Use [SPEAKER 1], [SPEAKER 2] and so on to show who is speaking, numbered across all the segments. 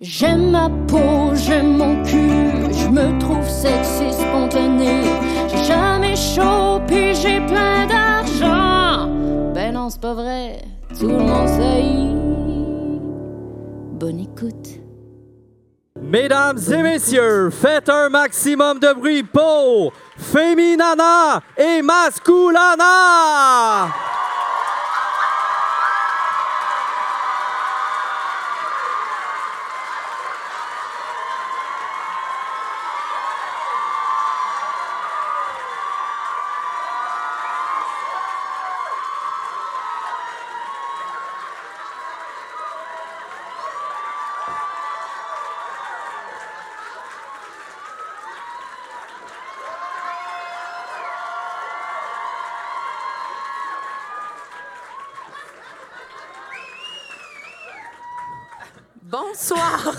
[SPEAKER 1] J'aime ma peau, j'aime mon cul, je me trouve sexy spontané. J'ai jamais chaud, puis j'ai plein d'argent. Ben non, c'est pas vrai, tout le monde sait. Bonne écoute.
[SPEAKER 2] Mesdames et messieurs, faites un maximum de bruit pour Féminana et Masculana!
[SPEAKER 3] Bonsoir.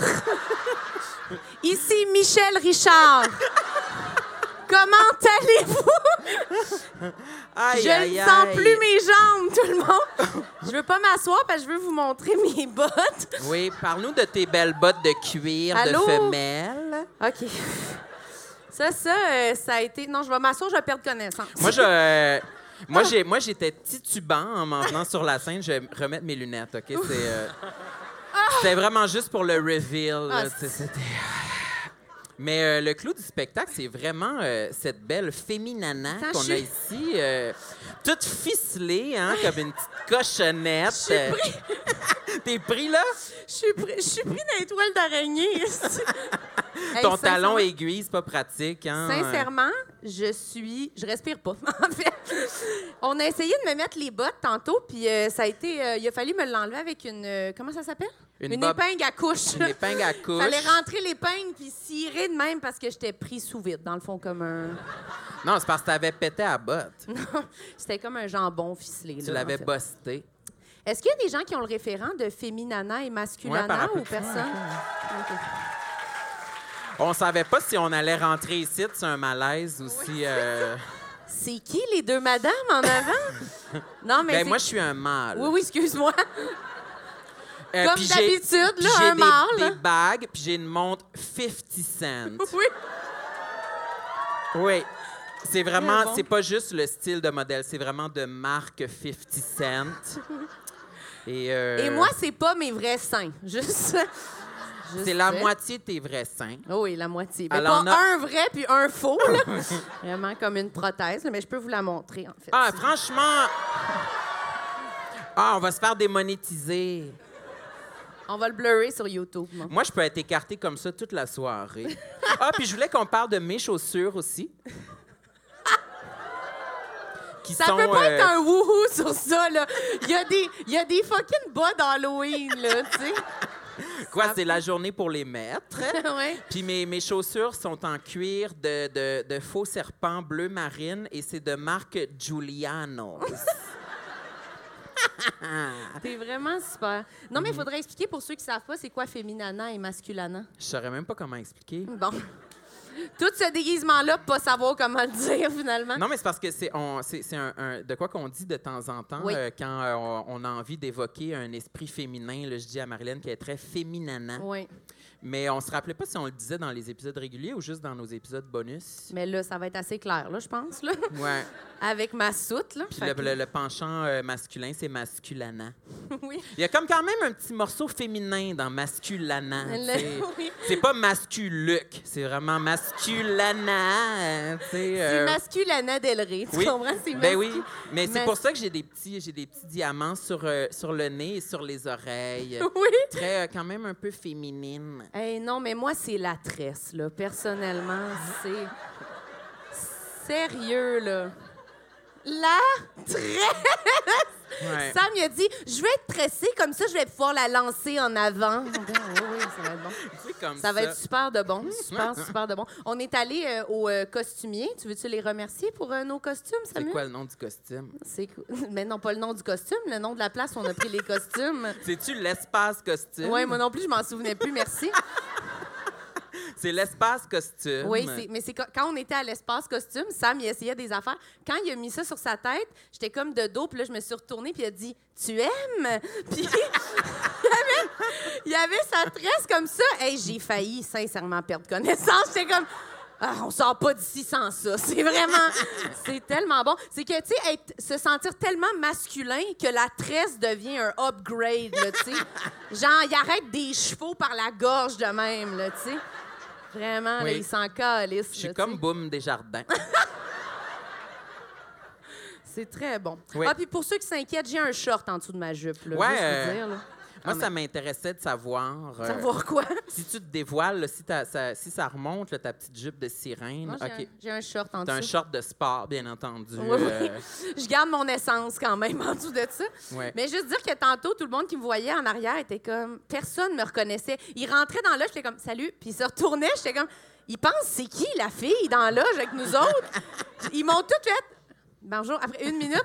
[SPEAKER 3] Ici Michel Richard. Comment allez-vous?
[SPEAKER 4] Aïe,
[SPEAKER 3] Je
[SPEAKER 4] aïe,
[SPEAKER 3] ne sens
[SPEAKER 4] aïe.
[SPEAKER 3] plus mes jambes, tout le monde. Je veux pas m'asseoir parce que je veux vous montrer mes bottes.
[SPEAKER 4] Oui, parle-nous de tes belles bottes de cuir
[SPEAKER 3] Allô?
[SPEAKER 4] de femelle.
[SPEAKER 3] OK. Ça, ça, euh, ça a été. Non, je vais m'asseoir, je vais perdre connaissance.
[SPEAKER 4] Moi, je. euh, Moi, j'ai, moi, j'étais titubant en m'en venant sur la scène. Je vais remettre mes lunettes, OK? C'est, euh, c'était vraiment juste pour le reveal. là,
[SPEAKER 3] Ah,
[SPEAKER 4] tu sais, c'était- Mais euh, le clou du spectacle, c'est vraiment euh, cette belle féminana
[SPEAKER 3] Attends,
[SPEAKER 4] qu'on
[SPEAKER 3] je
[SPEAKER 4] a
[SPEAKER 3] suis-
[SPEAKER 4] ici, euh, toute ficelée, hein, comme une petite cochonnette.
[SPEAKER 3] Je suis Ah! pris,
[SPEAKER 4] T'es pris, là?
[SPEAKER 3] je suis pris, je suis pris dans les toiles d'araignée. ici. Hey,
[SPEAKER 4] Ton talon
[SPEAKER 3] sincèrement-
[SPEAKER 4] aiguille, c'est pas pratique. Hein?
[SPEAKER 3] Sincèrement, je suis. Je respire pas, en fait. On a essayé de me mettre les bottes tantôt, puis euh, ça a été. euh, il a fallu me l'enlever avec une. euh, comment ça s'appelle?
[SPEAKER 4] Une bob-
[SPEAKER 3] épingle à couche.
[SPEAKER 4] Une épingle à couche.
[SPEAKER 3] Fallait rentrer l'épingle puis cirer de même parce que j'étais pris sous vide, dans le fond, comme un.
[SPEAKER 4] Non, c'est parce que t'avais pété à botte.
[SPEAKER 3] C'était comme un jambon ficelé.
[SPEAKER 4] Tu
[SPEAKER 3] là, en
[SPEAKER 4] l'avais
[SPEAKER 3] fait.
[SPEAKER 4] busté.
[SPEAKER 3] Est-ce qu'il y a des gens qui ont le référent de féminana et
[SPEAKER 4] Ouais, par
[SPEAKER 3] masculana
[SPEAKER 4] rapport- Ah,
[SPEAKER 3] ou personne? Ok.
[SPEAKER 4] On savait pas si on allait rentrer ici, c'est un malaise ou si. euh,
[SPEAKER 3] C'est qui les deux madames en avant? non, mais.
[SPEAKER 4] Ben,
[SPEAKER 3] c'est-
[SPEAKER 4] moi, je suis un mâle.
[SPEAKER 3] Oui, oui, excuse-moi.
[SPEAKER 4] Euh,
[SPEAKER 3] comme
[SPEAKER 4] puis j'ai-
[SPEAKER 3] d'habitude,
[SPEAKER 4] puis
[SPEAKER 3] là,
[SPEAKER 4] j'ai
[SPEAKER 3] un
[SPEAKER 4] des-
[SPEAKER 3] mâle.
[SPEAKER 4] des bagues, puis j'ai une montre 50 cents.
[SPEAKER 3] oui.
[SPEAKER 4] oui. C'est
[SPEAKER 3] Très
[SPEAKER 4] vraiment,
[SPEAKER 3] bon.
[SPEAKER 4] c'est pas juste le style de modèle, c'est vraiment de marque 50 cents. Et, euh,
[SPEAKER 3] Et moi, c'est pas mes vrais seins. Juste. juste
[SPEAKER 4] c'est la
[SPEAKER 3] ça.
[SPEAKER 4] moitié de tes vrais seins.
[SPEAKER 3] Oh oui, la moitié. Ben,
[SPEAKER 4] Alors,
[SPEAKER 3] pas
[SPEAKER 4] on a-
[SPEAKER 3] un vrai puis un faux, là. Vraiment comme une prothèse, mais je peux vous la montrer, en fait.
[SPEAKER 4] Ah, franchement. Ah, on va se faire démonétiser.
[SPEAKER 3] On va le blurrer sur YouTube. moi.
[SPEAKER 4] Moi, je peux être écartée comme ça toute la soirée. Ah, puis je voulais qu'on parle de mes chaussures aussi. Qui
[SPEAKER 3] Ça
[SPEAKER 4] sont,
[SPEAKER 3] peut pas
[SPEAKER 4] euh,
[SPEAKER 3] être un wouhou sur ça, là. Il y a des, il y a des fucking bas d'Halloween, là, tu sais.
[SPEAKER 4] Quoi, c'est la journée pour les mettre.
[SPEAKER 3] Ouais.
[SPEAKER 4] Puis mes, mes chaussures sont en cuir de, de- de faux serpent bleu marine et c'est de marque Giuliano.
[SPEAKER 3] T'es vraiment super. Non, mais il faudrait expliquer pour ceux qui savent pas c'est quoi féminana et masculana.
[SPEAKER 4] je saurais même pas comment expliquer.
[SPEAKER 3] Bon. Tout ce déguisement-là, pas savoir comment le dire, finalement.
[SPEAKER 4] Non, mais c'est parce que c'est on- c'est- c'est un, un- de quoi qu'on dit de temps en temps
[SPEAKER 3] Oui.
[SPEAKER 4] euh, quand euh, on, on a envie d'évoquer un esprit féminin. là, je dis à Marilyn qu'elle est très féminana.
[SPEAKER 3] Oui.
[SPEAKER 4] Mais on se rappelait pas si on le disait dans les épisodes réguliers ou juste dans nos épisodes bonus.
[SPEAKER 3] Mais là, ça va être assez clair, là, je pense, là.
[SPEAKER 4] Ouais.
[SPEAKER 3] Avec ma soute, là.
[SPEAKER 4] Puis
[SPEAKER 3] Fait
[SPEAKER 4] le,
[SPEAKER 3] que-
[SPEAKER 4] le- le penchant euh, masculin, c'est masculana.
[SPEAKER 3] oui.
[SPEAKER 4] Il y a comme quand même un petit morceau féminin dans masculana.
[SPEAKER 3] Le-
[SPEAKER 4] tu sais.
[SPEAKER 3] oui.
[SPEAKER 4] C'est pas masculuc, c'est vraiment masculana. C'est
[SPEAKER 3] C'est masculana Del Rey, tu comprends? C'est
[SPEAKER 4] ben
[SPEAKER 3] mascu-
[SPEAKER 4] Euh. oui, mais c'est
[SPEAKER 3] mas-
[SPEAKER 4] pour ça que j'ai des petits, j'ai des petits diamants sur euh, sur le nez et sur les oreilles,
[SPEAKER 3] Oui.
[SPEAKER 4] très euh, quand même un peu féminine.
[SPEAKER 3] Hey, non, mais moi, c'est la tresse, là. Personnellement, c'est... Sérieux, là. La tresse!
[SPEAKER 4] Ouais.
[SPEAKER 3] Sam, il a dit, je vais être tressée, comme ça, je vais pouvoir la lancer en avant. Ben oui, oui, ça va être bon.
[SPEAKER 4] C'est comme
[SPEAKER 3] Ça va être super de bon, super, super de bon. On est allé euh, au euh, costumier. Tu veux-tu les remercier pour euh, nos costumes,
[SPEAKER 4] C'est
[SPEAKER 3] Samuel?
[SPEAKER 4] quoi le nom du costume?
[SPEAKER 3] C'est cou- Mais non, pas le nom du costume, le nom de la place où on a pris les costumes.
[SPEAKER 4] C'est-tu l'espace costume?
[SPEAKER 3] Oui, moi non plus, je m'en souvenais plus, merci.
[SPEAKER 4] C'est l'espace costume.
[SPEAKER 3] Oui, c'est- mais c'est co- quand on était à l'espace costume, Sam, il essayait des affaires. Quand il a mis ça sur sa tête, j'étais comme de dos, puis là, je me suis retournée, puis il a dit Tu aimes Puis il avait, il avait sa tresse comme ça. Hey, j'ai failli sincèrement perdre connaissance. J'étais comme. Ah, on sort pas d'ici sans ça. C'est vraiment. C'est tellement bon. C'est que, tu sais, être- se sentir tellement masculin que la tresse devient un upgrade, là, tu sais. Genre, il arrête des chevaux par la gorge de même, là, tu sais. Vraiment, là,
[SPEAKER 4] Oui.
[SPEAKER 3] il s'en calisse.
[SPEAKER 4] Je suis
[SPEAKER 3] là,
[SPEAKER 4] comme
[SPEAKER 3] tu sais. Ah,
[SPEAKER 4] Boum Desjardins.
[SPEAKER 3] C'est très bon.
[SPEAKER 4] Oui.
[SPEAKER 3] Ah, puis pour ceux qui s'inquiètent, j'ai un short en dessous de ma jupe, là.
[SPEAKER 4] Ouais,
[SPEAKER 3] juste vous
[SPEAKER 4] euh,
[SPEAKER 3] dire, là.
[SPEAKER 4] Moi, ça m'intéressait de savoir. euh,
[SPEAKER 3] Savoir quoi?
[SPEAKER 4] Si tu te dévoiles, là, si, ta- ça, si ça remonte, là, ta petite jupe de sirène,
[SPEAKER 3] Moi, j'ai un-
[SPEAKER 4] OK.
[SPEAKER 3] j'ai un, short en
[SPEAKER 4] T'as un
[SPEAKER 3] dessous.
[SPEAKER 4] short de sport, bien entendu.
[SPEAKER 3] Oui, oui.
[SPEAKER 4] euh,
[SPEAKER 3] Je garde mon essence quand même en dessous de ça.
[SPEAKER 4] Ouais.
[SPEAKER 3] Mais juste dire que tantôt, tout le monde qui me voyait en arrière était comme. Personne me reconnaissait. Il rentrait dans l'âge, j'étais comme salut. Puis il se retournait, j'étais comme. Il pense c'est qui la fille dans l'âge avec nous autres? Ils m'ont tout fait. Bonjour, après une minute.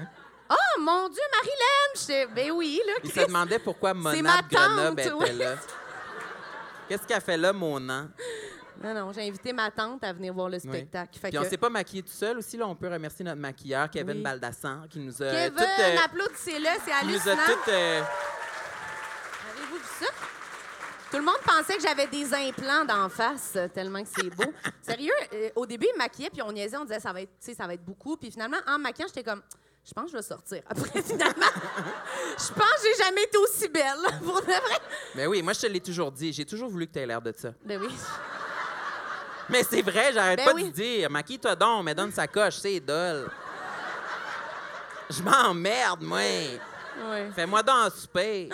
[SPEAKER 3] Oh mon Dieu, Marilyn! J'étais. Ben oui, là.
[SPEAKER 4] Il se
[SPEAKER 3] Chris.
[SPEAKER 4] demandait pourquoi
[SPEAKER 3] ma
[SPEAKER 4] Mona de
[SPEAKER 3] tante,
[SPEAKER 4] Grenoble était
[SPEAKER 3] oui.
[SPEAKER 4] là. Qu'est-ce qu'elle fait là, Mona?
[SPEAKER 3] Non, non, j'ai invité ma tante à venir voir le
[SPEAKER 4] Oui.
[SPEAKER 3] spectacle. Fait
[SPEAKER 4] Puis on
[SPEAKER 3] que-
[SPEAKER 4] s'est pas maquillé tout seul aussi. Là, on peut remercier notre maquilleur, Kevin
[SPEAKER 3] Oui.
[SPEAKER 4] Baldassan, qui nous a
[SPEAKER 3] Kevin,
[SPEAKER 4] tout, euh,
[SPEAKER 3] applaudissez-le, c'est
[SPEAKER 4] qui nous a
[SPEAKER 3] hallucinant.
[SPEAKER 4] tout, euh,
[SPEAKER 3] Avez-vous vu ça? Tout le monde pensait que j'avais des implants d'en face, euh, tellement que c'est beau. Sérieux, euh, au début, ils me maquillaient, puis on niaisait, on disait, ça va être, tu sais, ça va être beaucoup. Puis finalement, en me maquillant, j'étais comme, je pense que je vais sortir. Après, finalement, je pense que j'ai jamais été aussi belle, là, pour de vrai.
[SPEAKER 4] Mais Ben oui, moi je te l'ai toujours dit, j'ai toujours voulu que tu aies l'air de ça.
[SPEAKER 3] Ben oui.
[SPEAKER 4] Mais c'est vrai, j'arrête
[SPEAKER 3] Ben
[SPEAKER 4] pas
[SPEAKER 3] oui.
[SPEAKER 4] de dire, maquille-toi donc, mais donne sa coche, c'est idole. Je m'emmerde, moi.
[SPEAKER 3] Ouais.
[SPEAKER 4] Fais-moi donc un
[SPEAKER 3] Ah,
[SPEAKER 4] souper.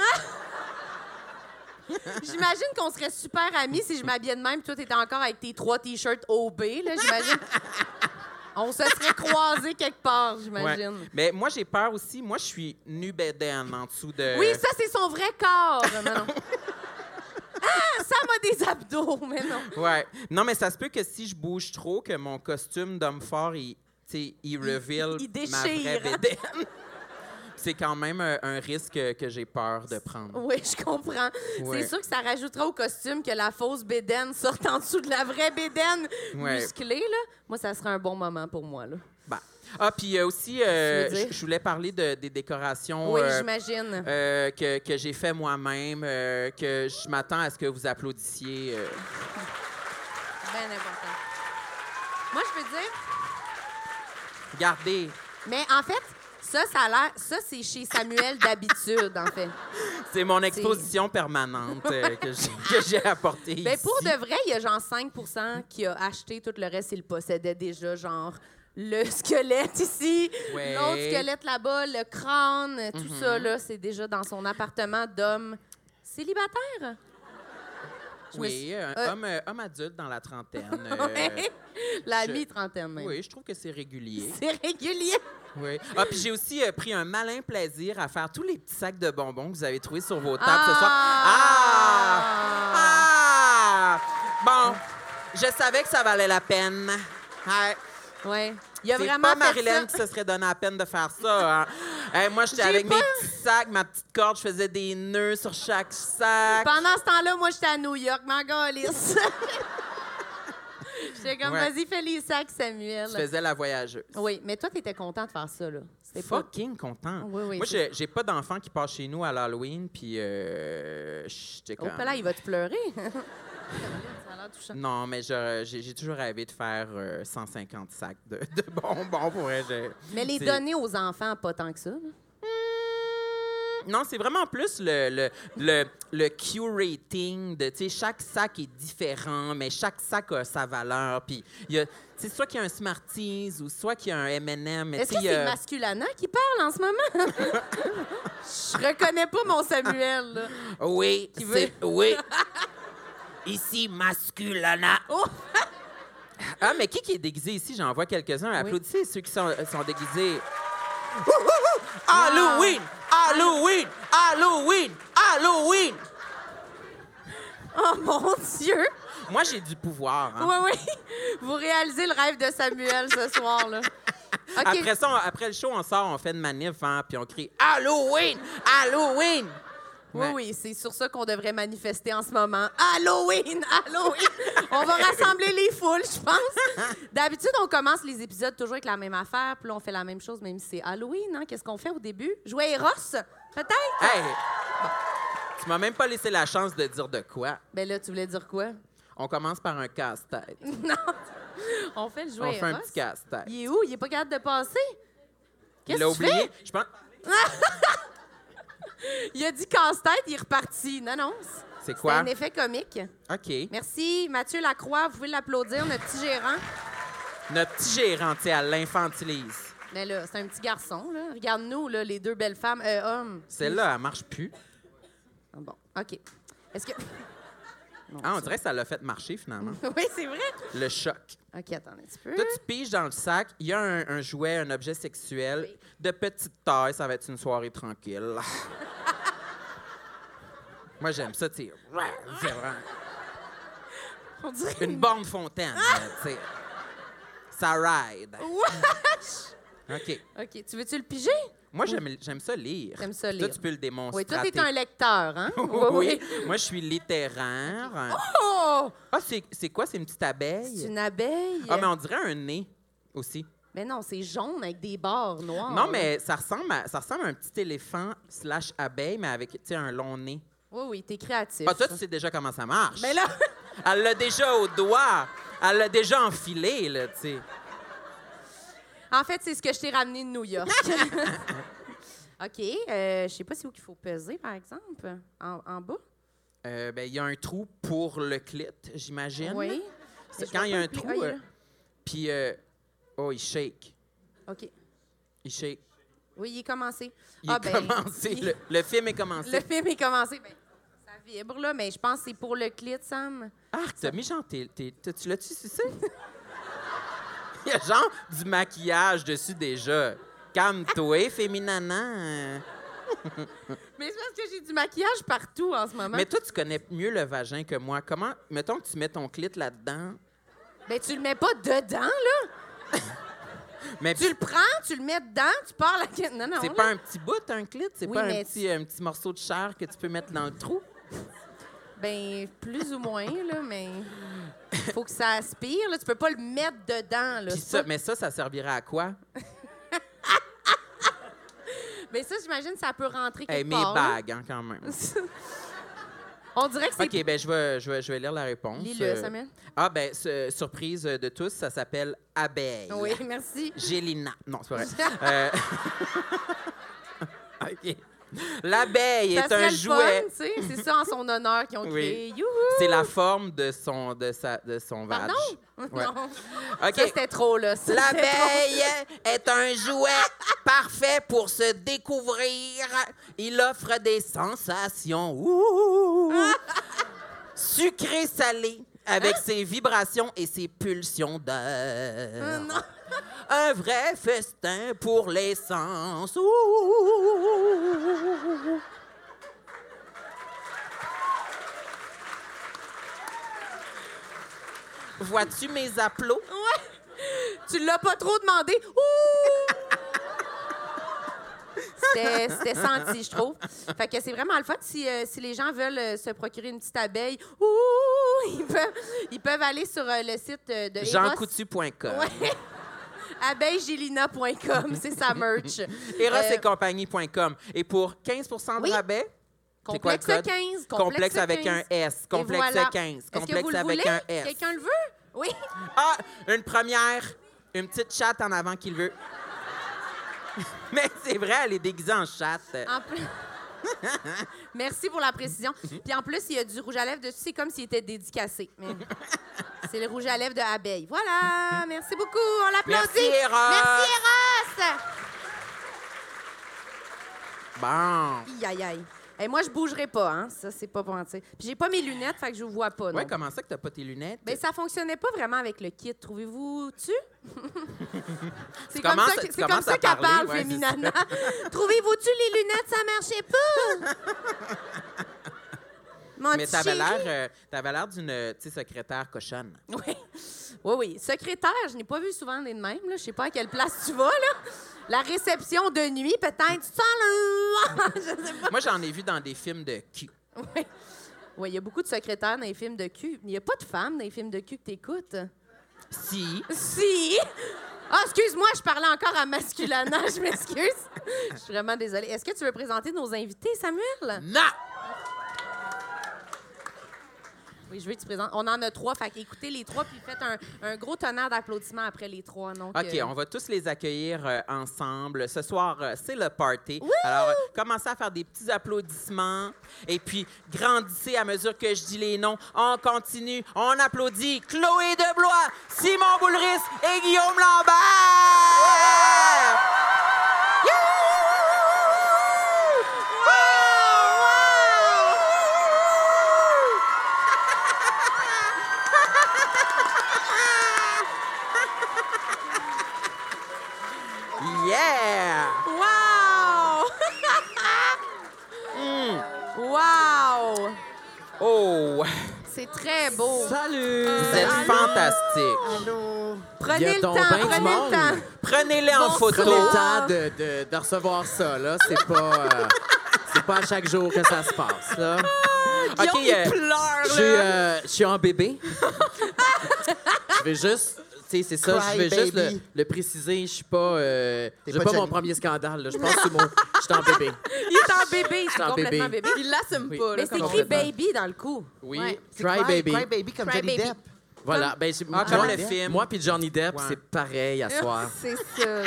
[SPEAKER 3] J'imagine qu'on serait super amis si je m'habillais de même, puis toi, t'étais encore avec tes trois T-shirts OB, là, j'imagine. On se serait croisés quelque part, j'imagine.
[SPEAKER 4] Ouais. Mais moi j'ai peur aussi. Moi je suis nu bédaine en dessous de.
[SPEAKER 3] Oui, ça, c'est son vrai corps. Mais non. ah, ça m'a des abdos, mais non.
[SPEAKER 4] Ouais. Non, mais ça se peut que si je bouge trop, que mon costume d'homme fort, il, tu sais, il reveal
[SPEAKER 3] il déchire.
[SPEAKER 4] ma vraie bédaine. C'est quand même un, un risque que j'ai peur de prendre.
[SPEAKER 3] Oui, je comprends.
[SPEAKER 4] Ouais.
[SPEAKER 3] C'est sûr que ça rajoutera au costume que la fausse bédaine sorte en dessous de la vraie bédaine
[SPEAKER 4] Ouais.
[SPEAKER 3] musclée, là. Moi, ça serait un bon moment pour moi, là.
[SPEAKER 4] Bah. Ah, puis euh, aussi, euh,
[SPEAKER 3] Tu veux dire?
[SPEAKER 4] je je voulais parler de- des décorations
[SPEAKER 3] oui,
[SPEAKER 4] euh,
[SPEAKER 3] j'imagine.
[SPEAKER 4] euh, que, que j'ai fait moi-même, euh, que je m'attends à ce que vous applaudissiez. euh.
[SPEAKER 3] Bien important. Moi, je veux dire...
[SPEAKER 4] Regardez,
[SPEAKER 3] Mais en fait, ça, ça a l'air... Ça, c'est chez Samuel d'habitude, en fait.
[SPEAKER 4] c'est mon exposition permanente euh, que j'ai- que j'ai apportée
[SPEAKER 3] Ben,
[SPEAKER 4] ici.
[SPEAKER 3] pour de vrai, il y a genre 5 qui a acheté tout le reste, il le possédait déjà, genre le squelette ici,
[SPEAKER 4] Ouais. Mm-hmm.
[SPEAKER 3] l'autre squelette là-bas, le crâne, tout ça, là, c'est déjà dans son appartement d'homme célibataire. Je me
[SPEAKER 4] Oui,
[SPEAKER 3] suis-
[SPEAKER 4] un
[SPEAKER 3] euh,
[SPEAKER 4] homme, euh, homme adulte dans la trentaine. euh,
[SPEAKER 3] Ouais. La
[SPEAKER 4] je-
[SPEAKER 3] mi-trentaine, même.
[SPEAKER 4] Oui, je trouve que c'est régulier.
[SPEAKER 3] C'est régulier.
[SPEAKER 4] Oui. Ah, puis j'ai aussi euh, pris un malin plaisir à faire tous les petits sacs de bonbons que vous avez trouvés sur vos tables ce soir. Ah! Ah!
[SPEAKER 3] Ah!
[SPEAKER 4] Bon, je savais que ça valait la peine. Ouais.
[SPEAKER 3] Ouais. Il y a
[SPEAKER 4] C'est
[SPEAKER 3] vraiment
[SPEAKER 4] pas
[SPEAKER 3] fait
[SPEAKER 4] Marilyn
[SPEAKER 3] ça.
[SPEAKER 4] qui se serait donné la peine de faire ça. hein. Hey, moi, j'étais
[SPEAKER 3] J'ai
[SPEAKER 4] avec mes
[SPEAKER 3] pas-
[SPEAKER 4] petits sacs, ma petite corde, je faisais des nœuds sur chaque sac.
[SPEAKER 3] Pendant ce temps-là, moi, j'étais à New York, m'en calisse. J'étais comme,
[SPEAKER 4] Ouais.
[SPEAKER 3] vas-y, fais les sacs, Samuel.
[SPEAKER 4] Je faisais la voyageuse.
[SPEAKER 3] Oui, mais toi, t'étais content de faire ça, là. C'était pas...
[SPEAKER 4] fucking content.
[SPEAKER 3] Oui, oui,
[SPEAKER 4] Moi,
[SPEAKER 3] c'est
[SPEAKER 4] j'ai j'ai pas d'enfant qui passe chez nous à l'Halloween, puis euh, j'étais
[SPEAKER 3] Oh,
[SPEAKER 4] comme...
[SPEAKER 3] là, il va te pleurer. ça a l'air touchant.
[SPEAKER 4] Non, mais je- j'ai j'ai toujours rêvé de faire euh, 150 sacs de, de bonbons pour vrai, j'ai-
[SPEAKER 3] Mais les
[SPEAKER 4] c'est-
[SPEAKER 3] donner aux enfants, pas tant que ça. là.
[SPEAKER 4] Non, c'est vraiment plus le, le, le, le curating de, tu sais, chaque sac est différent, mais chaque sac a sa valeur. Puis, il y a, tu sais, soit qu'il y a un Smarties ou soit qu'il y a un M&M. mais tu
[SPEAKER 3] Est-ce que
[SPEAKER 4] sais, il y
[SPEAKER 3] c'est
[SPEAKER 4] a-
[SPEAKER 3] Masculana qui parle en ce moment? Je reconnais pas mon Samuel, là.
[SPEAKER 4] Oui,
[SPEAKER 3] Qui
[SPEAKER 4] c'est- oui. Ici, masculana.
[SPEAKER 3] Oh!
[SPEAKER 4] Ah, mais qui, qui est déguisé ici? J'en vois quelques-uns. Applaudissez ceux qui sont, euh, sont déguisés. Halloween!
[SPEAKER 3] Hein?
[SPEAKER 4] Halloween! Halloween! Halloween!
[SPEAKER 3] Oh, mon Dieu!
[SPEAKER 4] Moi, j'ai du pouvoir. hein.
[SPEAKER 3] Oui, oui. Vous réalisez le rêve de Samuel ce soir, là. OK.
[SPEAKER 4] Après ça, on- après le show, on sort, on fait une manif, hein, puis on crie Halloween! Halloween!
[SPEAKER 3] Oui,
[SPEAKER 4] Ouais.
[SPEAKER 3] oui, c'est sur ça qu'on devrait manifester en ce moment. Halloween! Halloween! on va rassembler les foules, je pense. D'habitude, on commence les épisodes toujours avec la même affaire, puis là, on fait la même chose, même si c'est Halloween. Hein? Qu'est-ce qu'on fait au début? Jouer Eros, peut-être?
[SPEAKER 4] Hey! Tu m'as même pas laissé la chance de dire de quoi.
[SPEAKER 3] Ben là, tu voulais dire quoi?
[SPEAKER 4] On commence par un casse-tête.
[SPEAKER 3] non! On fait le jouer
[SPEAKER 4] On fait un
[SPEAKER 3] Eros.
[SPEAKER 4] petit casse-tête.
[SPEAKER 3] Il est où? Il est pas capable de passer?
[SPEAKER 4] Il
[SPEAKER 3] Qu'est-ce
[SPEAKER 4] l'a
[SPEAKER 3] que tu fais?
[SPEAKER 4] oublié. Je pense.
[SPEAKER 3] Il a dit casse-tête, il est reparti. Non, non.
[SPEAKER 4] C'est
[SPEAKER 3] C'est
[SPEAKER 4] quoi?
[SPEAKER 3] un effet comique.
[SPEAKER 4] OK.
[SPEAKER 3] Merci, Mathieu Lacroix. Vous pouvez l'applaudir, notre petit gérant.
[SPEAKER 4] Notre petit gérant, tu sais, elle l'infantilise.
[SPEAKER 3] Mais là, c'est un petit garçon, là. Regarde-nous, là, les deux belles femmes. Euh, hommes.
[SPEAKER 4] Celle-là, elle marche plus.
[SPEAKER 3] Ah, Bon, OK. Est-ce que. Non,
[SPEAKER 4] Ah, on
[SPEAKER 3] ça-
[SPEAKER 4] dirait que ça l'a fait marcher, finalement.
[SPEAKER 3] Oui, c'est vrai.
[SPEAKER 4] Le choc.
[SPEAKER 3] OK, attendez un petit peu.
[SPEAKER 4] Toi, tu piges dans le sac, il y a un, un jouet, un objet sexuel de petite taille, ça va être une soirée tranquille. Moi, j'aime ça, tu sais. Ouais, c'est vrai.
[SPEAKER 3] On dirait
[SPEAKER 4] Une borne fontaine, là, tu sais. Ça ride.
[SPEAKER 3] Wesh!
[SPEAKER 4] OK.
[SPEAKER 3] OK, tu veux-tu le piger?
[SPEAKER 4] Moi, j'aime j'aime ça lire.
[SPEAKER 3] T'aimes ça
[SPEAKER 4] Toi,
[SPEAKER 3] lire.
[SPEAKER 4] tu peux le démontrer.
[SPEAKER 3] Oui, toi, t'es un lecteur, hein?
[SPEAKER 4] oui. Moi, je suis littéraire.
[SPEAKER 3] Oh!
[SPEAKER 4] Ah, c'est c'est quoi? C'est une petite abeille?
[SPEAKER 3] C'est une abeille.
[SPEAKER 4] Ah, mais on dirait un nez aussi.
[SPEAKER 3] Mais non, c'est jaune avec des barres noires.
[SPEAKER 4] non, mais ça ressemble, à, ça ressemble à un petit éléphant slash abeille, mais avec tu sais, un long nez.
[SPEAKER 3] Oui, oui, t'es créatif.
[SPEAKER 4] Ah, toi, tu sais déjà comment ça marche.
[SPEAKER 3] Mais là,
[SPEAKER 4] Elle l'a déjà au doigt. Elle l'a déjà enfilé, là, tu sais.
[SPEAKER 3] en fait, c'est ce que je t'ai ramené de New York. OK, euh, je sais pas si où qu'il faut peser, par exemple. En, en bas?
[SPEAKER 4] Euh, ben, il y a un trou pour le clit, j'imagine.
[SPEAKER 3] Oui. Mais
[SPEAKER 4] C'est
[SPEAKER 3] je
[SPEAKER 4] quand
[SPEAKER 3] vois
[SPEAKER 4] il y a un
[SPEAKER 3] pas le pli-
[SPEAKER 4] trou.
[SPEAKER 3] Ah, il est
[SPEAKER 4] euh,
[SPEAKER 3] là.
[SPEAKER 4] Puis, euh, oh, il shake.
[SPEAKER 3] OK.
[SPEAKER 4] Il shake.
[SPEAKER 3] Oui, il est commencé.
[SPEAKER 4] Il
[SPEAKER 3] Ah,
[SPEAKER 4] est
[SPEAKER 3] ben,
[SPEAKER 4] commencé.
[SPEAKER 3] il-
[SPEAKER 4] Le, le film est
[SPEAKER 3] le
[SPEAKER 4] commencé.
[SPEAKER 3] film est commencé. Ben, ça vibre, là, mais je pense que c'est pour le clit, Sam.
[SPEAKER 4] Arc, t'as mis genre, t'es- t'es- t'as- tu l'as-tu sucé? Il y a genre du maquillage dessus déjà. Calme-toi, féminana.
[SPEAKER 3] Mais c'est parce que j'ai du maquillage partout en ce moment.
[SPEAKER 4] Mais toi, tu connais mieux le vagin que moi. Comment, mettons que tu mets ton clit là-dedans.
[SPEAKER 3] Ben, tu le mets pas dedans, là.
[SPEAKER 4] Mais
[SPEAKER 3] Tu le prends, tu le mets dedans, tu pars la... Non, non,
[SPEAKER 4] c'est
[SPEAKER 3] là.
[SPEAKER 4] pas un petit bout, un clit. C'est
[SPEAKER 3] Oui,
[SPEAKER 4] pas un
[SPEAKER 3] mais
[SPEAKER 4] petit, un petit morceau de chair que tu peux mettre dans le trou.
[SPEAKER 3] Ben, plus ou moins, là, mais... Faut que ça aspire, là. Tu peux pas le mettre dedans, là.
[SPEAKER 4] Puis
[SPEAKER 3] C'est
[SPEAKER 4] ça,
[SPEAKER 3] pas-
[SPEAKER 4] mais ça, ça servirait à quoi?
[SPEAKER 3] Mais ça, j'imagine, ça peut rentrer quelque
[SPEAKER 4] Hey, Eh, mes
[SPEAKER 3] part. là.
[SPEAKER 4] bagues, hein, quand même.
[SPEAKER 3] On dirait que c'est...
[SPEAKER 4] OK, ben je vais, je, vais, je vais lire la réponse.
[SPEAKER 3] Lis-le,
[SPEAKER 4] Euh,
[SPEAKER 3] Samuel.
[SPEAKER 4] Ah, ben, ce- surprise de tous, ça s'appelle abeille.
[SPEAKER 3] Oui, merci.
[SPEAKER 4] Gélina. Non, c'est pas vrai. Euh, OK. L'abeille
[SPEAKER 3] Ça
[SPEAKER 4] est
[SPEAKER 3] serait
[SPEAKER 4] un
[SPEAKER 3] le
[SPEAKER 4] jouet.
[SPEAKER 3] fun, tu sais. C'est ça en son honneur qu'ils ont
[SPEAKER 4] Oui.
[SPEAKER 3] créé. Youhou!
[SPEAKER 4] C'est la forme de son, de sa, de son vag.
[SPEAKER 3] Pardon?
[SPEAKER 4] Ouais.
[SPEAKER 3] Non.
[SPEAKER 4] OK.
[SPEAKER 3] Ça, c'était trop, là. Ça, c'était
[SPEAKER 4] L'abeille est un jouet parfait pour se découvrir. Il offre des sensations ouh, sucrées-salées
[SPEAKER 3] Hein?
[SPEAKER 4] avec ses vibrations et ses pulsions
[SPEAKER 3] trop.
[SPEAKER 4] d'air.
[SPEAKER 3] Ah Non.
[SPEAKER 4] Un vrai festin pour les sens. Ouh. Vois-tu mes applaudissements?
[SPEAKER 3] Ouais. Tu l'as pas trop demandé. Ouh! C'était c'était senti, je trouve. Fait que c'est vraiment le fun. Si, euh, si les gens veulent euh, se procurer une petite abeille, ouh, ils peuvent, ils peuvent aller sur euh, le site euh, de Eros.
[SPEAKER 4] JeanCoutu.com.
[SPEAKER 3] Ouais. abeillegélina.com, c'est sa merch.
[SPEAKER 4] Eros
[SPEAKER 3] Euh,
[SPEAKER 4] et compagnie.com. Et pour 15 de
[SPEAKER 3] oui.
[SPEAKER 4] rabais, c'est quoi le
[SPEAKER 3] Complexe
[SPEAKER 4] code?
[SPEAKER 3] 15.
[SPEAKER 4] Complexe avec
[SPEAKER 3] 15.
[SPEAKER 4] un S.
[SPEAKER 3] Et
[SPEAKER 4] Complexe
[SPEAKER 3] voilà.
[SPEAKER 4] 15.
[SPEAKER 3] Est-ce que vous
[SPEAKER 4] Complexe
[SPEAKER 3] le
[SPEAKER 4] avec
[SPEAKER 3] voulez?
[SPEAKER 4] un S.
[SPEAKER 3] Quelqu'un le veut? Oui.
[SPEAKER 4] Ah, une première, une petite chatte en avant qu'il veut. Mais c'est vrai, elle est déguisée en chatte.
[SPEAKER 3] En plus- Merci pour la précision. Puis en plus, il y a du rouge à lèvres dessus. C'est comme s'il était dédicacé. Mais c'est le rouge à lèvres de abeille. Voilà. Merci beaucoup. On l'applaudit.
[SPEAKER 4] Merci, Eros.
[SPEAKER 3] Merci, Eros.
[SPEAKER 4] Bon.
[SPEAKER 3] Aïe, aïe, aïe. Et moi, je bougerai pas. Hein. Ça, c'est pas pour mentir. Puis j'ai pas mes lunettes, fait que je vous vois pas. non
[SPEAKER 4] Ouais, comment ça que t'as pas tes lunettes?
[SPEAKER 3] Ben, ça fonctionnait pas vraiment avec le kit, trouvez-vous, tu? c'est comme
[SPEAKER 4] commences-
[SPEAKER 3] ça,
[SPEAKER 4] tu
[SPEAKER 3] que- c'est comme
[SPEAKER 4] commences
[SPEAKER 3] ça
[SPEAKER 4] à
[SPEAKER 3] qu'elle
[SPEAKER 4] parler,
[SPEAKER 3] parle,
[SPEAKER 4] ouais,
[SPEAKER 3] Féminana. trouvez-vous-tu les lunettes, ça marchait pas? Mon
[SPEAKER 4] Mais
[SPEAKER 3] petit
[SPEAKER 4] t'avais
[SPEAKER 3] chéri.
[SPEAKER 4] l'air, euh, t'avais l'air d'une, euh, tu sais, secrétaire cochonne.
[SPEAKER 3] Oui. Oui, oui. Secrétaire, je n'ai pas vu souvent les mêmes. là. Je sais pas à quelle place tu vas. Là. La réception de nuit, peut-être. Salut! je sais pas.
[SPEAKER 4] Moi, j'en ai vu dans des films de cul.
[SPEAKER 3] Oui, Ouais, il y a beaucoup de secrétaires dans les films de cul. Il n'y a pas de femmes dans les films de cul que t'écoutes.
[SPEAKER 4] Si.
[SPEAKER 3] Si! Ah, excuse-moi, je parlais encore à masculana, je m'excuse. Je suis vraiment désolée. Est-ce que tu veux présenter nos invités, Samuel?
[SPEAKER 4] Non!
[SPEAKER 3] Oui, je veux que tu présentes. On en a trois, fait écoutez les trois, puis faites un, un gros tonnerre d'applaudissements après les trois. Donc,
[SPEAKER 4] OK,
[SPEAKER 3] euh,
[SPEAKER 4] on va tous les accueillir euh, ensemble. Ce soir, euh, c'est le party. Alors, euh, commencez à faire des petits applaudissements et puis grandissez à mesure que je dis les noms. On continue, on applaudit Chloé Deblois, Simon Boulris et Guillaume Lambert! Yeah!
[SPEAKER 3] Wow!
[SPEAKER 5] Hmm.
[SPEAKER 3] Wow!
[SPEAKER 4] Oh!
[SPEAKER 3] C'est très beau.
[SPEAKER 5] Salut!
[SPEAKER 4] Vous êtes fantastique.
[SPEAKER 5] Allô? Il y a
[SPEAKER 3] Prenez le temps,
[SPEAKER 5] donc bien du
[SPEAKER 3] prenez le
[SPEAKER 5] monde.
[SPEAKER 3] temps.
[SPEAKER 4] Prenez-les en
[SPEAKER 3] Bon
[SPEAKER 4] photo.
[SPEAKER 5] Prenez le temps
[SPEAKER 3] Ah.
[SPEAKER 5] de, de- de recevoir ça, là. C'est pas, euh, c'est pas à chaque jour que ça se passe, là.
[SPEAKER 4] OK,
[SPEAKER 3] Ah, Guillaume,
[SPEAKER 4] euh,
[SPEAKER 3] il pleure,
[SPEAKER 5] Je suis,
[SPEAKER 3] là.
[SPEAKER 5] euh, je suis en bébé. je vais juste... Tu sais, c'est ça,
[SPEAKER 6] Cry
[SPEAKER 5] je vais juste le,
[SPEAKER 6] baby.
[SPEAKER 5] le préciser. Je suis pas... Euh,
[SPEAKER 6] T'es
[SPEAKER 5] j'ai
[SPEAKER 6] pas
[SPEAKER 5] pas mon
[SPEAKER 6] Johnny.
[SPEAKER 5] premier scandale, là. Je pense que c'est mon... Je suis en bébé.
[SPEAKER 3] Il est en bébé,
[SPEAKER 5] Je
[SPEAKER 3] c'est
[SPEAKER 5] suis en
[SPEAKER 3] complètement bébé.
[SPEAKER 5] bébé.
[SPEAKER 6] Il l'assume
[SPEAKER 5] Oui.
[SPEAKER 6] pas.
[SPEAKER 3] Mais
[SPEAKER 6] là,
[SPEAKER 3] c'est
[SPEAKER 6] comme on
[SPEAKER 3] écrit
[SPEAKER 6] fait.
[SPEAKER 3] baby dans le cou.
[SPEAKER 5] Oui.
[SPEAKER 3] Ouais.
[SPEAKER 6] C'est
[SPEAKER 5] Cry, baby.
[SPEAKER 6] Cry Baby comme
[SPEAKER 3] Cry
[SPEAKER 6] Johnny
[SPEAKER 3] baby.
[SPEAKER 6] Depp.
[SPEAKER 5] Voilà. Ben, c'est-
[SPEAKER 4] Ah, comme
[SPEAKER 5] moi,
[SPEAKER 4] le film.
[SPEAKER 5] Moi puis Johnny Depp,
[SPEAKER 4] Ouais.
[SPEAKER 5] c'est pareil à soir.
[SPEAKER 6] C'est ça.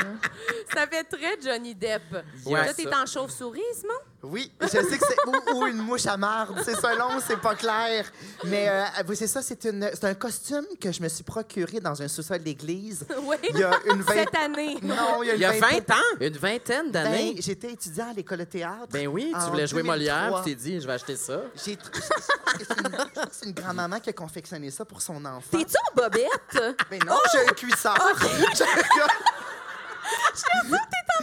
[SPEAKER 3] Ça fait très Johnny Depp.
[SPEAKER 4] Ouais,
[SPEAKER 3] Là, t'es
[SPEAKER 4] ça.
[SPEAKER 3] en chauve-souris, Simon?
[SPEAKER 6] Oui, je sais que c'est ou, ou une mouche à marde, c'est selon, c'est pas clair. Mais euh, oui, c'est ça, c'est une c'est un costume que je me suis procuré dans un sous-sol d'église.
[SPEAKER 3] Oui.
[SPEAKER 6] Il y a une vingt-
[SPEAKER 3] Cette année.
[SPEAKER 6] Non, il y a, une
[SPEAKER 4] Il y a 20
[SPEAKER 6] vingtaine-
[SPEAKER 4] ans?
[SPEAKER 5] Une vingtaine
[SPEAKER 6] Ben,
[SPEAKER 5] d'années.
[SPEAKER 6] J'étais étudiant à l'école de théâtre.
[SPEAKER 5] Ben oui, tu
[SPEAKER 6] en
[SPEAKER 5] voulais jouer Molière,
[SPEAKER 6] 2003.
[SPEAKER 5] puis t'es dit, je vais acheter ça.
[SPEAKER 6] J'ai- C'est une, je pense que c'est une grand-maman qui a confectionné ça pour son enfant.
[SPEAKER 3] T'es-tu Oh! en bobette?
[SPEAKER 6] Ben non, j'ai un cuissard. J'ai un-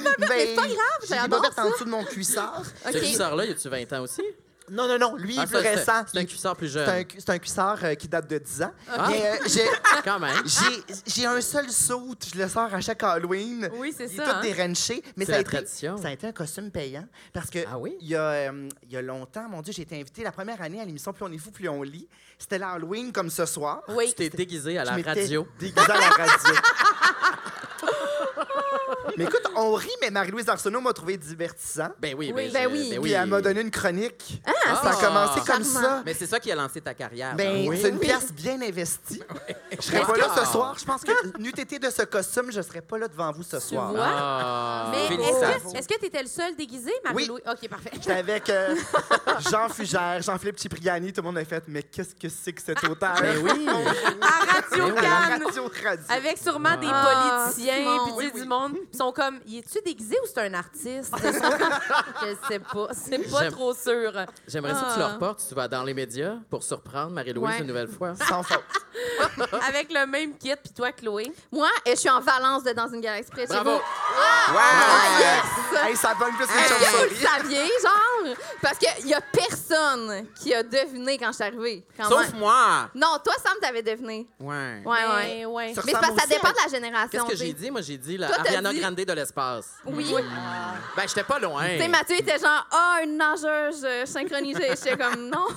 [SPEAKER 6] Ben,
[SPEAKER 3] mais c'est pas grave,
[SPEAKER 6] J'ai des
[SPEAKER 3] j'adore
[SPEAKER 6] bobettes en dessous de mon cuissard.
[SPEAKER 5] Ce cuisseur-là, il a-tu 20 ans aussi?
[SPEAKER 6] Non, non, non, lui,
[SPEAKER 5] Ah,
[SPEAKER 6] plus
[SPEAKER 5] ça, c'est-
[SPEAKER 6] récent.
[SPEAKER 5] C'est un cuisseur plus
[SPEAKER 6] C'est un,
[SPEAKER 5] jeune.
[SPEAKER 6] cu- c'est un cuissard euh, qui date de 10 ans.
[SPEAKER 5] Ah.
[SPEAKER 6] Mais euh, j'ai-
[SPEAKER 5] Quand même.
[SPEAKER 6] j'ai- j'ai un seul saut, je le sors à chaque Halloween.
[SPEAKER 3] Oui, c'est
[SPEAKER 6] Il
[SPEAKER 3] ça,
[SPEAKER 6] est tout
[SPEAKER 3] hein.
[SPEAKER 6] déranché. Mais
[SPEAKER 5] C'est
[SPEAKER 6] ça a,
[SPEAKER 5] la
[SPEAKER 6] été,
[SPEAKER 5] tradition.
[SPEAKER 6] ça a été un costume payant. Parce que
[SPEAKER 5] Ah oui?
[SPEAKER 6] il, y a, euh, il y a longtemps, mon Dieu, j'ai été invitée la première année à l'émission Plus on est fou, plus on lit. C'était l'Halloween comme ce soir.
[SPEAKER 3] Oui.
[SPEAKER 5] Tu t'es déguisé à la
[SPEAKER 6] Je m'étais
[SPEAKER 5] radio.
[SPEAKER 6] déguisée à la radio. mais écoute, on rit, mais Marie-Louise Arsenault m'a trouvé divertissant.
[SPEAKER 5] Ben oui,
[SPEAKER 3] Oui.
[SPEAKER 5] je-
[SPEAKER 3] Ben oui.
[SPEAKER 6] Puis euh, elle m'a donné une chronique. ça a
[SPEAKER 5] Ah!
[SPEAKER 6] commencé comme ça.
[SPEAKER 4] Mais c'est ça qui a lancé ta carrière.
[SPEAKER 6] Ben,
[SPEAKER 5] Oui.
[SPEAKER 6] c'est une pièce bien investie. Je serais pas là ce soir. Je pense que n'eût été de ce costume, je serais pas là devant vous ce soir.
[SPEAKER 3] vois?
[SPEAKER 5] Ah.
[SPEAKER 3] Mais est-ce
[SPEAKER 4] Félicitations.
[SPEAKER 3] que- est-ce que t'étais le seul déguisé, Marie-Louis? OK, parfait.
[SPEAKER 6] J'étais avec euh, Jean Fugère, Jean-Philippe Cipriani. Tout le monde a fait « Mais qu'est-ce que c'est que cet auteur? »
[SPEAKER 5] Ben oui.
[SPEAKER 3] À Radio Cannes.
[SPEAKER 6] Radio Radio.
[SPEAKER 3] Avec sûrement des
[SPEAKER 6] Ah,
[SPEAKER 3] politiciens, puis
[SPEAKER 6] Simon.
[SPEAKER 3] tu sais,
[SPEAKER 6] Oui,
[SPEAKER 3] du
[SPEAKER 6] oui.
[SPEAKER 3] monde. Ils sont comme, y es-tu déguisé ou c'est un artiste? Ils sont comme, je sais pas. C'est pas
[SPEAKER 5] J'aime-
[SPEAKER 3] trop sûr.
[SPEAKER 5] J'aimerais ça que tu le reportes, tu vas dans les médias pour surprendre Marie-Louise
[SPEAKER 3] Ouais.
[SPEAKER 5] une nouvelle fois.
[SPEAKER 6] Sans faute.
[SPEAKER 3] Avec le même kit, puis toi, Chloé.
[SPEAKER 7] Moi, euh, je suis en Valence de Dans une guerre express. chez
[SPEAKER 5] Bravo!
[SPEAKER 7] vous.
[SPEAKER 4] Wow!
[SPEAKER 6] Hey, ça donne plus les
[SPEAKER 5] Ah,
[SPEAKER 7] Est-ce que vous le
[SPEAKER 6] chauves-souris.
[SPEAKER 7] saviez, genre? Parce qu'il y a personne qui a deviné quand je suis arrivée. quand
[SPEAKER 4] Sauf
[SPEAKER 7] même.
[SPEAKER 4] moi!
[SPEAKER 7] Non, toi, Sam, t'avais deviné.
[SPEAKER 4] Ouais.
[SPEAKER 7] Ouais, ouais.
[SPEAKER 3] Mais, ouais.
[SPEAKER 6] Ça
[SPEAKER 7] Mais c'est parce que ça
[SPEAKER 6] ressemble aussi
[SPEAKER 7] dépend
[SPEAKER 6] à-
[SPEAKER 7] de la génération.
[SPEAKER 5] Qu'est-ce que
[SPEAKER 7] tu sais.
[SPEAKER 5] j'ai dit? Moi, j'ai dit la
[SPEAKER 7] Toi, t'as
[SPEAKER 5] Ariana
[SPEAKER 7] dit-
[SPEAKER 5] Grande de l'espace.
[SPEAKER 7] Oui.
[SPEAKER 5] Ben, j'étais pas loin.
[SPEAKER 7] Tu sais, Mathieu était genre, ah, une nageuse euh, synchronisée. J'étais comme, non.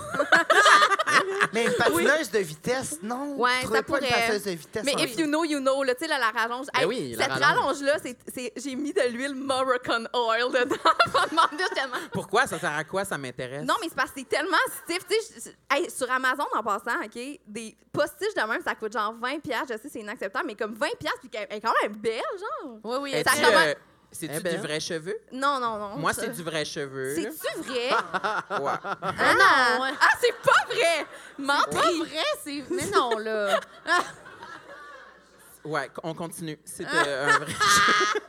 [SPEAKER 6] Mais une patineuse de vitesse, non?
[SPEAKER 7] Ouais,
[SPEAKER 6] Trouvez
[SPEAKER 7] ça
[SPEAKER 6] pas
[SPEAKER 7] pourrait.
[SPEAKER 6] une patineuse de vitesse.
[SPEAKER 7] Mais
[SPEAKER 6] en
[SPEAKER 7] if you know, you know, là, tu sais, là, la rallonge.
[SPEAKER 5] Ben oui, la
[SPEAKER 7] cette
[SPEAKER 5] rallonge.
[SPEAKER 7] rallonge-là, c'est- c'est- j'ai mis de l'huile Moroccan Oil dedans. Faut demander tellement.
[SPEAKER 4] Pourquoi? Ça sert à quoi? Ça m'intéresse.
[SPEAKER 7] Non, mais c'est parce que c'est tellement stiff. Tu sais, je- je- hey, sur Amazon, en passant, OK, des postiches de même, ça coûte genre 20$. piastres. Je sais, c'est inacceptable, mais comme 20$, piastres, puis qu'elle elle est quand même belle, genre.
[SPEAKER 3] Oui, oui.
[SPEAKER 4] Es-tu,
[SPEAKER 7] Ça commence-
[SPEAKER 4] euh, C'est-tu
[SPEAKER 5] Eh ben.
[SPEAKER 4] du vrai cheveu?
[SPEAKER 7] Non, non, non.
[SPEAKER 4] Moi,
[SPEAKER 7] ça-
[SPEAKER 4] c'est du vrai cheveu. là.
[SPEAKER 7] C'est-tu vrai?
[SPEAKER 4] Ouais.
[SPEAKER 7] ah, non. ah, c'est pas vrai!
[SPEAKER 3] Pas
[SPEAKER 7] Menterie!
[SPEAKER 3] vrai, c'est. Mais non, là.
[SPEAKER 4] Ouais, on continue. C'était un vrai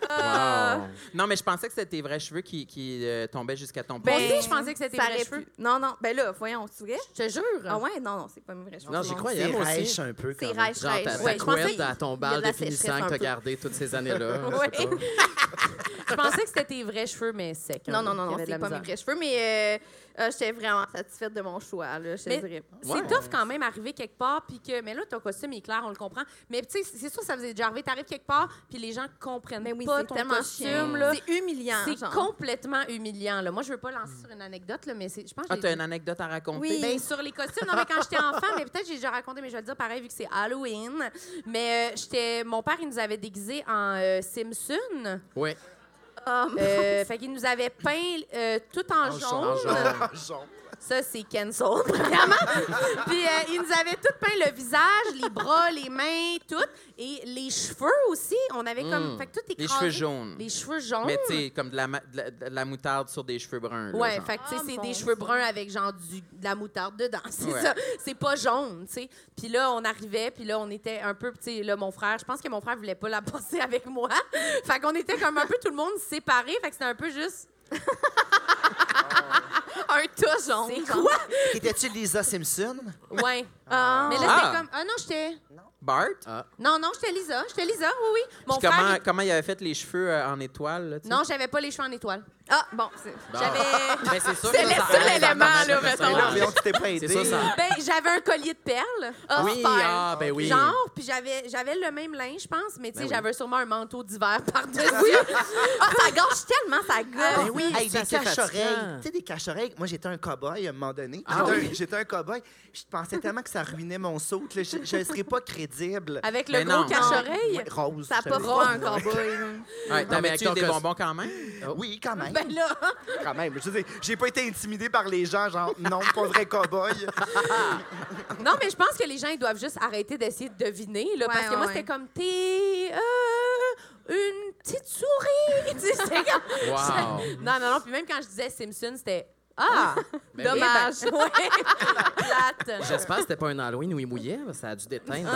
[SPEAKER 5] Wow.
[SPEAKER 4] Non, mais je pensais que c'était tes vrais cheveux qui, qui, euh, tombaient jusqu'à ton
[SPEAKER 3] Ben,
[SPEAKER 4] poing.
[SPEAKER 3] aussi, je pensais que c'était
[SPEAKER 7] ça
[SPEAKER 3] vrais
[SPEAKER 7] aurait
[SPEAKER 3] cheveux.
[SPEAKER 7] pu- Non, non, ben là, voyons, c'est vrai?
[SPEAKER 3] Je te jure.
[SPEAKER 7] Ah ouais, non, non, c'est pas mes vrais cheveux.
[SPEAKER 5] Non, j'y
[SPEAKER 6] plus.
[SPEAKER 5] croyais, moi
[SPEAKER 6] C'est
[SPEAKER 5] aussi.
[SPEAKER 6] rêche un peu. quand
[SPEAKER 7] C'est
[SPEAKER 6] même.
[SPEAKER 7] rage,
[SPEAKER 5] Genre, ta, ta
[SPEAKER 3] Ouais, je pensais
[SPEAKER 5] couette
[SPEAKER 3] qu'il-
[SPEAKER 5] à ton
[SPEAKER 7] il y a
[SPEAKER 5] bal
[SPEAKER 7] de la
[SPEAKER 5] de finissant
[SPEAKER 7] sécheresse
[SPEAKER 5] que
[SPEAKER 7] un
[SPEAKER 5] t'as
[SPEAKER 7] peu.
[SPEAKER 5] gardé toutes ces années-là.
[SPEAKER 3] Ouais.
[SPEAKER 5] je sais pas.
[SPEAKER 3] Je pensais que c'était tes vrais cheveux, mais secs.
[SPEAKER 7] Non, non, non, non,
[SPEAKER 3] Il y avait de
[SPEAKER 7] c'est
[SPEAKER 3] la
[SPEAKER 7] pas mes
[SPEAKER 3] misère.
[SPEAKER 7] vrais cheveux, mais euh, euh, j'étais vraiment satisfaite de mon choix, là, je te
[SPEAKER 3] Mais-
[SPEAKER 7] dirais.
[SPEAKER 3] C'est
[SPEAKER 5] Ouais.
[SPEAKER 3] tough quand même arriver quelque part puis que mais là ton costume est clair, on le comprend. Mais tu sais, c'est sûr ça faisait déjà arriver, t'arrives quelque part puis les gens comprennent
[SPEAKER 7] Mais oui,
[SPEAKER 3] pas
[SPEAKER 7] c'est
[SPEAKER 3] ton
[SPEAKER 7] tellement
[SPEAKER 3] costume
[SPEAKER 7] chiant.
[SPEAKER 3] là.
[SPEAKER 7] C'est humiliant,
[SPEAKER 3] C'est
[SPEAKER 7] genre.
[SPEAKER 3] complètement humiliant là. Moi je veux pas lancer sur une anecdote là, mais c'est je pense que
[SPEAKER 4] Ah,
[SPEAKER 3] j'ai
[SPEAKER 4] t'as
[SPEAKER 3] dit-
[SPEAKER 4] une anecdote à raconter?
[SPEAKER 7] Oui.
[SPEAKER 3] Ben, sur les costumes. Non, mais quand j'étais enfant, mais peut-être j'ai déjà raconté, mais je vais le dire pareil vu que c'est Halloween. Mais euh, j'étais, mon père, il nous avait déguisé en euh, Simpson.
[SPEAKER 5] Oui.
[SPEAKER 7] Ah,
[SPEAKER 3] Euh, fait qu'il nous avait peint euh, tout en, jaune.
[SPEAKER 6] Jaune.
[SPEAKER 3] Ça, c'est cancel, premièrement. Puis euh, il nous avait tout peint le visage, les bras, les mains, tout. Et les cheveux aussi. On avait comme. Fait que tout
[SPEAKER 4] Hmm. Les
[SPEAKER 3] écrasé.
[SPEAKER 4] cheveux jaunes.
[SPEAKER 3] Les cheveux jaunes.
[SPEAKER 4] Mais tu sais, comme de la, ma- de la- de la moutarde sur des cheveux bruns. là,
[SPEAKER 3] Oh. Ouais,
[SPEAKER 4] genre.
[SPEAKER 3] fait que tu sais,
[SPEAKER 7] Ah,
[SPEAKER 3] c'est
[SPEAKER 7] bon,
[SPEAKER 3] des cheveux
[SPEAKER 7] ça.
[SPEAKER 3] bruns avec genre du, de la moutarde dedans. C'est
[SPEAKER 4] Ouais.
[SPEAKER 3] ça. C'est pas jaune, tu sais. Puis là, on arrivait, puis là, on était un peu, tu sais, là, mon frère, je pense que mon frère voulait pas la passer avec moi. fait qu'on était comme un peu tout le monde séparés. Fait que c'était un peu juste.
[SPEAKER 7] un tas jaune.
[SPEAKER 3] C'est
[SPEAKER 7] genre.
[SPEAKER 3] quoi?
[SPEAKER 6] Étais-tu Lisa Simpson?
[SPEAKER 3] Ouais.
[SPEAKER 7] Ah.
[SPEAKER 3] Mais là,
[SPEAKER 4] Ah.
[SPEAKER 3] c'était comme. Ah non, j'étais.
[SPEAKER 4] Bart?
[SPEAKER 5] Ah.
[SPEAKER 3] Non, non, j'étais Lisa. J'étais Lisa, oui, oui. Mon
[SPEAKER 4] Puis comment,
[SPEAKER 3] frère. il-
[SPEAKER 4] comment il avait fait les cheveux euh, en étoile? Là, tu sais?
[SPEAKER 3] Non, j'avais pas les cheveux en étoile.
[SPEAKER 7] Ah, bon, c'est...
[SPEAKER 3] J'avais.
[SPEAKER 4] Mais c'est sûr
[SPEAKER 7] C'est le seul élément, là,
[SPEAKER 6] Mais là,
[SPEAKER 7] mettons.
[SPEAKER 6] voyons que t'es pas aidé.
[SPEAKER 4] C'est ça, ça.
[SPEAKER 3] Ben, j'avais un collier de perles.
[SPEAKER 7] Ah,
[SPEAKER 4] Oui,
[SPEAKER 7] super.
[SPEAKER 4] ah, ben oui.
[SPEAKER 3] Genre, puis j'avais j'avais le même linge, je pense, mais tu sais,
[SPEAKER 4] Ben oui.
[SPEAKER 3] j'avais sûrement un manteau d'hiver par-dessus.
[SPEAKER 7] Ah, ça gâche tellement, ça
[SPEAKER 4] Ah
[SPEAKER 7] gâche.
[SPEAKER 6] Ben oui,
[SPEAKER 4] c'est
[SPEAKER 6] avec des
[SPEAKER 4] assez fatigant.
[SPEAKER 6] cache-oreilles. Tu sais, des cache-oreilles. Moi, j'étais un cow-boy à un moment donné.
[SPEAKER 3] Ah
[SPEAKER 6] J'étais un- J'étais un cow-boy. Je pensais tellement que ça ruinait mon saut. que là, Je je serais pas crédible.
[SPEAKER 3] Avec le
[SPEAKER 4] Mais Ben
[SPEAKER 3] gros
[SPEAKER 4] non.
[SPEAKER 3] cache-oreille.
[SPEAKER 6] Ouais, Rose.
[SPEAKER 7] Ça n'a
[SPEAKER 6] je
[SPEAKER 7] pas
[SPEAKER 6] te
[SPEAKER 7] froid
[SPEAKER 6] le
[SPEAKER 7] un
[SPEAKER 6] dis.
[SPEAKER 7] cowboy.
[SPEAKER 4] Ouais,
[SPEAKER 5] Non,
[SPEAKER 4] non,
[SPEAKER 5] mais
[SPEAKER 4] mais tu
[SPEAKER 5] avec
[SPEAKER 4] des
[SPEAKER 5] ton cos-
[SPEAKER 4] bonbons quand même?
[SPEAKER 6] Oui, quand même.
[SPEAKER 3] Ben là,
[SPEAKER 6] Quand même. Je veux dire, j'ai pas été intimidée par les gens, genre, non, pas vrai cow-boy.
[SPEAKER 3] non, mais je pense que les gens, ils doivent juste arrêter d'essayer de deviner, là,
[SPEAKER 7] Ouais,
[SPEAKER 3] parce que
[SPEAKER 7] ouais,
[SPEAKER 3] moi,
[SPEAKER 7] ouais.
[SPEAKER 3] c'était comme, t'es euh, une petite souris. Tu sais, c'était comme-
[SPEAKER 5] Wow.
[SPEAKER 3] non, non, non, puis même quand je disais Simpson, c'était, ah,
[SPEAKER 5] Ben oui.
[SPEAKER 3] dommage. Ouais. Plate.
[SPEAKER 5] J'espère que c'était pas un Halloween où il mouillait, parce que ça a dû déteindre.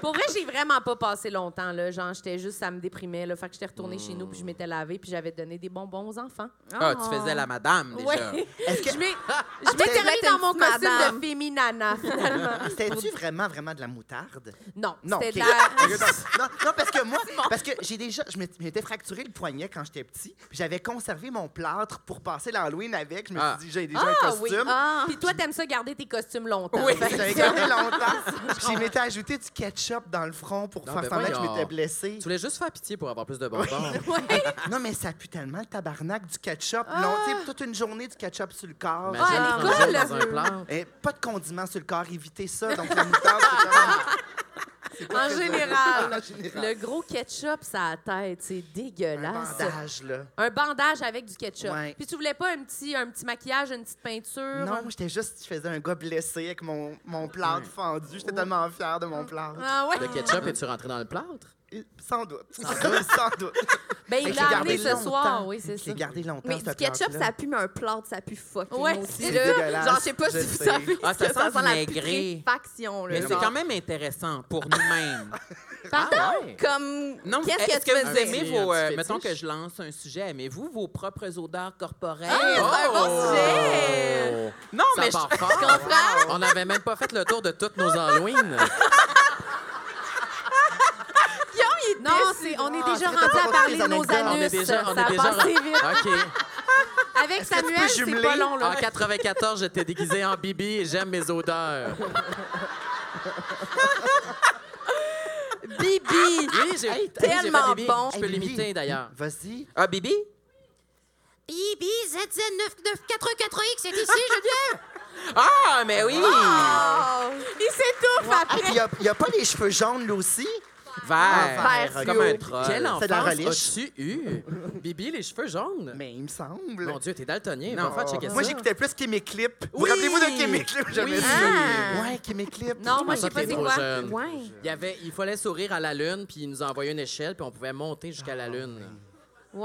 [SPEAKER 3] Pour vrai, j'ai vraiment pas passé longtemps là, genre j'étais juste ça me déprimait là, fait que j'étais retournée chez nous
[SPEAKER 6] Hmm.
[SPEAKER 3] puis je m'étais lavée puis j'avais donné des bonbons aux enfants.
[SPEAKER 4] Ah, tu faisais la madame déjà.
[SPEAKER 3] Ouais.
[SPEAKER 6] Est-ce que
[SPEAKER 3] Je m'ai- je
[SPEAKER 7] T'es
[SPEAKER 3] m'étais remis
[SPEAKER 7] une
[SPEAKER 3] dans mon
[SPEAKER 7] petite
[SPEAKER 3] costume
[SPEAKER 7] madame.
[SPEAKER 3] de féminana finalement.
[SPEAKER 6] c'était-tu vraiment, vraiment de la moutarde?
[SPEAKER 3] Non,
[SPEAKER 6] Non,
[SPEAKER 3] c'était de
[SPEAKER 6] ok.
[SPEAKER 3] la-
[SPEAKER 6] non, non, parce que moi, parce que j'ai déjà, je m'étais- je m'étais fracturé le poignet quand j'étais petit. puis J'avais conservé mon plâtre pour passer l'Halloween avec. Je me
[SPEAKER 4] Ah.
[SPEAKER 6] suis dit, j'ai déjà un
[SPEAKER 3] Ah oui.
[SPEAKER 6] costume.
[SPEAKER 7] Ah.
[SPEAKER 3] Puis toi t'aimes ça garder tes costumes longtemps. Ben
[SPEAKER 6] Oui,
[SPEAKER 3] Fait que
[SPEAKER 6] j'avais gardé longtemps. J'y m'étais ajouté du ketchup dans le front pour
[SPEAKER 5] Non,
[SPEAKER 6] faire
[SPEAKER 5] ben
[SPEAKER 6] semblant que je
[SPEAKER 5] voyons.
[SPEAKER 6] m'étais blessée.
[SPEAKER 5] Tu voulais juste faire pitié pour avoir plus de bonbons.
[SPEAKER 6] Non, mais ça pue tellement le tabarnak du ketchup. Non, tu sais, toute une journée du ketchup sur le corps.
[SPEAKER 5] Imagine
[SPEAKER 3] Ah, à
[SPEAKER 5] qu'on jette
[SPEAKER 3] l'école,
[SPEAKER 5] dans un plat.
[SPEAKER 6] Eh, pas de condiments sur le corps, évitez ça. Donc, la moutarde, c'est vraiment- c'est pas
[SPEAKER 3] En
[SPEAKER 6] très-
[SPEAKER 3] général,
[SPEAKER 6] en général.
[SPEAKER 3] le gros ketchup ça la tête, c'est
[SPEAKER 6] Un
[SPEAKER 3] dégueulasse.
[SPEAKER 6] bandage, là.
[SPEAKER 3] Un bandage avec du ketchup.
[SPEAKER 6] Ouais.
[SPEAKER 3] Puis tu voulais pas un petit un petit maquillage, une petite peinture.
[SPEAKER 6] Non, moi, j'étais juste, je faisais un gars blessé avec mon, mon plâtre
[SPEAKER 5] Mm.
[SPEAKER 6] fendu. J'étais tellement fière de mon plâtre.
[SPEAKER 3] Ah ouais.
[SPEAKER 5] Le ketchup, es-tu rentré dans le plâtre?
[SPEAKER 6] Et- Sans doute. Sans doute.
[SPEAKER 3] Ben il
[SPEAKER 6] Et je l'ai
[SPEAKER 3] l'a
[SPEAKER 6] gardé
[SPEAKER 3] amené ce
[SPEAKER 6] longtemps.
[SPEAKER 3] soir, oui, c'est
[SPEAKER 6] Je l'ai
[SPEAKER 3] ça.
[SPEAKER 6] gardé longtemps, ce
[SPEAKER 7] Mais du ketchup,
[SPEAKER 6] plâtre-là.
[SPEAKER 7] ça pue, mais un plat, ça pue fucking
[SPEAKER 3] Ouais,
[SPEAKER 7] aussi.
[SPEAKER 3] c'est
[SPEAKER 7] Là.
[SPEAKER 6] dégueulasse,
[SPEAKER 7] Genre, je sais pas
[SPEAKER 6] je
[SPEAKER 7] si vous
[SPEAKER 6] sais.
[SPEAKER 7] savez
[SPEAKER 4] Ah,
[SPEAKER 7] ce
[SPEAKER 4] ça
[SPEAKER 7] que
[SPEAKER 4] sent
[SPEAKER 7] la
[SPEAKER 4] vinaigré.
[SPEAKER 7] putréfaction. là,
[SPEAKER 4] Mais c'est
[SPEAKER 7] genre.
[SPEAKER 4] quand même intéressant pour nous-mêmes.
[SPEAKER 5] Ah ouais.
[SPEAKER 7] Comme...
[SPEAKER 4] Non, mais
[SPEAKER 7] Qu'est-ce
[SPEAKER 4] est-ce
[SPEAKER 7] tu
[SPEAKER 4] que
[SPEAKER 7] veux
[SPEAKER 4] vous
[SPEAKER 7] dire?
[SPEAKER 5] dire?
[SPEAKER 4] aimez vos.
[SPEAKER 5] Un
[SPEAKER 4] euh,
[SPEAKER 5] petit
[SPEAKER 4] mettons que
[SPEAKER 5] fétiche?
[SPEAKER 4] je lance un sujet. Aimez-vous vos propres odeurs corporelles?
[SPEAKER 7] Ah, c'est un bon sujet!
[SPEAKER 4] Non,
[SPEAKER 5] Oh! Ça
[SPEAKER 4] mais.
[SPEAKER 5] part
[SPEAKER 4] je-
[SPEAKER 5] fort. On n'avait même pas fait le tour de toutes nos Halloween.
[SPEAKER 3] Non, c'est, on est déjà
[SPEAKER 6] c'est vrai,
[SPEAKER 3] rendu
[SPEAKER 6] t'as
[SPEAKER 3] à
[SPEAKER 6] pas
[SPEAKER 3] parler
[SPEAKER 6] toutes
[SPEAKER 3] de
[SPEAKER 6] les
[SPEAKER 3] nos
[SPEAKER 6] anecdotes.
[SPEAKER 3] anus.
[SPEAKER 5] on est déjà... On
[SPEAKER 3] ça
[SPEAKER 5] est
[SPEAKER 3] a
[SPEAKER 5] déjà...
[SPEAKER 3] passé vite.
[SPEAKER 5] OK.
[SPEAKER 3] Avec Samuel, c'est
[SPEAKER 6] jumeler?
[SPEAKER 3] pas long, là.
[SPEAKER 5] En 94, j'étais déguisé en bibi et j'aime mes odeurs.
[SPEAKER 7] Bibi!
[SPEAKER 5] Oui, j'ai oui, j'ai fait
[SPEAKER 7] tellement
[SPEAKER 5] bibi.
[SPEAKER 7] bon.
[SPEAKER 5] Je peux
[SPEAKER 6] Hey, Bibi.
[SPEAKER 5] l'imiter, d'ailleurs.
[SPEAKER 6] Vas-y.
[SPEAKER 4] Ah, Bibi?
[SPEAKER 8] Bibi ZZ9944X est ici, je viens!
[SPEAKER 4] Ah, mais oui!
[SPEAKER 7] Ah.
[SPEAKER 3] Il s'étouffe après.
[SPEAKER 6] Ah, Il n'y a, pas les cheveux jaunes, là aussi?
[SPEAKER 5] Ah,
[SPEAKER 4] Vert.
[SPEAKER 6] vert,
[SPEAKER 4] Comme
[SPEAKER 6] ok.
[SPEAKER 4] un troll.
[SPEAKER 5] Quelle
[SPEAKER 6] C'est de la
[SPEAKER 5] enfance
[SPEAKER 6] reliche.
[SPEAKER 5] as-tu eu? Bibi, les cheveux jaunes?
[SPEAKER 6] Mais il me semble. Ah,
[SPEAKER 5] Mon Dieu, t'es daltonien.
[SPEAKER 4] Non.
[SPEAKER 5] Non, faire checker
[SPEAKER 6] Moi,
[SPEAKER 5] ça.
[SPEAKER 6] j'écoutais plus Kimmy Clip. Vous
[SPEAKER 4] Oui.
[SPEAKER 6] rappelez-vous de Kimmy Clip? J'avais
[SPEAKER 5] Oui.
[SPEAKER 6] ça. Ouais, Kimmy Clip.
[SPEAKER 3] Non, moi,
[SPEAKER 5] Ah,
[SPEAKER 3] je
[SPEAKER 5] ça,
[SPEAKER 3] sais pas
[SPEAKER 5] t'es
[SPEAKER 3] c'est
[SPEAKER 5] trop
[SPEAKER 3] quoi.
[SPEAKER 5] jeune.
[SPEAKER 7] Ouais.
[SPEAKER 5] Il, y avait, il fallait sourire à la lune, puis il nous envoyait une échelle, puis on pouvait monter jusqu'à la lune.
[SPEAKER 3] Wow!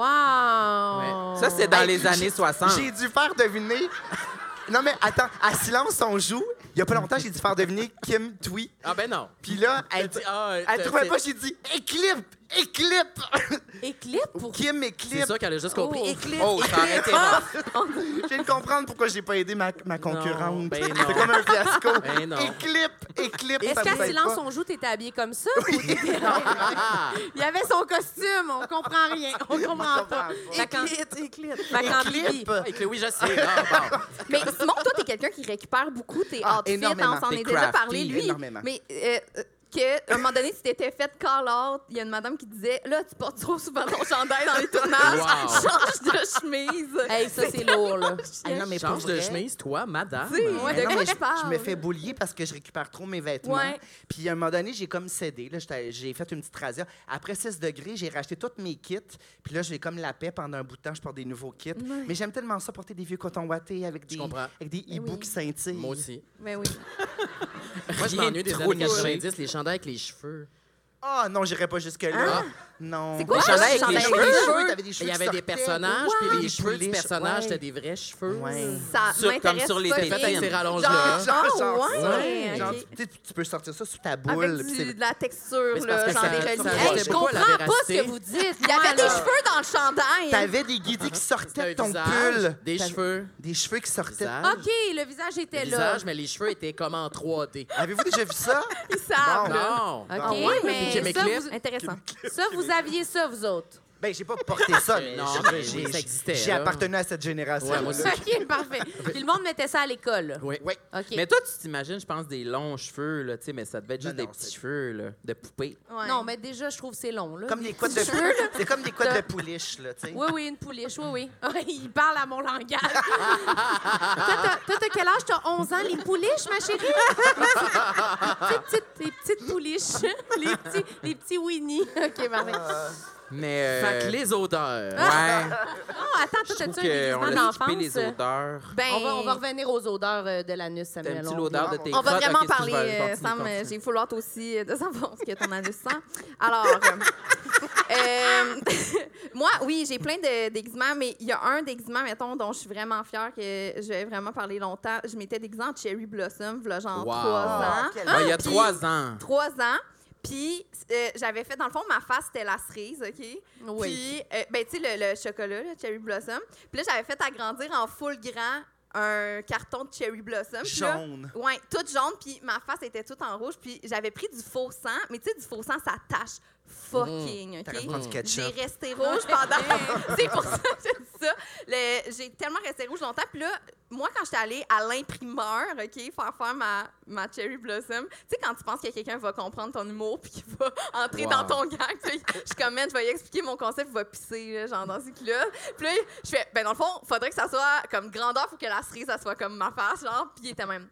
[SPEAKER 4] Ça, c'est dans les années 60.
[SPEAKER 6] J'ai dû faire deviner. Non, mais attends, à silence, on joue. Il n'y a pas longtemps, j'ai dû faire deviner Kim Twee.
[SPEAKER 5] Ah ben non.
[SPEAKER 6] Puis là, elle,
[SPEAKER 5] Elle dit, ah,
[SPEAKER 6] elle
[SPEAKER 5] t'as-
[SPEAKER 6] trouvait
[SPEAKER 5] t'es-
[SPEAKER 6] pas, j'ai dit Éclipse! Éclipse!
[SPEAKER 3] Éclipse pour
[SPEAKER 6] Kim
[SPEAKER 5] C'est
[SPEAKER 6] Éclipse.
[SPEAKER 5] sûr qu'elle a juste compris.
[SPEAKER 3] Oh.
[SPEAKER 6] Éclipse.
[SPEAKER 4] Oh, ça aurait été
[SPEAKER 6] Ah! Je viens de comprendre pourquoi j'ai pas aidé ma, ma concurrente.
[SPEAKER 5] Non, ben non.
[SPEAKER 6] C'est comme un fiasco.
[SPEAKER 5] Ben non.
[SPEAKER 6] Éclipse, éclipse.
[SPEAKER 3] Est-ce
[SPEAKER 6] ça vous
[SPEAKER 3] qu'à
[SPEAKER 6] aide
[SPEAKER 3] silence
[SPEAKER 6] pas?
[SPEAKER 3] on joue, t'étais habillée comme ça? ou t'étais- Il y avait son costume, on comprend rien, on comprend
[SPEAKER 6] comprend
[SPEAKER 3] pas.
[SPEAKER 6] pas.
[SPEAKER 3] Éclipse, éclipse. Fait qu'en Bibi,
[SPEAKER 6] Éclipse.
[SPEAKER 5] Avec le oui, je sais. là, bon.
[SPEAKER 7] Mais Simon, toi, t'es quelqu'un qui récupère beaucoup tes
[SPEAKER 6] Ah,
[SPEAKER 7] outfits. hein,
[SPEAKER 6] énormément.
[SPEAKER 7] on s'en
[SPEAKER 4] T'es
[SPEAKER 7] est déjà
[SPEAKER 4] crafty,
[SPEAKER 7] parlé, lui.
[SPEAKER 6] énormément.
[SPEAKER 7] Mais euh, euh, que, à un moment donné, tu t'étais fait call out. Il y a une madame qui disait Là, tu portes trop souvent ton chandail dans les tournages.
[SPEAKER 5] Wow.
[SPEAKER 7] Change de chemise.
[SPEAKER 3] hey, ça c'est lourd, là.
[SPEAKER 6] Ah non, mais pour
[SPEAKER 5] Change de
[SPEAKER 6] vrai.
[SPEAKER 5] chemise, toi, madame.
[SPEAKER 7] Tu sais,
[SPEAKER 6] Ouais,
[SPEAKER 7] de
[SPEAKER 6] Ben non,
[SPEAKER 7] quoi
[SPEAKER 6] mais
[SPEAKER 7] je
[SPEAKER 6] je, je me
[SPEAKER 7] parle?
[SPEAKER 6] fais boulier parce que je récupère trop mes vêtements.
[SPEAKER 7] Ouais.
[SPEAKER 6] Puis à un moment donné, j'ai comme cédé. Là, j'étais- j'ai fait une petite razzia. Après 6 degrés, j'ai racheté tous mes kits. Puis là, j'ai comme la paix pendant un bout de temps. Je porte des nouveaux kits. Mais j'aime tellement ça, porter des vieux cotons wattés avec des,
[SPEAKER 5] comprends.
[SPEAKER 6] avec des hiboux
[SPEAKER 7] Eh oui.
[SPEAKER 6] qui scintillent.
[SPEAKER 5] Moi aussi.
[SPEAKER 7] Mais Ben oui.
[SPEAKER 5] Moi, je
[SPEAKER 4] Rien de
[SPEAKER 5] m'ennuie des
[SPEAKER 4] trop
[SPEAKER 5] années
[SPEAKER 4] niché.
[SPEAKER 5] 90, les chandails avec les cheveux.
[SPEAKER 6] Ah non, j'irai pas jusque-là. Non.
[SPEAKER 7] Ah. C'est quoi?
[SPEAKER 5] Les chandails avec
[SPEAKER 7] Chandail
[SPEAKER 5] les
[SPEAKER 7] avec
[SPEAKER 5] cheveux.
[SPEAKER 7] des
[SPEAKER 6] cheveux, t'avais des
[SPEAKER 5] Il
[SPEAKER 6] cheveux
[SPEAKER 5] y
[SPEAKER 6] qui
[SPEAKER 5] avait des
[SPEAKER 6] sortaient.
[SPEAKER 5] personnages, puis les
[SPEAKER 6] Des
[SPEAKER 5] cheveux du
[SPEAKER 6] pouliches,
[SPEAKER 5] personnage,
[SPEAKER 6] ouais.
[SPEAKER 5] c'était des vrais cheveux.
[SPEAKER 6] Ouais.
[SPEAKER 7] Ça
[SPEAKER 4] Sur- comme
[SPEAKER 7] m'intéresse
[SPEAKER 4] sur les
[SPEAKER 7] pas,
[SPEAKER 5] C'était fait avec ces
[SPEAKER 7] Kim.
[SPEAKER 5] rallonges-là.
[SPEAKER 7] Genre-
[SPEAKER 6] Genre,
[SPEAKER 7] Ah,
[SPEAKER 6] genre
[SPEAKER 7] ouais?
[SPEAKER 6] ça.
[SPEAKER 7] Ouais,
[SPEAKER 6] Genre,
[SPEAKER 7] ok.
[SPEAKER 6] tu sais, tu peux sortir ça sous ta boule.
[SPEAKER 7] Avec
[SPEAKER 6] puis c'est-
[SPEAKER 7] du- de la texture,
[SPEAKER 5] c'est parce
[SPEAKER 7] là,
[SPEAKER 5] que
[SPEAKER 7] genre
[SPEAKER 5] ça-
[SPEAKER 7] des
[SPEAKER 5] ça
[SPEAKER 7] reliefs.
[SPEAKER 5] restait
[SPEAKER 7] Hey,
[SPEAKER 3] Hey,
[SPEAKER 5] c'est
[SPEAKER 3] je
[SPEAKER 5] pas
[SPEAKER 3] comprends
[SPEAKER 5] la
[SPEAKER 3] pas ce
[SPEAKER 5] véracité.
[SPEAKER 3] que vous dites.
[SPEAKER 7] Il y avait des
[SPEAKER 3] là.
[SPEAKER 7] cheveux dans le chandail.
[SPEAKER 6] T'avais des guidis qui sortaient de
[SPEAKER 5] C'était un
[SPEAKER 6] ton
[SPEAKER 5] visage,
[SPEAKER 6] pull.
[SPEAKER 5] Des
[SPEAKER 6] T'avais-
[SPEAKER 5] cheveux.
[SPEAKER 6] Des cheveux qui sortaient.
[SPEAKER 5] Visage.
[SPEAKER 4] Ah.
[SPEAKER 3] OK, le visage
[SPEAKER 5] Le
[SPEAKER 3] était là.
[SPEAKER 5] visage, mais les cheveux étaient comme en 3D.
[SPEAKER 6] Avez-vous déjà vu ça?
[SPEAKER 7] Ils savent,
[SPEAKER 6] Bon.
[SPEAKER 7] là.
[SPEAKER 5] Non.
[SPEAKER 3] OK,
[SPEAKER 6] Ah ouais?
[SPEAKER 5] Kim
[SPEAKER 3] mais ça
[SPEAKER 5] Eclipse.
[SPEAKER 3] vous,
[SPEAKER 7] Intéressant.
[SPEAKER 3] ça, vous aviez ça, vous autres.
[SPEAKER 6] Ben, j'ai pas porté ça, mais
[SPEAKER 5] Non,
[SPEAKER 6] j'ai-
[SPEAKER 5] mais oui,
[SPEAKER 6] j'ai-
[SPEAKER 5] ça existait,
[SPEAKER 6] J'ai
[SPEAKER 5] là.
[SPEAKER 6] appartenu à cette génération.
[SPEAKER 5] Ouais, moi aussi.
[SPEAKER 3] OK, parfait. Puis le monde mettait ça à l'école. là.
[SPEAKER 5] Oui.
[SPEAKER 6] Ouais.
[SPEAKER 3] OK.
[SPEAKER 4] Mais toi, tu t'imagines, je pense, des longs cheveux, là, tu sais, mais ça devait être juste
[SPEAKER 6] Non, non,
[SPEAKER 4] des petits
[SPEAKER 6] c'est-
[SPEAKER 4] cheveux, là, de poupée.
[SPEAKER 7] Ouais.
[SPEAKER 3] Non, mais déjà, je trouve que c'est long. Là.
[SPEAKER 6] Comme des couettes de
[SPEAKER 3] Des cheveux, là.
[SPEAKER 6] C'est comme des couettes
[SPEAKER 3] De-
[SPEAKER 6] de pouliche, là, tu sais.
[SPEAKER 3] Oui, oui, une pouliche, oui, oui. Il parle à mon langage. toi, t'as- toi, t'as quel âge? T'as 11 ans? Les pouliches, ma chérie? les, petites, les petites pouliches. les, petits, les petits Winnie. OK,
[SPEAKER 7] ben,
[SPEAKER 3] parfait.
[SPEAKER 4] Mais. euh,
[SPEAKER 5] Fait que les odeurs.
[SPEAKER 4] Ouais.
[SPEAKER 3] Oh, attends, toi,
[SPEAKER 4] Je trouve
[SPEAKER 3] t'as-tu un
[SPEAKER 4] qu'on
[SPEAKER 3] déguisement
[SPEAKER 4] a skippé
[SPEAKER 3] d'enfance? euh,
[SPEAKER 4] les odeurs.
[SPEAKER 7] Ben,
[SPEAKER 3] On va, on va revenir aux odeurs euh, de l'anus,
[SPEAKER 4] T'as
[SPEAKER 3] Samuel.
[SPEAKER 4] un petit
[SPEAKER 3] On-
[SPEAKER 4] l'odeur de tes
[SPEAKER 7] On va
[SPEAKER 4] crottes.
[SPEAKER 7] vraiment
[SPEAKER 4] Ok, si tu veux,
[SPEAKER 7] parler, euh,
[SPEAKER 4] continue,
[SPEAKER 7] Sam.
[SPEAKER 4] continue.
[SPEAKER 7] euh, J'ai vouloir toi aussi euh, de savoir ce que ton anus sent. Alors, euh, euh, moi, oui, j'ai plein de déguisements, mais il y a un déguisement, mettons, dont je suis vraiment fière que je vais vraiment parler longtemps. Je m'étais déguisée en Cherry Blossom, v'là genre
[SPEAKER 5] Wow.
[SPEAKER 7] trois ans.
[SPEAKER 6] quel-
[SPEAKER 4] Ah, il y a
[SPEAKER 7] Puis-
[SPEAKER 4] trois ans.
[SPEAKER 7] Trois ans. Puis, euh, j'avais fait, dans le fond, ma face, c'était la cerise, OK?
[SPEAKER 3] Oui.
[SPEAKER 7] Puis, euh, ben, tu sais, le, le chocolat, le cherry blossom. Puis là, j'avais fait agrandir en full grand un carton de cherry blossom. Puis là,
[SPEAKER 6] Jaune.
[SPEAKER 7] Ouais, toute jaune, puis ma face était toute en rouge, puis j'avais pris du faux sang, mais tu sais, du faux sang, ça tâche fucking,
[SPEAKER 6] T'aurais pu prendre
[SPEAKER 7] OK?
[SPEAKER 6] Mmh. du ketchup.
[SPEAKER 7] J'ai resté rouge pendant... c'est pour ça que j'ai dit ça. Le- J'ai tellement resté rouge longtemps, puis là, moi, quand j'étais allée à l'imprimeur, OK, faire faire ma, ma cherry blossom, tu sais, quand tu penses que quelqu'un va comprendre ton humour, puis qu'il va entrer
[SPEAKER 5] Wow.
[SPEAKER 7] dans ton gag, tu sais, je commande, je vais lui expliquer mon concept, il va pisser, là, genre, dans ce club. Puis là, je fais, ben dans le fond, faudrait que ça soit comme grandeur, faut que la cerise, ça soit comme ma face, genre. Puis il était même,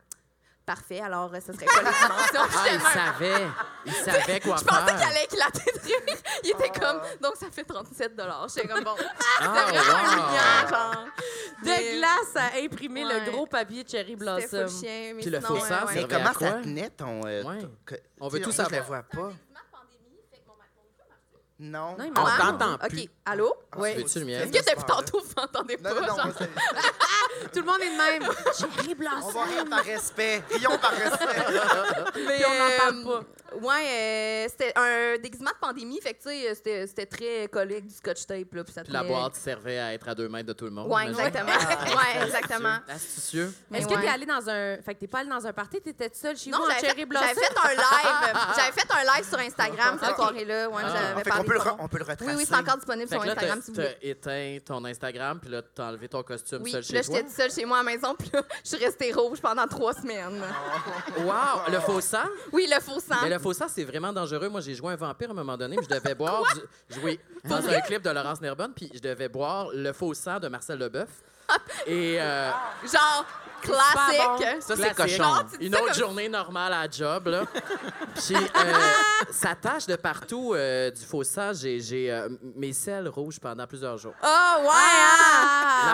[SPEAKER 7] parfait, alors euh, ce serait quoi la dimension? Puis
[SPEAKER 5] Ah,
[SPEAKER 7] j'étais
[SPEAKER 5] il
[SPEAKER 7] même-
[SPEAKER 5] savait. Il savait quoi
[SPEAKER 7] je pensais
[SPEAKER 5] faire.
[SPEAKER 7] qu'il allait éclater de rire. Il était comme, donc ça fait 37 J'étais comme, bon,
[SPEAKER 5] Ah,
[SPEAKER 7] c'était vraiment
[SPEAKER 5] wow.
[SPEAKER 7] humiliant, genre. Mais
[SPEAKER 3] De glace à imprimer
[SPEAKER 7] Ouais.
[SPEAKER 3] le gros papier de Cherry
[SPEAKER 7] C'était full
[SPEAKER 3] Blossom.
[SPEAKER 7] chien, mais
[SPEAKER 5] Puis le
[SPEAKER 7] sinon,
[SPEAKER 5] faux
[SPEAKER 7] ouais,
[SPEAKER 5] sang,
[SPEAKER 7] ouais.
[SPEAKER 6] Mais
[SPEAKER 5] servait à
[SPEAKER 6] comment
[SPEAKER 5] quoi?
[SPEAKER 6] ça tenait ton. euh,
[SPEAKER 5] Ouais.
[SPEAKER 6] ton- que-
[SPEAKER 5] On veut
[SPEAKER 6] tu sais,
[SPEAKER 5] tout
[SPEAKER 6] moi,
[SPEAKER 5] savoir.
[SPEAKER 6] Je le vois pas. Non.
[SPEAKER 3] Non, il
[SPEAKER 4] On
[SPEAKER 3] m'a-
[SPEAKER 4] t'entend plus.
[SPEAKER 7] OK, allô?
[SPEAKER 6] Ah,
[SPEAKER 3] Ouais.
[SPEAKER 6] c'est-
[SPEAKER 5] Veux-tu le mien?
[SPEAKER 6] c'est-
[SPEAKER 7] Est-ce que depuis tantôt, vous m'entendez
[SPEAKER 6] Non, non,
[SPEAKER 7] pas?
[SPEAKER 6] non.
[SPEAKER 7] genre?
[SPEAKER 6] moi, c'est-
[SPEAKER 3] Tout le monde est de même. Cherry
[SPEAKER 6] On va
[SPEAKER 3] Blossom.
[SPEAKER 6] rire par respect. Rions par respect.
[SPEAKER 7] Mais,
[SPEAKER 3] Puis on n'en parle
[SPEAKER 7] euh, Ouais, euh, c'était un déguisement de pandémie, fait que tu sais, c'était- c'était très collé avec du scotch tape là, puis ça
[SPEAKER 5] Puis la
[SPEAKER 7] tenait-
[SPEAKER 5] boîte servait à être à deux mètres de tout le monde.
[SPEAKER 7] Ouais,
[SPEAKER 5] j'imagine.
[SPEAKER 7] exactement.
[SPEAKER 5] Ah,
[SPEAKER 7] ouais, exactement.
[SPEAKER 5] Astucieux.
[SPEAKER 7] Mais
[SPEAKER 3] Est-ce que
[SPEAKER 7] ouais.
[SPEAKER 3] t'es allé dans un... Fait que t'es pas allé dans un party, t'étais seule chez
[SPEAKER 7] Non,
[SPEAKER 3] vous en
[SPEAKER 7] j'avais
[SPEAKER 3] Cherry
[SPEAKER 7] fait,
[SPEAKER 3] Blossom?
[SPEAKER 7] j'avais fait un live. J'avais fait un live sur Instagram
[SPEAKER 5] Ah,
[SPEAKER 7] cette
[SPEAKER 6] Ok.
[SPEAKER 7] soirée-là. Ouais, j'avais
[SPEAKER 6] Ah, Fait qu'on
[SPEAKER 7] parlé
[SPEAKER 6] peut le
[SPEAKER 7] de
[SPEAKER 6] re-
[SPEAKER 7] son-
[SPEAKER 6] on peut le retracer.
[SPEAKER 7] Oui, oui, c'est encore disponible
[SPEAKER 5] Fait
[SPEAKER 7] sur
[SPEAKER 5] que là, t'as
[SPEAKER 7] Instagram si vous voulez.
[SPEAKER 5] t'as éteint ton Instagram, puis là, t'as enlevé ton costume
[SPEAKER 7] Oui,
[SPEAKER 5] seul
[SPEAKER 7] là,
[SPEAKER 5] chez toi.
[SPEAKER 7] j'étais toute seule chez moi à la maison, puis là, je suis restée rouge pendant trois semaines.
[SPEAKER 5] Wow! Le faux sang?
[SPEAKER 7] Oui, le faux sang.
[SPEAKER 5] Ah. Mais le faux sang, c'est vraiment dangereux. Moi, j'ai joué un vampire à un moment donné, puis je devais boire. Du... Jouer
[SPEAKER 7] Ah
[SPEAKER 5] dans un clip de Laurence Nerbonne, puis je devais boire le faux sang de Marcel Leboeuf. Et euh,
[SPEAKER 7] Genre, classique.
[SPEAKER 5] ça, c'est
[SPEAKER 4] Classique.
[SPEAKER 5] cochon.
[SPEAKER 7] Non, tu dis
[SPEAKER 5] Une
[SPEAKER 7] ça
[SPEAKER 5] autre
[SPEAKER 7] comme-
[SPEAKER 5] journée normale à la job, là. Puis euh, ça tâche de partout euh, du faux sang. J'ai- J'ai euh, mes selles rouges pendant plusieurs jours.
[SPEAKER 7] Oh,
[SPEAKER 3] Ah,
[SPEAKER 7] ouais! hein?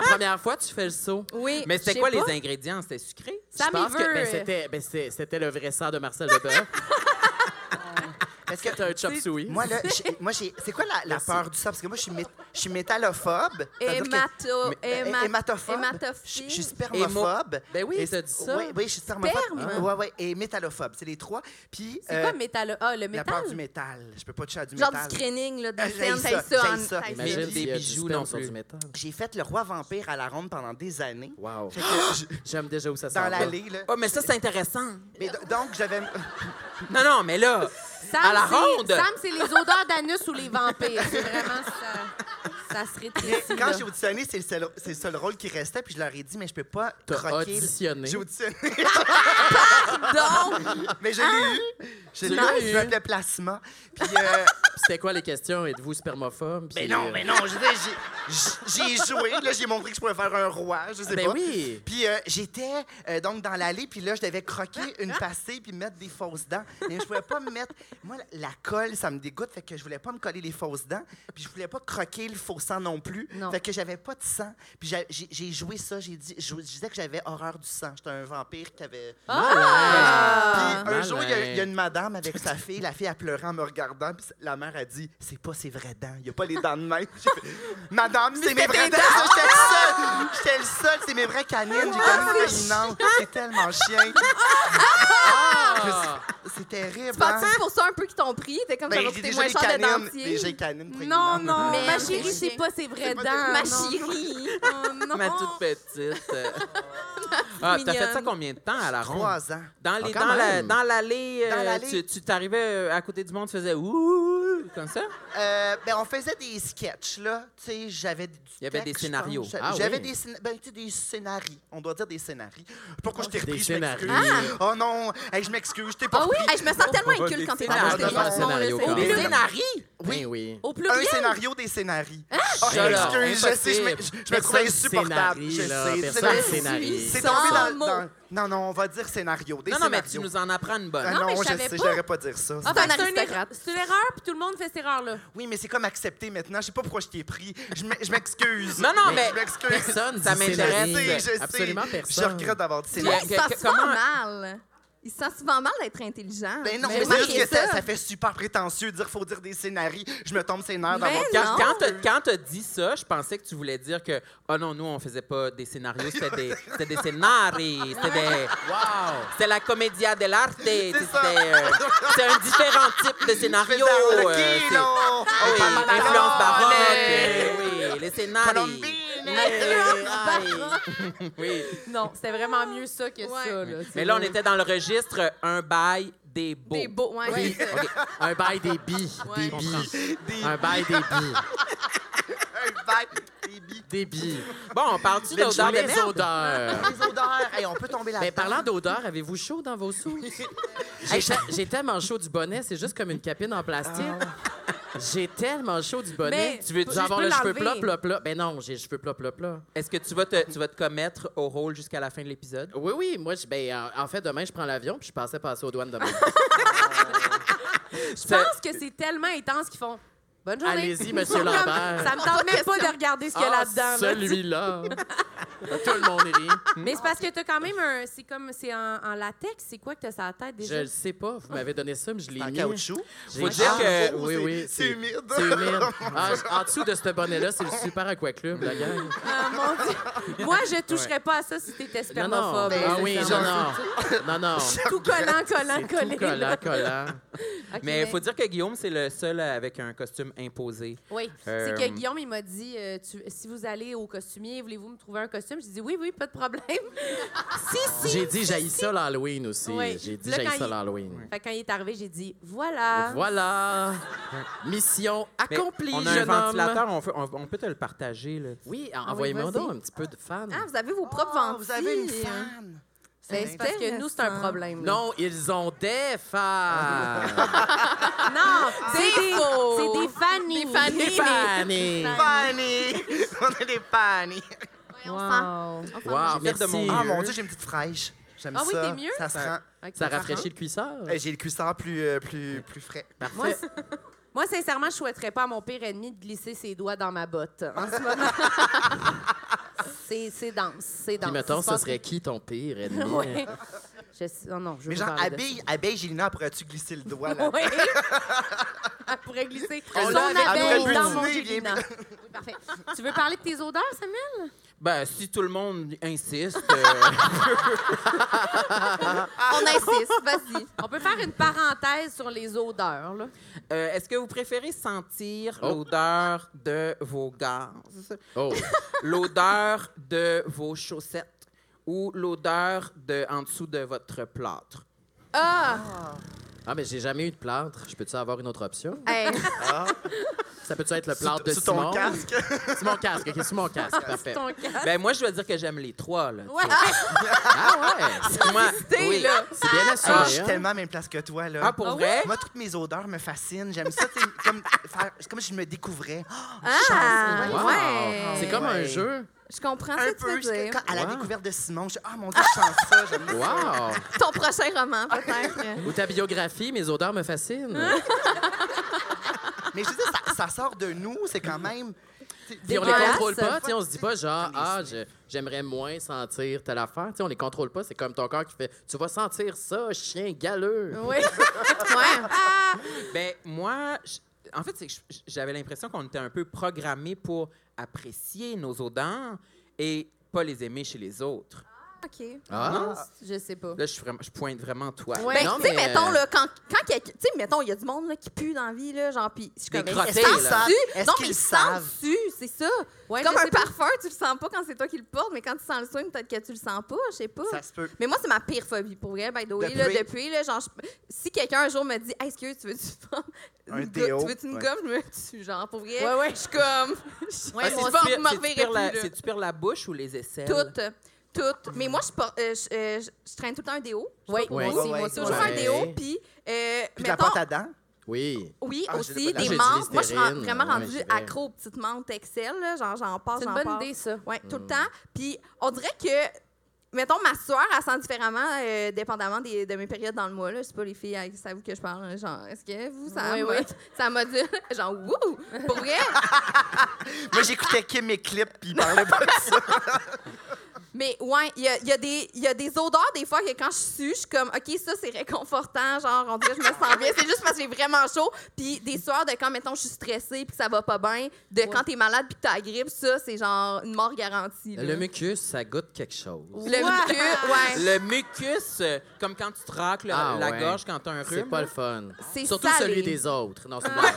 [SPEAKER 5] La première fois, tu fais le saut.
[SPEAKER 7] Oui.
[SPEAKER 4] Mais c'était
[SPEAKER 7] je
[SPEAKER 4] quoi
[SPEAKER 7] sais pas.
[SPEAKER 4] les ingrédients? C'était sucré?
[SPEAKER 5] Je
[SPEAKER 3] Sam, il
[SPEAKER 5] pense que
[SPEAKER 3] veut,
[SPEAKER 5] ben,
[SPEAKER 3] euh,
[SPEAKER 5] c'était ben, c'était- c'était le vrai sang de Marcel Leboeuf.
[SPEAKER 6] Parce que
[SPEAKER 5] T'as hein. un chop suey.
[SPEAKER 6] moi, là, j'ai- moi, j'ai. C'est quoi la, la peur du sang? Parce que moi, je suis, mé- je suis métallophobe. C'est-à-dire que-
[SPEAKER 7] Hémato...
[SPEAKER 6] Euh,
[SPEAKER 7] héma-
[SPEAKER 6] Hématophobe. Je je suis
[SPEAKER 7] Hématophile.
[SPEAKER 6] spermophobe.
[SPEAKER 5] Ben oui,
[SPEAKER 6] Et-
[SPEAKER 5] t'as dit ça.
[SPEAKER 6] Oui, oui, je suis spermophobe.
[SPEAKER 7] Sperme?
[SPEAKER 6] Ah. Ouais, ouais, et métallophobe. C'est les trois. Puis.
[SPEAKER 3] C'est
[SPEAKER 6] euh,
[SPEAKER 3] quoi métal? Ah, le
[SPEAKER 6] La peur
[SPEAKER 3] métal?
[SPEAKER 6] du métal. Je peux pas toucher à du
[SPEAKER 7] Genre
[SPEAKER 6] métal.
[SPEAKER 7] du screening, là, de
[SPEAKER 6] Ah,
[SPEAKER 7] la
[SPEAKER 6] j'ai
[SPEAKER 7] scène,
[SPEAKER 6] ça,
[SPEAKER 7] t'as ça.
[SPEAKER 6] j'ai
[SPEAKER 7] en-
[SPEAKER 6] ça.
[SPEAKER 7] t'as
[SPEAKER 4] Imagine
[SPEAKER 5] Imagine
[SPEAKER 4] des
[SPEAKER 5] des
[SPEAKER 4] bijoux
[SPEAKER 5] bijoux
[SPEAKER 4] non
[SPEAKER 5] non sur
[SPEAKER 4] plus.
[SPEAKER 5] du métal.
[SPEAKER 6] J'ai fait le roi vampire à la ronde pendant des années.
[SPEAKER 5] Wow.
[SPEAKER 6] Fait que je-
[SPEAKER 5] J'aime déjà où ça s'en
[SPEAKER 6] dans
[SPEAKER 5] va.
[SPEAKER 6] l'allée, là.
[SPEAKER 4] Oh, mais ça, c'est intéressant.
[SPEAKER 6] Mais do- donc, j'avais.
[SPEAKER 4] Non, non, mais là,
[SPEAKER 3] Sam,
[SPEAKER 4] à la
[SPEAKER 3] c'est-
[SPEAKER 4] ronde.
[SPEAKER 3] Sam, c'est les odeurs d'anus ou les vampires. C'est vraiment ça. Ça se rétrécit.
[SPEAKER 6] Quand
[SPEAKER 3] là.
[SPEAKER 6] j'ai auditionné, c'est le, seul, c'est le seul rôle qui restait, puis je leur ai dit, mais je peux pas
[SPEAKER 5] T'as
[SPEAKER 6] croquer.
[SPEAKER 5] auditionné.
[SPEAKER 6] J'ai auditionné.
[SPEAKER 7] Donc,
[SPEAKER 6] mais je l'ai eu. Je l'ai
[SPEAKER 5] l'as
[SPEAKER 6] eu.
[SPEAKER 5] eu.
[SPEAKER 6] Je le placement. Puis. euh,
[SPEAKER 5] C'était quoi les questions? Êtes-vous spermophobe?
[SPEAKER 6] Ben
[SPEAKER 5] Puis,
[SPEAKER 6] non,
[SPEAKER 5] euh,
[SPEAKER 6] ben non, je veux dire, j'ai- j'ai j'ai joué, là, j'ai montré que je pouvais faire un roi, je sais
[SPEAKER 5] Ben
[SPEAKER 6] pas.
[SPEAKER 5] oui.
[SPEAKER 6] Puis euh, j'étais euh, donc dans l'allée, puis là, je devais croquer une pastille puis mettre des fausses dents. Mais je pouvais pas me mettre... Moi, la- la colle, ça me dégoûte, fait que je voulais pas me coller les fausses dents, puis je voulais pas croquer le faux sang non plus,
[SPEAKER 3] Non.
[SPEAKER 6] fait que j'avais pas de sang. Puis j'a- j'ai j'ai joué ça, j'ai dit... Je, je disais que j'avais horreur du sang, j'étais un vampire qui avait...
[SPEAKER 5] Ah,
[SPEAKER 6] Puis un
[SPEAKER 5] Malin.
[SPEAKER 6] jour, il y, a- il y a une madame avec sa fille. La fille a pleuré en me regardant. Puis la mère a dit C'est pas ses vraies dents. Il n'y a pas les dents de même. J'ai fait, madame, c'est mes vraies dents. Ça, J'étais le seul. J'étais le seul. C'est mes vraies canines. J'ai quand même fait non. C'est tellement chien.
[SPEAKER 5] Ah!
[SPEAKER 6] C'est terrible. hein?
[SPEAKER 7] penses-tu que c'est pour ça un peu qu'ils t'ont pris? T'es comme, ça
[SPEAKER 6] Ben,
[SPEAKER 7] va
[SPEAKER 6] j'ai
[SPEAKER 7] coûter
[SPEAKER 6] déjà
[SPEAKER 7] moins
[SPEAKER 6] les
[SPEAKER 7] cher de
[SPEAKER 6] canines. Ben,
[SPEAKER 7] dentier.
[SPEAKER 6] J'ai canines
[SPEAKER 3] Non,
[SPEAKER 6] prégnantes.
[SPEAKER 3] non,
[SPEAKER 7] Mais
[SPEAKER 3] ma
[SPEAKER 7] c'est
[SPEAKER 3] chérie,
[SPEAKER 7] chien.
[SPEAKER 3] c'est pas ses vraies
[SPEAKER 6] pas
[SPEAKER 3] dents.
[SPEAKER 6] des-
[SPEAKER 7] Ma
[SPEAKER 3] non.
[SPEAKER 7] chérie.
[SPEAKER 3] Oh, non.
[SPEAKER 4] ma toute petite. euh. Ah, t'as fait ça
[SPEAKER 7] mignonne.
[SPEAKER 4] combien de temps à la ronde?
[SPEAKER 6] Trois ans.
[SPEAKER 4] Dans les-
[SPEAKER 5] Ah, quand
[SPEAKER 4] dans la-
[SPEAKER 5] même.
[SPEAKER 4] dans l'allée,
[SPEAKER 6] Dans
[SPEAKER 4] euh,
[SPEAKER 6] l'allée.
[SPEAKER 4] tu tu t'arrivais euh, à côté du monde, tu faisais ouh, comme ça?
[SPEAKER 6] Euh, ben, on faisait des sketchs, là. Tu sais, j'avais du
[SPEAKER 4] Il y avait des
[SPEAKER 6] texte, je
[SPEAKER 4] scénarios.
[SPEAKER 6] pense.
[SPEAKER 5] Ah
[SPEAKER 6] j'avais
[SPEAKER 5] oui.
[SPEAKER 6] des, scén- ben, tu sais, des scénarii. On doit dire des scénarii. Pourquoi je t'ai
[SPEAKER 5] Des
[SPEAKER 6] repris? Je m'excuse.
[SPEAKER 5] scénarii.
[SPEAKER 6] Oh non! Hey, je m'excuse, je t'ai pas
[SPEAKER 7] Ah oui?
[SPEAKER 6] repris.
[SPEAKER 7] Hey, je me sens tellement incul quand t'es dans
[SPEAKER 4] Ah,
[SPEAKER 7] la
[SPEAKER 4] on doit
[SPEAKER 7] série.
[SPEAKER 4] faire le
[SPEAKER 7] Non, là,
[SPEAKER 5] scénario,
[SPEAKER 7] c'est-
[SPEAKER 5] quand
[SPEAKER 7] Au
[SPEAKER 5] même.
[SPEAKER 7] milieu-
[SPEAKER 4] Scénarii?
[SPEAKER 5] Oui,
[SPEAKER 4] Ben
[SPEAKER 5] oui.
[SPEAKER 3] Au
[SPEAKER 6] Un
[SPEAKER 3] pluriel.
[SPEAKER 6] scénario des scénarii.
[SPEAKER 3] Ah!
[SPEAKER 6] Oh, je
[SPEAKER 5] là,
[SPEAKER 6] m'excuse, je sais, je me-
[SPEAKER 5] impossible.
[SPEAKER 6] je me trouvais
[SPEAKER 5] Personne
[SPEAKER 6] insupportable.
[SPEAKER 5] scénarii,
[SPEAKER 6] Je
[SPEAKER 5] là,
[SPEAKER 6] sais.
[SPEAKER 5] personne
[SPEAKER 6] C'est-
[SPEAKER 5] scénarii.
[SPEAKER 6] C'est
[SPEAKER 7] Sans
[SPEAKER 6] tombé dans,
[SPEAKER 7] mots.
[SPEAKER 6] dans- Non, non, on va dire scénario. Des
[SPEAKER 4] Non, non, mais tu
[SPEAKER 6] scénarios.
[SPEAKER 4] nous en apprends une bonne.
[SPEAKER 6] Ah
[SPEAKER 3] Non, mais
[SPEAKER 6] non,
[SPEAKER 3] je
[SPEAKER 6] je
[SPEAKER 3] savais
[SPEAKER 6] sais,
[SPEAKER 3] pas.
[SPEAKER 6] j'aurais pas dire ça.
[SPEAKER 3] Ah, fait que
[SPEAKER 7] un
[SPEAKER 3] c'est une-
[SPEAKER 7] aristocrate.
[SPEAKER 3] C'est une erreur, puis tout le monde fait cette erreur-là.
[SPEAKER 6] Oui, mais c'est comme accepter maintenant. Je sais pas pourquoi je t'ai pris. Je m'e- je m'excuse.
[SPEAKER 4] Non, non, mais
[SPEAKER 6] je m'excuse.
[SPEAKER 5] Personne
[SPEAKER 4] Ça
[SPEAKER 5] dit
[SPEAKER 4] m'intéresse.
[SPEAKER 6] Je sais,
[SPEAKER 5] scénario.
[SPEAKER 6] je sais.
[SPEAKER 5] Absolument personne.
[SPEAKER 6] Je regrette d'avoir dit
[SPEAKER 4] Puis,
[SPEAKER 6] scénario.
[SPEAKER 7] Ouais,
[SPEAKER 4] que-
[SPEAKER 7] Il se
[SPEAKER 4] que-
[SPEAKER 7] sent souvent
[SPEAKER 4] comment-
[SPEAKER 7] mal. Il se sent souvent mal d'être intelligent.
[SPEAKER 6] Ben non,
[SPEAKER 7] J'ai
[SPEAKER 6] mais c'est
[SPEAKER 7] remarqué
[SPEAKER 6] juste que ça, ça fait super prétentieux de dire faut dire des scénarii. Je me tombe ses nerfs
[SPEAKER 7] Ben
[SPEAKER 6] d'avoir
[SPEAKER 4] Quand,
[SPEAKER 7] Non.
[SPEAKER 4] quand t'as- quand t'as dit ça, je pensais que tu voulais dire que, oh non, nous, on faisait pas des scénarios, c'était des, c'était des scénarii, c'était des-
[SPEAKER 5] Wow!
[SPEAKER 4] c'était la comédia dell'arte, c'était
[SPEAKER 6] ça.
[SPEAKER 4] euh, c'était un différent type de scénario.
[SPEAKER 6] Faisant
[SPEAKER 4] euh,
[SPEAKER 6] Rocky,
[SPEAKER 4] c'est-
[SPEAKER 6] là.
[SPEAKER 4] Ah oui,
[SPEAKER 6] On parle
[SPEAKER 4] influence
[SPEAKER 6] d'Alain,
[SPEAKER 4] baroque,
[SPEAKER 6] mais-
[SPEAKER 4] euh, oui, les scénarii.
[SPEAKER 6] Colombine.
[SPEAKER 4] Aïe. Oui.
[SPEAKER 3] Non, c'était vraiment mieux ça que
[SPEAKER 7] Ouais.
[SPEAKER 3] ça. Là,
[SPEAKER 4] Mais là, on était dans le registre euh, un bail des beaux.
[SPEAKER 7] Des beaux, ouais,
[SPEAKER 5] Bi-
[SPEAKER 7] c'est ça.
[SPEAKER 5] OK. Un bail des billes.
[SPEAKER 7] Ouais.
[SPEAKER 5] Des billes. Un bail des billes.
[SPEAKER 6] Un vibe, des billes,
[SPEAKER 5] Des billes.
[SPEAKER 4] Bon, on parle-tu
[SPEAKER 5] Les
[SPEAKER 4] d'odeur de merde?
[SPEAKER 5] odeurs.
[SPEAKER 6] des odeurs. Hey, on peut tomber là-dedans.
[SPEAKER 5] Mais Ben, parlant d'odeur, avez-vous chaud dans vos sous? J'ai tellement chaud du bonnet, c'est juste comme une capine en plastique. J'ai tellement chaud du bonnet.
[SPEAKER 3] Ah. Mais
[SPEAKER 5] tu veux
[SPEAKER 3] tu
[SPEAKER 5] genre
[SPEAKER 3] peux
[SPEAKER 5] avoir le cheveu plat,
[SPEAKER 3] l'enlever.
[SPEAKER 5] plat, plat? Ben non, j'ai les cheveux plat, plat, plat.
[SPEAKER 4] Est-ce que tu vas, te, tu vas te commettre au rôle jusqu'à la fin de l'épisode?
[SPEAKER 5] Oui, oui, moi, je- ben, en, en fait, demain, je prends l'avion puis je pensais passer aux douanes demain.
[SPEAKER 3] Je pense que c'est tellement intense qu'ils font Bonne journée.
[SPEAKER 5] Allez-y, monsieur
[SPEAKER 3] Comme,
[SPEAKER 5] Lambert.
[SPEAKER 3] Ça me tente même pas de regarder ce qu'il y a
[SPEAKER 5] Ah,
[SPEAKER 3] là-dedans. là.
[SPEAKER 5] Celui-là. Tout le monde rit.
[SPEAKER 3] Mais c'est parce que t'as quand même un. C'est comme. C'est en, en latex. C'est quoi que t'as sur la tête
[SPEAKER 5] Je
[SPEAKER 3] déjà?
[SPEAKER 5] le sais pas. Vous m'avez donné ça, mais Ben je l'ai
[SPEAKER 6] En
[SPEAKER 5] mis.
[SPEAKER 6] caoutchouc.
[SPEAKER 5] J'ai-
[SPEAKER 4] Faut dire que-
[SPEAKER 5] oui, oui,
[SPEAKER 6] C'est humide.
[SPEAKER 5] C'est humide. Ah, en dessous de ce bonnet-là, c'est le super aquaclub, la gang.
[SPEAKER 3] Ah, mon Dieu. Moi, je toucherais pas à ça si t'étais
[SPEAKER 5] Non, non.
[SPEAKER 3] spermophobe.
[SPEAKER 5] Ah oui,
[SPEAKER 3] C'est
[SPEAKER 5] non,
[SPEAKER 3] ça.
[SPEAKER 5] non. Non, non.
[SPEAKER 3] Tout collant, collant,
[SPEAKER 5] C'est tout
[SPEAKER 3] collé.
[SPEAKER 5] collant, collant.
[SPEAKER 4] mais
[SPEAKER 5] ben.
[SPEAKER 4] il faut dire que Guillaume, c'est le seul avec un costume imposé.
[SPEAKER 3] Oui,
[SPEAKER 4] Euh,
[SPEAKER 3] c'est que Guillaume, il m'a dit euh, tu- si vous allez au costumier, voulez-vous me trouver un costume? J'ai dit oui, oui, pas de problème. si, si.
[SPEAKER 5] J'ai dit, j'haïs ça l'Halloween aussi.
[SPEAKER 3] Oui.
[SPEAKER 5] J'ai dit,
[SPEAKER 3] Là,
[SPEAKER 5] j'haïs
[SPEAKER 3] quand
[SPEAKER 5] ça
[SPEAKER 3] il-
[SPEAKER 5] l'Halloween.
[SPEAKER 3] Fait que quand il est arrivé, j'ai dit voilà.
[SPEAKER 5] Voilà. Mission
[SPEAKER 4] Mais
[SPEAKER 5] accomplie,
[SPEAKER 4] On a un
[SPEAKER 5] jeune homme.
[SPEAKER 4] ventilateur, Ah on, fait- on- on peut te le partager. Là.
[SPEAKER 5] Oui, envoyez-moi
[SPEAKER 3] vas-y.
[SPEAKER 5] donc un petit peu de fan.
[SPEAKER 7] Ah, vous avez vos propres ventilles.
[SPEAKER 6] Oh, Vous avez une fan.
[SPEAKER 3] Ben, c'est parce que nous, c'est un problème. là.
[SPEAKER 5] Non, ils ont des fans.
[SPEAKER 3] Ah, non c'est des,
[SPEAKER 7] faux.
[SPEAKER 3] c'est des fanny.
[SPEAKER 7] Des fanny.
[SPEAKER 5] Des fanny.
[SPEAKER 6] Fanny. On a des Fanny.
[SPEAKER 7] Ouais, on sent. On sent-
[SPEAKER 5] Wow,
[SPEAKER 4] J'ai fait de
[SPEAKER 5] merci.
[SPEAKER 4] mon-
[SPEAKER 6] Ah mon Dieu, j'ai une petite fraîche. J'aime
[SPEAKER 3] Ah
[SPEAKER 6] ça.
[SPEAKER 3] oui, t'es mieux?
[SPEAKER 6] Ça se rend.
[SPEAKER 3] Ok.
[SPEAKER 5] Ça rafraîchit le cuisseur.
[SPEAKER 6] Eh, J'ai le cuissard plus, euh, plus, plus frais.
[SPEAKER 3] Moi, c- moi, sincèrement, je souhaiterais pas à mon pire ennemi de glisser ses doigts dans ma botte. hein, En ce moment. c'est, c'est dense. C'est dense.
[SPEAKER 5] Puis mettons,
[SPEAKER 3] C'est pas-
[SPEAKER 5] ce serait qui ton pire ennemi?
[SPEAKER 3] Ouais. Je sais- oh non, je veux
[SPEAKER 6] Mais
[SPEAKER 3] pas
[SPEAKER 6] genre,
[SPEAKER 3] parler de
[SPEAKER 6] abeille, abeille Gélina, pourrais-tu glisser le doigt là?
[SPEAKER 3] Oui. Elle pourrait glisser
[SPEAKER 6] On
[SPEAKER 3] son
[SPEAKER 6] l'a avec-
[SPEAKER 3] abeille
[SPEAKER 6] après
[SPEAKER 3] dans
[SPEAKER 6] le
[SPEAKER 3] mon
[SPEAKER 6] dîner,
[SPEAKER 3] Gélina. Oui, parfait. Tu veux parler de tes odeurs, Samuel?
[SPEAKER 4] Ben, si tout le monde insiste, euh,
[SPEAKER 7] On insiste, vas-y.
[SPEAKER 3] On peut faire une parenthèse sur les odeurs. Là.
[SPEAKER 4] euh, est-ce que vous préférez sentir l'odeur de vos gaz,
[SPEAKER 5] Oh.
[SPEAKER 4] l'odeur de vos chaussettes ou l'odeur de en dessous de votre plâtre?
[SPEAKER 5] Ah, mais j'ai jamais eu de plâtre. Je peux-tu avoir une autre option? Ça
[SPEAKER 7] Hey,
[SPEAKER 5] peut-tu être le
[SPEAKER 6] Sous-
[SPEAKER 5] plâtre de
[SPEAKER 6] sous ton
[SPEAKER 5] Simon?
[SPEAKER 6] casque?
[SPEAKER 5] Sous mon casque, OK, sous mon casque, parfait.
[SPEAKER 3] Ton cas.
[SPEAKER 4] Ben, moi, je veux dire que j'aime les trois, là. tu
[SPEAKER 3] Ouais.
[SPEAKER 5] Ah ouais!
[SPEAKER 4] sais. Moi, oui.
[SPEAKER 5] C'est bien
[SPEAKER 6] Ah, je suis
[SPEAKER 5] assuré, hein?
[SPEAKER 6] tellement à la même place que toi, là.
[SPEAKER 4] Ah, pour vrai?
[SPEAKER 6] Moi, toutes mes odeurs me fascinent. J'aime ça, t'sais, comme, faire- c'est comme si je me découvrais.
[SPEAKER 7] ah,
[SPEAKER 5] Wow.
[SPEAKER 7] ouais.
[SPEAKER 5] C'est comme un
[SPEAKER 6] Ouais.
[SPEAKER 5] jeu.
[SPEAKER 7] Je comprends ce
[SPEAKER 6] un
[SPEAKER 7] que tu veux
[SPEAKER 6] peu, j'étais
[SPEAKER 7] dire.
[SPEAKER 6] quand- à la
[SPEAKER 5] Wow.
[SPEAKER 6] découverte de Simon, je suis ah mon dieu, je sens ça, j'aime ça.
[SPEAKER 5] Wow!
[SPEAKER 7] Ton prochain roman, peut-être.
[SPEAKER 5] Ou ta biographie, mes odeurs me fascinent.
[SPEAKER 6] Mais je veux dire, ça, ça sort de nous, c'est quand même. t'sais,
[SPEAKER 5] Puis on les
[SPEAKER 3] Dégueulasse.
[SPEAKER 5] contrôle pas, tu sais, on se dit pas genre ah je- j'aimerais moins sentir telle affaire, tu sais, on les contrôle pas, c'est comme ton corps qui fait tu vas sentir ça chien galeux.
[SPEAKER 7] Oui. Ah, ouais.
[SPEAKER 4] Ben, moi, je- en fait, c'est que je- j'avais l'impression qu'on était un peu programmés pour apprécier nos odeurs et pas les aimer chez les autres.
[SPEAKER 7] OK.
[SPEAKER 5] Ah.
[SPEAKER 3] Je sais pas.
[SPEAKER 4] Là, je, suis vraiment- je pointe vraiment toi.
[SPEAKER 7] Ouais.
[SPEAKER 5] Non,
[SPEAKER 7] tu sais,
[SPEAKER 5] mais-
[SPEAKER 6] euh,
[SPEAKER 7] mettons, là, quand, quand quelqu'un- tu sais, mettons, il y a du monde là, qui pue dans la vie, là, genre, puis je suis
[SPEAKER 4] Des
[SPEAKER 7] comme, est-ce
[SPEAKER 4] crottés,
[SPEAKER 7] qu'ils sentent
[SPEAKER 6] là.
[SPEAKER 7] dessus?
[SPEAKER 6] Ah, Est-ce
[SPEAKER 7] Non,
[SPEAKER 6] qu'ils
[SPEAKER 7] mais
[SPEAKER 6] le
[SPEAKER 7] ils
[SPEAKER 6] savent?
[SPEAKER 7] sentent dessus, c'est ça.
[SPEAKER 3] Ouais,
[SPEAKER 7] comme
[SPEAKER 3] je
[SPEAKER 7] un
[SPEAKER 3] sais pas.
[SPEAKER 7] parfum, tu le sens pas quand c'est toi qui le portes, mais quand tu sens le swing, peut-être que tu le sens pas, je sais pas.
[SPEAKER 6] Ça se peut.
[SPEAKER 7] Mais moi, c'est ma pire phobie pour vrai, by the way.
[SPEAKER 6] De
[SPEAKER 7] là,
[SPEAKER 6] puer.
[SPEAKER 7] depuis, là, genre, je- si quelqu'un un jour me dit, hey, excuse, tu veux-tu prendre
[SPEAKER 6] Un
[SPEAKER 7] une
[SPEAKER 6] déo?
[SPEAKER 7] go- Tu veux-tu une
[SPEAKER 6] Ouais.
[SPEAKER 7] gomme? Je me tue, genre, pour vrai.
[SPEAKER 3] Ouais, ouais.
[SPEAKER 7] Je suis comme.
[SPEAKER 4] Ah,
[SPEAKER 7] Ouais,
[SPEAKER 4] c'est-tu pire-
[SPEAKER 7] mon sport m'en
[SPEAKER 4] c'est-tu
[SPEAKER 7] reverrait
[SPEAKER 4] pire
[SPEAKER 7] plus.
[SPEAKER 4] la-
[SPEAKER 7] là.
[SPEAKER 4] C'est-tu pire la bouche ou les aisselles?
[SPEAKER 7] Toutes. Toutes. Mais moi, je, por- euh, je, euh, je- je traîne tout le temps un déo.
[SPEAKER 3] Oui,
[SPEAKER 5] Ouais.
[SPEAKER 3] moi aussi,
[SPEAKER 6] Ouais,
[SPEAKER 3] moi
[SPEAKER 6] ouais.
[SPEAKER 3] aussi.
[SPEAKER 7] Toujours
[SPEAKER 3] moi
[SPEAKER 7] un
[SPEAKER 5] Ouais.
[SPEAKER 7] déo, puis. Euh,
[SPEAKER 6] Puis de la
[SPEAKER 7] mettons-
[SPEAKER 6] pâte à dents.
[SPEAKER 5] Oui.
[SPEAKER 7] Oui,
[SPEAKER 6] Ah, j'ai
[SPEAKER 7] aussi,
[SPEAKER 6] pas-
[SPEAKER 7] des
[SPEAKER 5] j'ai
[SPEAKER 7] menthes.
[SPEAKER 5] du
[SPEAKER 7] Moi, je suis ren-
[SPEAKER 5] Listerine,
[SPEAKER 7] vraiment
[SPEAKER 5] ouais,
[SPEAKER 7] rendue
[SPEAKER 5] j'ai bien.
[SPEAKER 7] accro aux petites menthes Excel. Là. Genre, j'en passe,
[SPEAKER 3] C'est une
[SPEAKER 7] j'en
[SPEAKER 3] bonne
[SPEAKER 7] passe.
[SPEAKER 3] idée, ça.
[SPEAKER 7] Oui, tout le temps. Puis on dirait que, mettons, ma soeur, elle sent différemment, euh, dépendamment des- de mes périodes dans le mois. Là. Je sais pas, les filles, elles savent que je parle. hein, Genre, est-ce que vous, ça
[SPEAKER 3] Oui,
[SPEAKER 7] m'a
[SPEAKER 3] oui.
[SPEAKER 7] ça m'a dit, genre, wouh, pour vrai?
[SPEAKER 6] Moi, j'écoutais Kim et Clip, puis ils parlaient pas de ça.
[SPEAKER 7] Mais ouais, il y a, il y a des- il y a des odeurs des fois que quand je sue, je suis comme, OK, ça, c'est réconfortant. Genre, on dirait que je me sens bien. C'est juste parce que j'ai vraiment chaud. Puis des soirs de quand, mettons, je suis stressée puis que ça va pas bien, de quand t'es malade puis que t'as la grippe, ça, c'est genre une mort garantie. là.
[SPEAKER 5] Le mucus, ça goûte quelque chose.
[SPEAKER 7] Le mucus,
[SPEAKER 4] Le
[SPEAKER 7] ouais.
[SPEAKER 4] mucus, euh, comme quand tu te racles la,
[SPEAKER 5] Ah,
[SPEAKER 4] la
[SPEAKER 5] ouais.
[SPEAKER 4] gorge quand t'as un
[SPEAKER 5] C'est
[SPEAKER 4] rhume.
[SPEAKER 5] pas le fun.
[SPEAKER 7] C'est
[SPEAKER 5] Surtout
[SPEAKER 7] salé.
[SPEAKER 5] celui des autres. Non, c'est bon.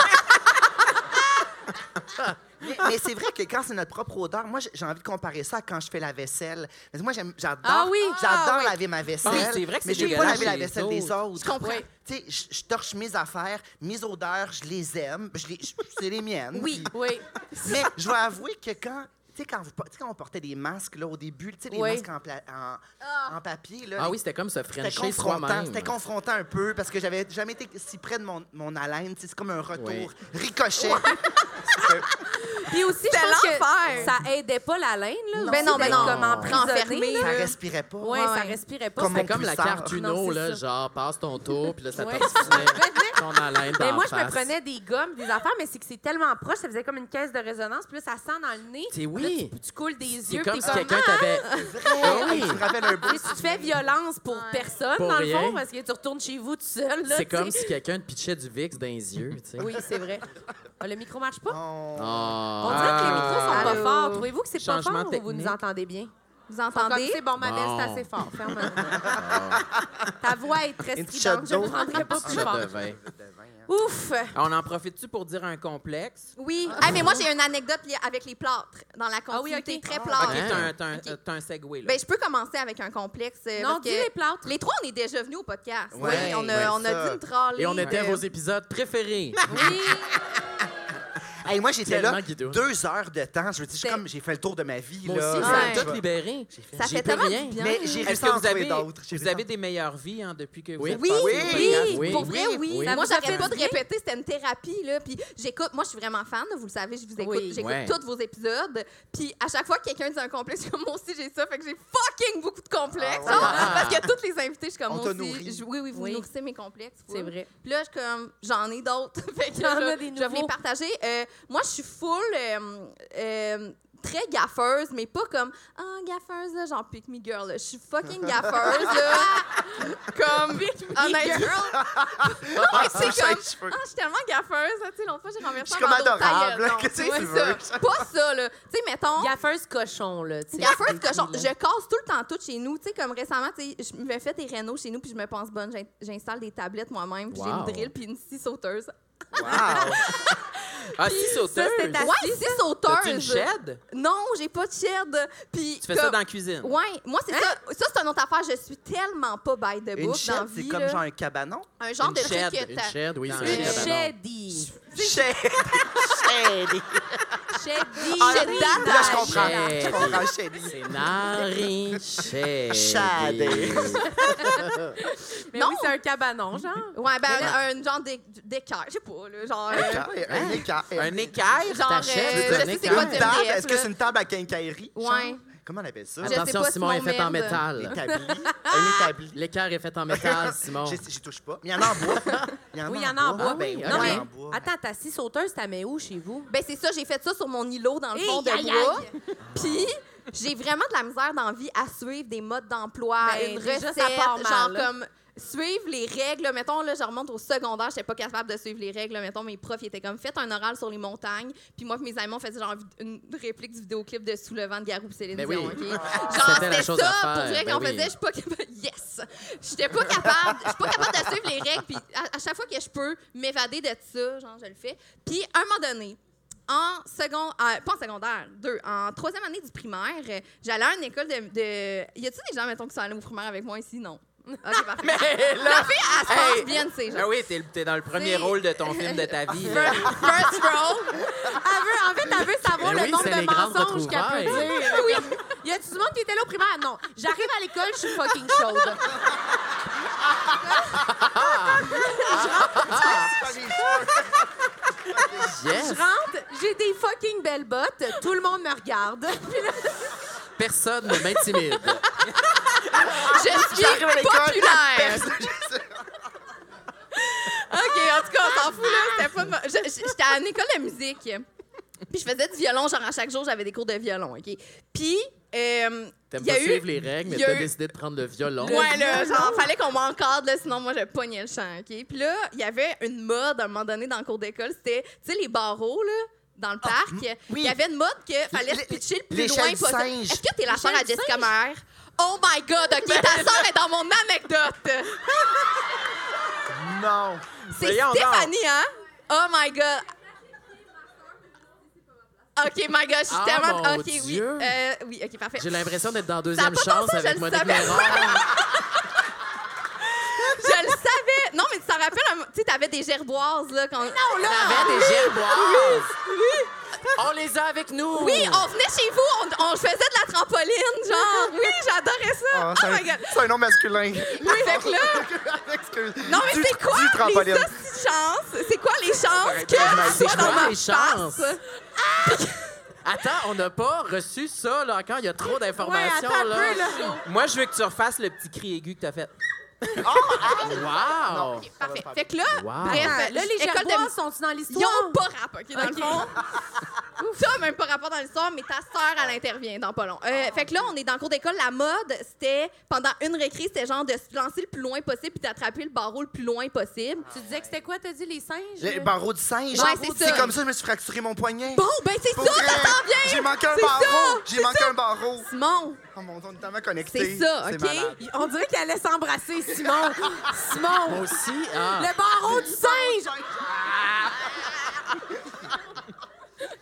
[SPEAKER 6] Mais, mais c'est vrai que quand c'est notre propre odeur, moi, j'ai- j'ai envie de comparer ça à quand je fais la vaisselle. Mais moi, j'aime- j'adore
[SPEAKER 3] Ah oui!
[SPEAKER 6] j'adore
[SPEAKER 3] Ah oui.
[SPEAKER 6] laver ma vaisselle.
[SPEAKER 4] Ah, c'est vrai que
[SPEAKER 6] mais
[SPEAKER 4] c'est
[SPEAKER 6] je vais pas
[SPEAKER 4] dégueulasse
[SPEAKER 6] laver la
[SPEAKER 4] chez les
[SPEAKER 6] vaisselle des autres.
[SPEAKER 7] Je comprends.
[SPEAKER 6] Ouais. Tu sais, je- je torche mes affaires, mes odeurs, je les aime, je les- je- c'est les miennes.
[SPEAKER 7] Oui.
[SPEAKER 3] Oui.
[SPEAKER 6] Mais je dois avouer que quand. Tu sais, quand, vous por- tu sais, quand on portait des masques là, au début, tu sais, les
[SPEAKER 3] Oui.
[SPEAKER 6] masques en, pla- en- en papier, là,
[SPEAKER 5] Ah oui, c'était comme se
[SPEAKER 6] c'était
[SPEAKER 5] frencher
[SPEAKER 6] confrontant.
[SPEAKER 5] soi-même.
[SPEAKER 6] C'était confrontant un peu parce que j'avais jamais été si près de mon, mon haleine. tu sais, C'est comme un retour
[SPEAKER 5] Oui.
[SPEAKER 6] ricochet.
[SPEAKER 3] Puis aussi, je
[SPEAKER 7] C'est
[SPEAKER 3] pense que
[SPEAKER 7] l'enfer.
[SPEAKER 3] ça aidait pas la laine. Là,
[SPEAKER 7] Ben non,
[SPEAKER 3] aussi,
[SPEAKER 7] ben
[SPEAKER 3] d'être
[SPEAKER 7] non.
[SPEAKER 3] comme emprisonnée.
[SPEAKER 7] Renfermée.
[SPEAKER 6] Ça
[SPEAKER 3] là.
[SPEAKER 6] respirait pas.
[SPEAKER 3] Ouais,
[SPEAKER 7] Ouais,
[SPEAKER 3] ça
[SPEAKER 7] ouais.
[SPEAKER 3] respirait pas.
[SPEAKER 6] Comme
[SPEAKER 3] ça-
[SPEAKER 5] C'était comme la
[SPEAKER 6] Pulsar.
[SPEAKER 5] carte
[SPEAKER 3] Non,
[SPEAKER 5] Uno,
[SPEAKER 3] c'est
[SPEAKER 5] là,
[SPEAKER 3] ça.
[SPEAKER 5] genre passe ton tour, puis là, ça
[SPEAKER 3] Ouais.
[SPEAKER 5] tortillait ton haleine
[SPEAKER 3] Mais
[SPEAKER 5] d'en
[SPEAKER 3] Ben, moi, je me
[SPEAKER 5] face.
[SPEAKER 3] prenais des gommes, des affaires, mais c'est que c'est tellement proche, ça faisait comme une caisse de résonance. Puis là, ça sent dans le nez.
[SPEAKER 5] C'est oui.
[SPEAKER 3] Puis Tu coules des
[SPEAKER 5] C'est
[SPEAKER 3] yeux.
[SPEAKER 5] comme
[SPEAKER 3] Puis
[SPEAKER 5] si
[SPEAKER 3] t'es comme,
[SPEAKER 5] quelqu'un t'avait. Ah oui.
[SPEAKER 6] Je me rappelle un
[SPEAKER 3] Ah!
[SPEAKER 6] beau
[SPEAKER 3] Tu sais, tu te fais violence pour personne,
[SPEAKER 5] Pour
[SPEAKER 3] dans le fond,
[SPEAKER 5] rien.
[SPEAKER 3] parce que tu retournes chez vous tout seul. là, tu
[SPEAKER 5] C'est
[SPEAKER 3] sais.
[SPEAKER 5] comme si quelqu'un te pitchait du Vicks dans les yeux, tu sais.
[SPEAKER 3] Oui, c'est vrai. Ah, Le micro marche pas.
[SPEAKER 5] Ah.
[SPEAKER 3] On dirait que les micros sont
[SPEAKER 7] Allô.
[SPEAKER 3] pas forts. Trouvez-vous que c'est pas
[SPEAKER 4] Changement
[SPEAKER 3] fort ou vous nous
[SPEAKER 4] technique.
[SPEAKER 3] entendez bien?
[SPEAKER 7] Vous
[SPEAKER 3] Comme
[SPEAKER 7] entendez?
[SPEAKER 3] c'est bon, ma belle, c'est
[SPEAKER 5] Bon.
[SPEAKER 3] assez fort. Ferme Ta voix est très
[SPEAKER 6] Une petite
[SPEAKER 3] stridente. Je
[SPEAKER 6] shot
[SPEAKER 3] ne
[SPEAKER 6] d'eau.
[SPEAKER 3] prendrai pas plus
[SPEAKER 5] Shot
[SPEAKER 3] fort.
[SPEAKER 5] Ah, de vin.
[SPEAKER 3] Ouf!
[SPEAKER 4] Ah, On en profite-tu pour dire un complexe?
[SPEAKER 7] Oui. Ah, mais moi, j'ai une anecdote liée avec les plâtres dans la
[SPEAKER 3] Ah oui,
[SPEAKER 7] continuité.
[SPEAKER 3] ok.
[SPEAKER 7] Très
[SPEAKER 4] OK,
[SPEAKER 7] plâtre.
[SPEAKER 4] t'as un, t'as un,
[SPEAKER 7] Ok.
[SPEAKER 4] t'as un segway, là.
[SPEAKER 7] Ben, je peux commencer avec un complexe. euh,
[SPEAKER 3] Non,
[SPEAKER 7] parce
[SPEAKER 3] dis
[SPEAKER 7] que
[SPEAKER 3] les plâtres.
[SPEAKER 7] les trois, on est déjà venus au podcast.
[SPEAKER 6] Ouais,
[SPEAKER 7] oui, on a,
[SPEAKER 6] ouais,
[SPEAKER 7] on a
[SPEAKER 6] ça.
[SPEAKER 7] dit une trolley.
[SPEAKER 5] Et on était à
[SPEAKER 7] de-
[SPEAKER 5] vos épisodes préférés.
[SPEAKER 6] Hey, moi, j'étais là
[SPEAKER 5] Tellement Guido.
[SPEAKER 6] deux heures de temps. Je veux dire, j'ai
[SPEAKER 7] C'est-
[SPEAKER 6] comme j'ai fait le tour de ma vie.
[SPEAKER 5] Moi
[SPEAKER 6] là.
[SPEAKER 5] aussi,
[SPEAKER 6] Je-
[SPEAKER 5] ça m'a
[SPEAKER 6] je-
[SPEAKER 5] tout libéré.
[SPEAKER 7] Ça
[SPEAKER 5] J'ai
[SPEAKER 7] fait
[SPEAKER 5] plus
[SPEAKER 7] tellement
[SPEAKER 5] rien.
[SPEAKER 7] du bien.
[SPEAKER 6] Mais j'ai
[SPEAKER 4] Est-ce
[SPEAKER 6] réussi
[SPEAKER 4] que
[SPEAKER 6] à en
[SPEAKER 4] vous
[SPEAKER 6] trouver
[SPEAKER 4] avez,
[SPEAKER 6] d'autres. J'ai
[SPEAKER 4] vous
[SPEAKER 6] réussi à
[SPEAKER 4] avez
[SPEAKER 6] en-
[SPEAKER 4] des meilleures vies hein, depuis que vous
[SPEAKER 5] Oui.
[SPEAKER 4] êtes
[SPEAKER 7] Oui,
[SPEAKER 4] passés au
[SPEAKER 7] oui,
[SPEAKER 4] podcast?
[SPEAKER 5] oui,
[SPEAKER 7] pour vrai, oui.
[SPEAKER 5] oui.
[SPEAKER 7] Moi,
[SPEAKER 3] Ça vous a
[SPEAKER 7] j'arrête
[SPEAKER 3] fait
[SPEAKER 7] pas de
[SPEAKER 3] du bien?
[SPEAKER 7] répéter, c'était une thérapie, là. Puis j'écoute, moi, je suis vraiment fan, vous le savez, je vous écoute.
[SPEAKER 3] Oui.
[SPEAKER 7] J'écoute
[SPEAKER 5] Ouais.
[SPEAKER 7] tous vos épisodes. Puis à chaque fois que quelqu'un dit un complexe, comme moi aussi, j'ai ça, fait que j'ai fucking beaucoup de complexes.
[SPEAKER 6] Ah ouais.
[SPEAKER 7] genre, Parce que toutes les invités, je suis comme
[SPEAKER 6] On
[SPEAKER 7] moi
[SPEAKER 6] t'a
[SPEAKER 7] aussi.
[SPEAKER 6] nourri.
[SPEAKER 7] je- oui, oui, vous
[SPEAKER 3] Oui.
[SPEAKER 7] nourrissez mes complexes.
[SPEAKER 3] C'est
[SPEAKER 7] full.
[SPEAKER 3] vrai.
[SPEAKER 7] Puis là, je suis comme, j'en ai d'autres. fait que
[SPEAKER 3] T'en
[SPEAKER 7] je,
[SPEAKER 3] as des
[SPEAKER 7] je vais vous les
[SPEAKER 3] nouveaux.
[SPEAKER 7] partager. Euh, moi, je suis full. euh, euh, très gaffeuse, mais pas comme Ah, gaffeuse, là, genre pick me girl. là. Je suis fucking gaffeuse, là. comme. Honnêtement. Non, mais c'est comme.
[SPEAKER 6] cheveux.
[SPEAKER 7] Ah, je suis tellement gaffeuse, là, tu sais, l'autre fois, j'ai renversé
[SPEAKER 6] Je suis
[SPEAKER 7] un
[SPEAKER 6] comme
[SPEAKER 7] bandeau de
[SPEAKER 6] adorable,
[SPEAKER 7] tailleur.
[SPEAKER 6] là.
[SPEAKER 7] Non,
[SPEAKER 6] Qu'est-ce que
[SPEAKER 7] ouais,
[SPEAKER 6] tu
[SPEAKER 7] ça.
[SPEAKER 6] veux?
[SPEAKER 7] Pas ça, là. Tu sais, mettons.
[SPEAKER 3] Gaffeuse cochon, là. tu sais.
[SPEAKER 7] Gaffeuse cochon. Je casse tout le temps tout chez nous. Tu sais, comme récemment, tu sais, je me fais des rénaux chez nous, puis je me pense bonne. J'in- J'installe des tablettes moi-même, puis j'ai une
[SPEAKER 5] Wow.
[SPEAKER 7] drill, puis une scie sauteuse.
[SPEAKER 6] Wow!
[SPEAKER 4] Ah, si sauteuse.
[SPEAKER 3] c'était ta-
[SPEAKER 7] Ouais, scie
[SPEAKER 4] T'as-tu une
[SPEAKER 7] sauteuse.
[SPEAKER 4] shed?
[SPEAKER 7] Non, j'ai pas de shed. Puis
[SPEAKER 4] Tu fais ça
[SPEAKER 7] comme-
[SPEAKER 4] dans la cuisine.
[SPEAKER 7] Ouais, moi
[SPEAKER 4] Hein?
[SPEAKER 7] c'est ça. Ça c'est une autre affaire. Je suis tellement pas by the book
[SPEAKER 6] Une
[SPEAKER 7] dans la
[SPEAKER 6] chaîne, c'est
[SPEAKER 7] vie.
[SPEAKER 6] comme
[SPEAKER 7] là.
[SPEAKER 6] genre un cabanon.
[SPEAKER 7] un genre
[SPEAKER 4] une
[SPEAKER 7] de truc
[SPEAKER 4] shed,
[SPEAKER 7] que
[SPEAKER 5] Une
[SPEAKER 7] t'as-
[SPEAKER 5] shed, oui, c'est
[SPEAKER 4] Une
[SPEAKER 5] un cabanon.
[SPEAKER 3] Shady.
[SPEAKER 6] Chaîne.
[SPEAKER 7] Ah,
[SPEAKER 3] Shady.
[SPEAKER 6] Ah,
[SPEAKER 7] Shady.
[SPEAKER 6] Là, je comprends.
[SPEAKER 5] Shady.
[SPEAKER 6] Je comprends, Shady.
[SPEAKER 5] C'est Nari Shady.
[SPEAKER 6] Shady.
[SPEAKER 3] Mais
[SPEAKER 7] Non.
[SPEAKER 3] oui, c'est un cabanon, genre.
[SPEAKER 7] Ouais, ben un, un genre d'é- d'équerre, je sais pas, là, genre. euh,
[SPEAKER 6] Équerre, Ah Un écart.
[SPEAKER 4] Un équerre?
[SPEAKER 7] genre, euh, je
[SPEAKER 5] t'achètes un
[SPEAKER 7] sais c'est
[SPEAKER 5] équerre.
[SPEAKER 7] quoi
[SPEAKER 6] Une
[SPEAKER 7] de
[SPEAKER 6] table, est-ce que c'est
[SPEAKER 7] une...
[SPEAKER 6] une table à quincaillerie? genre?
[SPEAKER 7] Ouais.
[SPEAKER 6] Comment on appelle ça?
[SPEAKER 7] Je- sais
[SPEAKER 5] Attention,
[SPEAKER 7] pas,
[SPEAKER 5] Simon est fait en
[SPEAKER 7] Simon Merde.
[SPEAKER 5] métal.
[SPEAKER 6] L'établi. Un établi.
[SPEAKER 5] L'équerre est fait en métal, Simon.
[SPEAKER 6] J'y j'y touche pas. Mais il y en a en bois. Il y en a
[SPEAKER 3] Oui, il y
[SPEAKER 6] en
[SPEAKER 3] en a en bois.
[SPEAKER 6] Ah, ben
[SPEAKER 3] Non,
[SPEAKER 6] oui, il y
[SPEAKER 3] mais
[SPEAKER 6] en a en bois.
[SPEAKER 3] attends, ta scie sauteuse, t'as mets où chez vous?
[SPEAKER 7] Ben c'est ça, j'ai fait ça sur mon îlot dans le
[SPEAKER 3] Hey,
[SPEAKER 7] fond de
[SPEAKER 3] aïe,
[SPEAKER 7] bois.
[SPEAKER 3] aïe.
[SPEAKER 7] Puis j'ai vraiment de la misère dans la vie à suivre des modes d'emploi,
[SPEAKER 3] Ben,
[SPEAKER 7] une
[SPEAKER 3] déjà,
[SPEAKER 7] recette,
[SPEAKER 3] ça part mal,
[SPEAKER 7] genre
[SPEAKER 3] là.
[SPEAKER 7] comme suivre les règles. là. Mettons, là, je remonte au secondaire, j'étais pas capable de suivre les règles. là. Mettons, mes profs, ils étaient comme, faites un oral sur les montagnes. Puis moi, puis mes amis, on faisait genre une réplique du vidéoclip de Sous le vent de Garou puis Céline
[SPEAKER 5] Ben oui.
[SPEAKER 7] Dion, OK?
[SPEAKER 5] C'était
[SPEAKER 7] Genre,
[SPEAKER 5] la
[SPEAKER 7] Ah, c'était ça,
[SPEAKER 5] chose à faire,
[SPEAKER 7] pour vrai,
[SPEAKER 5] ben
[SPEAKER 7] qu'on
[SPEAKER 5] oui.
[SPEAKER 7] faisait, je suis pas capable. Yes! J'étais pas capable, je suis pas capable de suivre les règles. Puis à, à chaque fois que je peux m'évader de ça, genre, je le fais. Puis à un moment donné, en second, euh, pas en secondaire, deux, en troisième année du primaire, euh, j'allais à une école de. de- Y a-tu des gens, mettons, qui sont allés au primaire avec moi ici? Non.
[SPEAKER 6] Ah,
[SPEAKER 7] Ok, parfait.
[SPEAKER 4] Mais
[SPEAKER 7] La
[SPEAKER 4] là,
[SPEAKER 7] fille, elle se passe
[SPEAKER 4] Hey!
[SPEAKER 7] bien, tu sais,
[SPEAKER 4] ah
[SPEAKER 7] genre.
[SPEAKER 4] oui, t'es t'es dans le premier
[SPEAKER 7] C'est-
[SPEAKER 4] rôle de ton film de ta vie. là.
[SPEAKER 7] First roll.
[SPEAKER 3] Elle veut, en fait, elle veut savoir
[SPEAKER 5] Ben
[SPEAKER 3] le
[SPEAKER 5] oui,
[SPEAKER 3] nombre
[SPEAKER 5] c'est
[SPEAKER 3] de
[SPEAKER 5] les grandes
[SPEAKER 3] mensonges qu'elle peut
[SPEAKER 5] retrouvailles.
[SPEAKER 3] dire. Ben oui. Y a-tu du monde qui était là au primaire? Non. J'arrive à l'école, je suis fucking chaude. Je
[SPEAKER 6] Ah,
[SPEAKER 5] Yes.
[SPEAKER 3] rentre, j'ai des fucking belles bottes, tout le monde me regarde.
[SPEAKER 5] Personne ne m'intimide.
[SPEAKER 7] Je suis
[SPEAKER 6] Ah, J'arrive à l'école.
[SPEAKER 7] populaire.
[SPEAKER 6] personne-
[SPEAKER 7] OK, en tout cas, on s'en fout, là. C'était pas de ma- Je- je- J'étais à l'école de musique. Puis je faisais du violon, genre à chaque jour, j'avais des cours de violon, OK? Puis, euh,
[SPEAKER 5] T'aimes
[SPEAKER 7] il y a
[SPEAKER 5] pas
[SPEAKER 7] eu...
[SPEAKER 5] suivre les règles, mais
[SPEAKER 7] il y a
[SPEAKER 5] t'as
[SPEAKER 7] eu-
[SPEAKER 5] décidé de prendre le violon.
[SPEAKER 7] Ouais, là, genre, fallait qu'on m'encadre, là, sinon moi, je pognais le champ, OK? Puis là, il y avait une mode, à un moment donné, dans le cours d'école, c'était, tu sais, les barreaux, là, dans le
[SPEAKER 6] Ah,
[SPEAKER 7] parc. Il y avait une mode que fallait se
[SPEAKER 6] Les-
[SPEAKER 7] pitcher le plus
[SPEAKER 6] l'échelle
[SPEAKER 7] loin
[SPEAKER 6] du
[SPEAKER 7] possible.
[SPEAKER 6] singe.
[SPEAKER 7] Est-ce que t'es la sœur
[SPEAKER 3] L'échelle
[SPEAKER 7] à
[SPEAKER 3] du
[SPEAKER 7] Jessica Meyer? Oh my God, OK, ta sœur est dans mon anecdote!
[SPEAKER 6] Non.
[SPEAKER 7] C'est
[SPEAKER 4] Voyons donc.
[SPEAKER 7] Stéphanie, hein? Oh my God. OK, my God, je suis
[SPEAKER 5] Ah,
[SPEAKER 7] tellement...
[SPEAKER 5] mon
[SPEAKER 7] OK, oui.
[SPEAKER 5] Dieu.
[SPEAKER 7] Euh, oui, OK, parfait.
[SPEAKER 5] J'ai l'impression d'être dans
[SPEAKER 7] Ça a
[SPEAKER 5] deuxième
[SPEAKER 7] pas de bon
[SPEAKER 5] chance
[SPEAKER 7] sens, je
[SPEAKER 5] avec
[SPEAKER 7] le
[SPEAKER 5] Monique
[SPEAKER 7] savais.
[SPEAKER 5] Lérard.
[SPEAKER 7] Je le savais. Non, mais tu t'en rappelles, un- tu sais, t'avais des gerboises, là, quand... Non, là!
[SPEAKER 5] T'avais des gerboises. On les a avec nous.
[SPEAKER 7] Oui, on venait chez vous, on, on faisait de la trampoline, genre. Oui, j'adorais ça.
[SPEAKER 6] Ah,
[SPEAKER 7] Oh,
[SPEAKER 6] c'est un-
[SPEAKER 7] my God.
[SPEAKER 6] C'est un nom masculin.
[SPEAKER 7] Oui, fait que là...
[SPEAKER 6] Excuse.
[SPEAKER 7] Non, mais
[SPEAKER 6] Du-
[SPEAKER 7] c'est quoi
[SPEAKER 6] Du
[SPEAKER 7] les
[SPEAKER 6] trampoline.
[SPEAKER 7] hosties de chances? C'est quoi les chances que
[SPEAKER 6] Ah,
[SPEAKER 7] tu
[SPEAKER 5] c'est
[SPEAKER 7] sois dans
[SPEAKER 5] quoi
[SPEAKER 7] ma
[SPEAKER 5] les chances?
[SPEAKER 7] face?
[SPEAKER 5] Attends, on n'a pas reçu ça là encore. Il y a trop d'informations
[SPEAKER 3] attends un
[SPEAKER 5] là.
[SPEAKER 3] peu, là.
[SPEAKER 4] Moi, je veux que tu refasses le petit cri aigu que t'as fait.
[SPEAKER 7] Oh,
[SPEAKER 5] Wow.
[SPEAKER 7] OK, parfait. Fait que là,
[SPEAKER 5] Wow.
[SPEAKER 7] bref,
[SPEAKER 3] Attends, là, les
[SPEAKER 7] école de
[SPEAKER 3] gerbois
[SPEAKER 7] musique.
[SPEAKER 3] sont-ils dans
[SPEAKER 7] Ils
[SPEAKER 3] l'histoire?
[SPEAKER 7] ont pas rap, OK, dans le fond. Ça a même pas rapport dans l'histoire, mais ta sœur, elle intervient dans pas long. Euh, Fait que là, on est dans le cours d'école. La mode, c'était, pendant une récré, c'était genre de se lancer le plus loin possible puis d'attraper le barreau le plus loin possible.
[SPEAKER 3] Tu disais que c'était quoi, t'as dit, les singes?
[SPEAKER 6] Le barreau du singe.
[SPEAKER 7] Ouais, c'est ça.
[SPEAKER 6] C'est comme ça que je me suis fracturé mon poignet.
[SPEAKER 7] Bon, ben c'est
[SPEAKER 6] Pour
[SPEAKER 7] ça,
[SPEAKER 6] vrai.
[SPEAKER 7] ça s'en vient!
[SPEAKER 6] J'ai manqué un
[SPEAKER 7] C'est ça,
[SPEAKER 6] barreau. J'ai
[SPEAKER 7] c'est
[SPEAKER 6] manqué
[SPEAKER 7] ça.
[SPEAKER 6] un barreau.
[SPEAKER 7] Simon,
[SPEAKER 6] Oh mon dieu, on est tellement connectés.
[SPEAKER 7] c'est ça,
[SPEAKER 6] C'est
[SPEAKER 7] OK?
[SPEAKER 6] malade.
[SPEAKER 3] On dirait qu'elle allait s'embrasser, Simon.
[SPEAKER 5] Moi
[SPEAKER 3] Simon,
[SPEAKER 5] aussi. Ah.
[SPEAKER 3] le barreau du singe!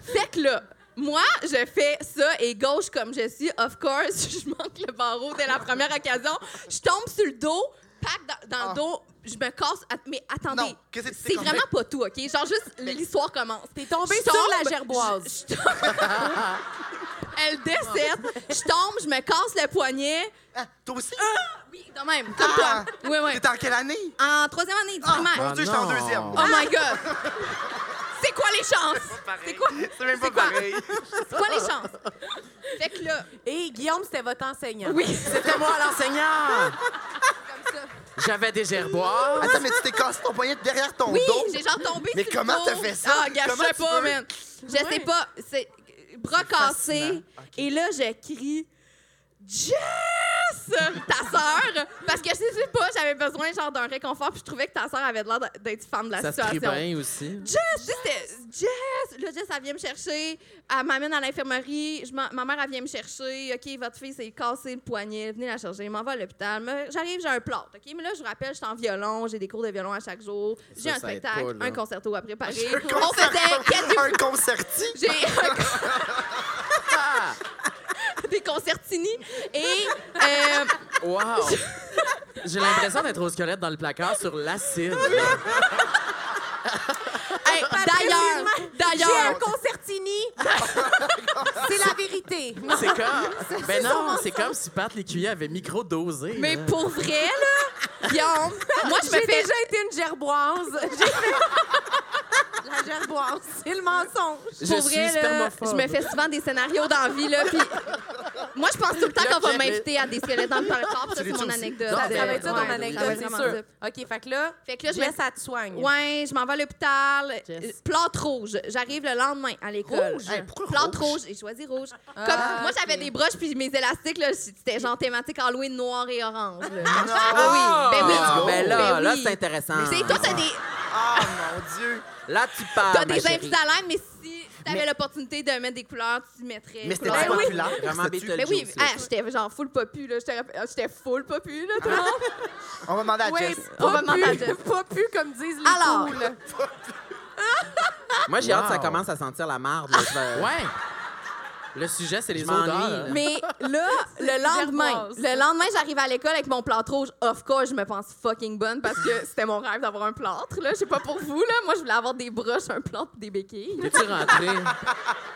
[SPEAKER 7] Fait que là, moi, je fais ça et gauche comme je suis, of course, je manque le barreau dès la première occasion. Je tombe sur le dos, pack dans, dans le
[SPEAKER 6] Ah.
[SPEAKER 7] dos, je me casse. Att- Mais attendez,
[SPEAKER 6] Non, qu'est-ce que tu t'es
[SPEAKER 7] c'est
[SPEAKER 6] comme-
[SPEAKER 7] vraiment pas tout, OK? Genre juste, l'histoire commence.
[SPEAKER 3] T'es tombé
[SPEAKER 7] Je
[SPEAKER 3] sur
[SPEAKER 7] tombe,
[SPEAKER 3] la gerboise.
[SPEAKER 7] je- je tombe- Elle décède. Je tombe, je me casse le poignet.
[SPEAKER 6] Ah, Toi aussi?
[SPEAKER 7] Oui, de même, comme
[SPEAKER 6] Ah.
[SPEAKER 7] toi. Oui, oui.
[SPEAKER 6] T'es en quelle année?
[SPEAKER 7] En troisième année du
[SPEAKER 6] Ah, mon
[SPEAKER 7] primaire.
[SPEAKER 6] dieu, j'étais en
[SPEAKER 5] non.
[SPEAKER 6] deuxième.
[SPEAKER 7] Oh my God! C'est quoi les chances? C'est quoi?
[SPEAKER 6] C'est même pas
[SPEAKER 7] quoi?
[SPEAKER 6] pareil.
[SPEAKER 7] C'est quoi les chances? Fait que là,
[SPEAKER 3] Et Guillaume, c'était votre enseignant.
[SPEAKER 7] oui,
[SPEAKER 5] C'était moi l'enseignant.
[SPEAKER 7] comme ça.
[SPEAKER 5] J'avais des gerboises.
[SPEAKER 6] Attends, mais tu t'es cassé ton poignet derrière ton
[SPEAKER 7] Oui,
[SPEAKER 6] dos.
[SPEAKER 7] j'ai genre tombé
[SPEAKER 6] Mais
[SPEAKER 7] sur le
[SPEAKER 6] comment
[SPEAKER 7] dos.
[SPEAKER 6] t'as fait ça?
[SPEAKER 7] Ah, gars, je
[SPEAKER 6] Comment
[SPEAKER 7] sais
[SPEAKER 6] tu
[SPEAKER 7] pas,
[SPEAKER 6] peux?
[SPEAKER 7] man. Je sais pas. C'est... bras cassés. Et là, je crie Jess! Ta sœur! Parce que je sais pas, j'avais besoin genre d'un réconfort, puis je trouvais que ta sœur avait l'air d'être femme de la
[SPEAKER 5] Ça se crie
[SPEAKER 7] situation.
[SPEAKER 5] bien aussi.
[SPEAKER 7] Jess, c'était Jess! euh, Là, Jess, elle vient me chercher. Elle m'amène à l'infirmerie. Je m'en- ma mère, elle vient me chercher. OK, votre fille s'est cassée le poignet. Venez la chercher. Elle m'en va à l'hôpital. Me- J'arrive, j'ai un plâtre. OK, mais là, je vous rappelle, je suis en violon. J'ai des cours de violon à chaque jour. J'ai
[SPEAKER 5] Ça,
[SPEAKER 7] un
[SPEAKER 5] ça aide
[SPEAKER 7] spectacle,
[SPEAKER 5] pas, là.
[SPEAKER 7] un concerto à préparer.
[SPEAKER 6] Un
[SPEAKER 7] On faisait
[SPEAKER 6] concerti-
[SPEAKER 7] Can You
[SPEAKER 6] un concerti.
[SPEAKER 7] j'ai
[SPEAKER 5] Ah!
[SPEAKER 7] des concertini et euh,
[SPEAKER 5] Wow! J'ai l'impression d'être au squelette dans le placard sur l'acide.
[SPEAKER 7] hey, d'ailleurs
[SPEAKER 3] J'ai un
[SPEAKER 7] d'ailleurs
[SPEAKER 3] concertini. c'est la vérité.
[SPEAKER 5] C'est comme. Ben non, c'est comme si Pat Lécuyer avait micro-dosé.
[SPEAKER 7] mais
[SPEAKER 5] là.
[SPEAKER 7] pour vrai là Guillaume moi je me
[SPEAKER 3] J'ai
[SPEAKER 7] fais
[SPEAKER 3] déjà été une gerboise. J'ai fait- La gerboise, c'est le mensonge.
[SPEAKER 5] Je
[SPEAKER 7] pour
[SPEAKER 5] suis
[SPEAKER 7] vrai là,
[SPEAKER 5] spermophobe.
[SPEAKER 7] je me fais souvent des scénarios d'envie là puis moi je pense tout le temps qu'on va m'inviter à des squelettes dans le parcours ça c'est
[SPEAKER 5] l'as-tu
[SPEAKER 7] mon
[SPEAKER 5] aussi?
[SPEAKER 7] anecdote
[SPEAKER 5] Non,
[SPEAKER 3] Ça
[SPEAKER 5] ben,
[SPEAKER 3] va être ça ton
[SPEAKER 5] ouais, oui.
[SPEAKER 7] ça va
[SPEAKER 3] anecdote,
[SPEAKER 7] être
[SPEAKER 3] c'est
[SPEAKER 7] vraiment
[SPEAKER 3] sûr. OK, fait que là,
[SPEAKER 7] Fait que là, je
[SPEAKER 3] Jess,
[SPEAKER 7] me-
[SPEAKER 3] ça te soigne.
[SPEAKER 7] Ouais, je m'en vais à l'hôpital. Euh, Plâtre rouge. J'arrive le lendemain à l'école.
[SPEAKER 6] Rouge? Hey, pourquoi
[SPEAKER 7] Plâtre
[SPEAKER 6] rouge?
[SPEAKER 7] rouge. J'ai choisi rouge. Comme, moi, j'avais des broches puis mes élastiques, là, c'était genre thématique Halloween noir et orange. là.
[SPEAKER 4] Ah,
[SPEAKER 7] Ben oui.
[SPEAKER 4] ah, ben là,
[SPEAKER 7] Ben
[SPEAKER 4] là,
[SPEAKER 7] oui.
[SPEAKER 4] c'est intéressant.
[SPEAKER 7] Tu sais, toi, t'as des,
[SPEAKER 6] Ah, mon Dieu.
[SPEAKER 4] Là, tu parles.
[SPEAKER 7] t'as
[SPEAKER 4] Ah, ma
[SPEAKER 7] des
[SPEAKER 4] chérie.
[SPEAKER 7] invités à l'air, mais si t'avais l'opportunité de mettre des couleurs, tu mettrais.
[SPEAKER 6] Mais c'était
[SPEAKER 7] couleur.
[SPEAKER 6] pas
[SPEAKER 7] Ben oui.
[SPEAKER 6] populaire.
[SPEAKER 4] Vraiment
[SPEAKER 6] c'était-tu-
[SPEAKER 4] Beetlejuice.
[SPEAKER 7] Ben oui,
[SPEAKER 4] là.
[SPEAKER 7] ah, j'étais genre full popu, là. J'étais ah, j'étais full popu, là,
[SPEAKER 6] Ah,
[SPEAKER 7] tout le monde.
[SPEAKER 6] On va demander à
[SPEAKER 3] Ouais,
[SPEAKER 6] Jess.
[SPEAKER 7] On va
[SPEAKER 3] pas,
[SPEAKER 7] demander à
[SPEAKER 3] pu,
[SPEAKER 7] Jess.
[SPEAKER 3] pas pu, comme disent les
[SPEAKER 7] Alors.
[SPEAKER 3] poules.
[SPEAKER 4] Moi, j'ai hâte que ça
[SPEAKER 5] Wow.
[SPEAKER 4] commence à sentir la marde. là. Je vais-
[SPEAKER 5] Ouais! Le sujet, c'est les
[SPEAKER 4] Je m'ennuie, là.
[SPEAKER 5] odeurs.
[SPEAKER 7] Mais là, le lendemain,
[SPEAKER 3] gerboise.
[SPEAKER 7] le lendemain, j'arrive à l'école avec mon plâtre rouge. Of course, je me pense fucking bonne parce que c'était mon rêve d'avoir un plâtre. Là, je sais pas pour vous là, moi je voulais avoir des broches, un plâtre, pis des béquilles
[SPEAKER 5] T'es-tu rentré?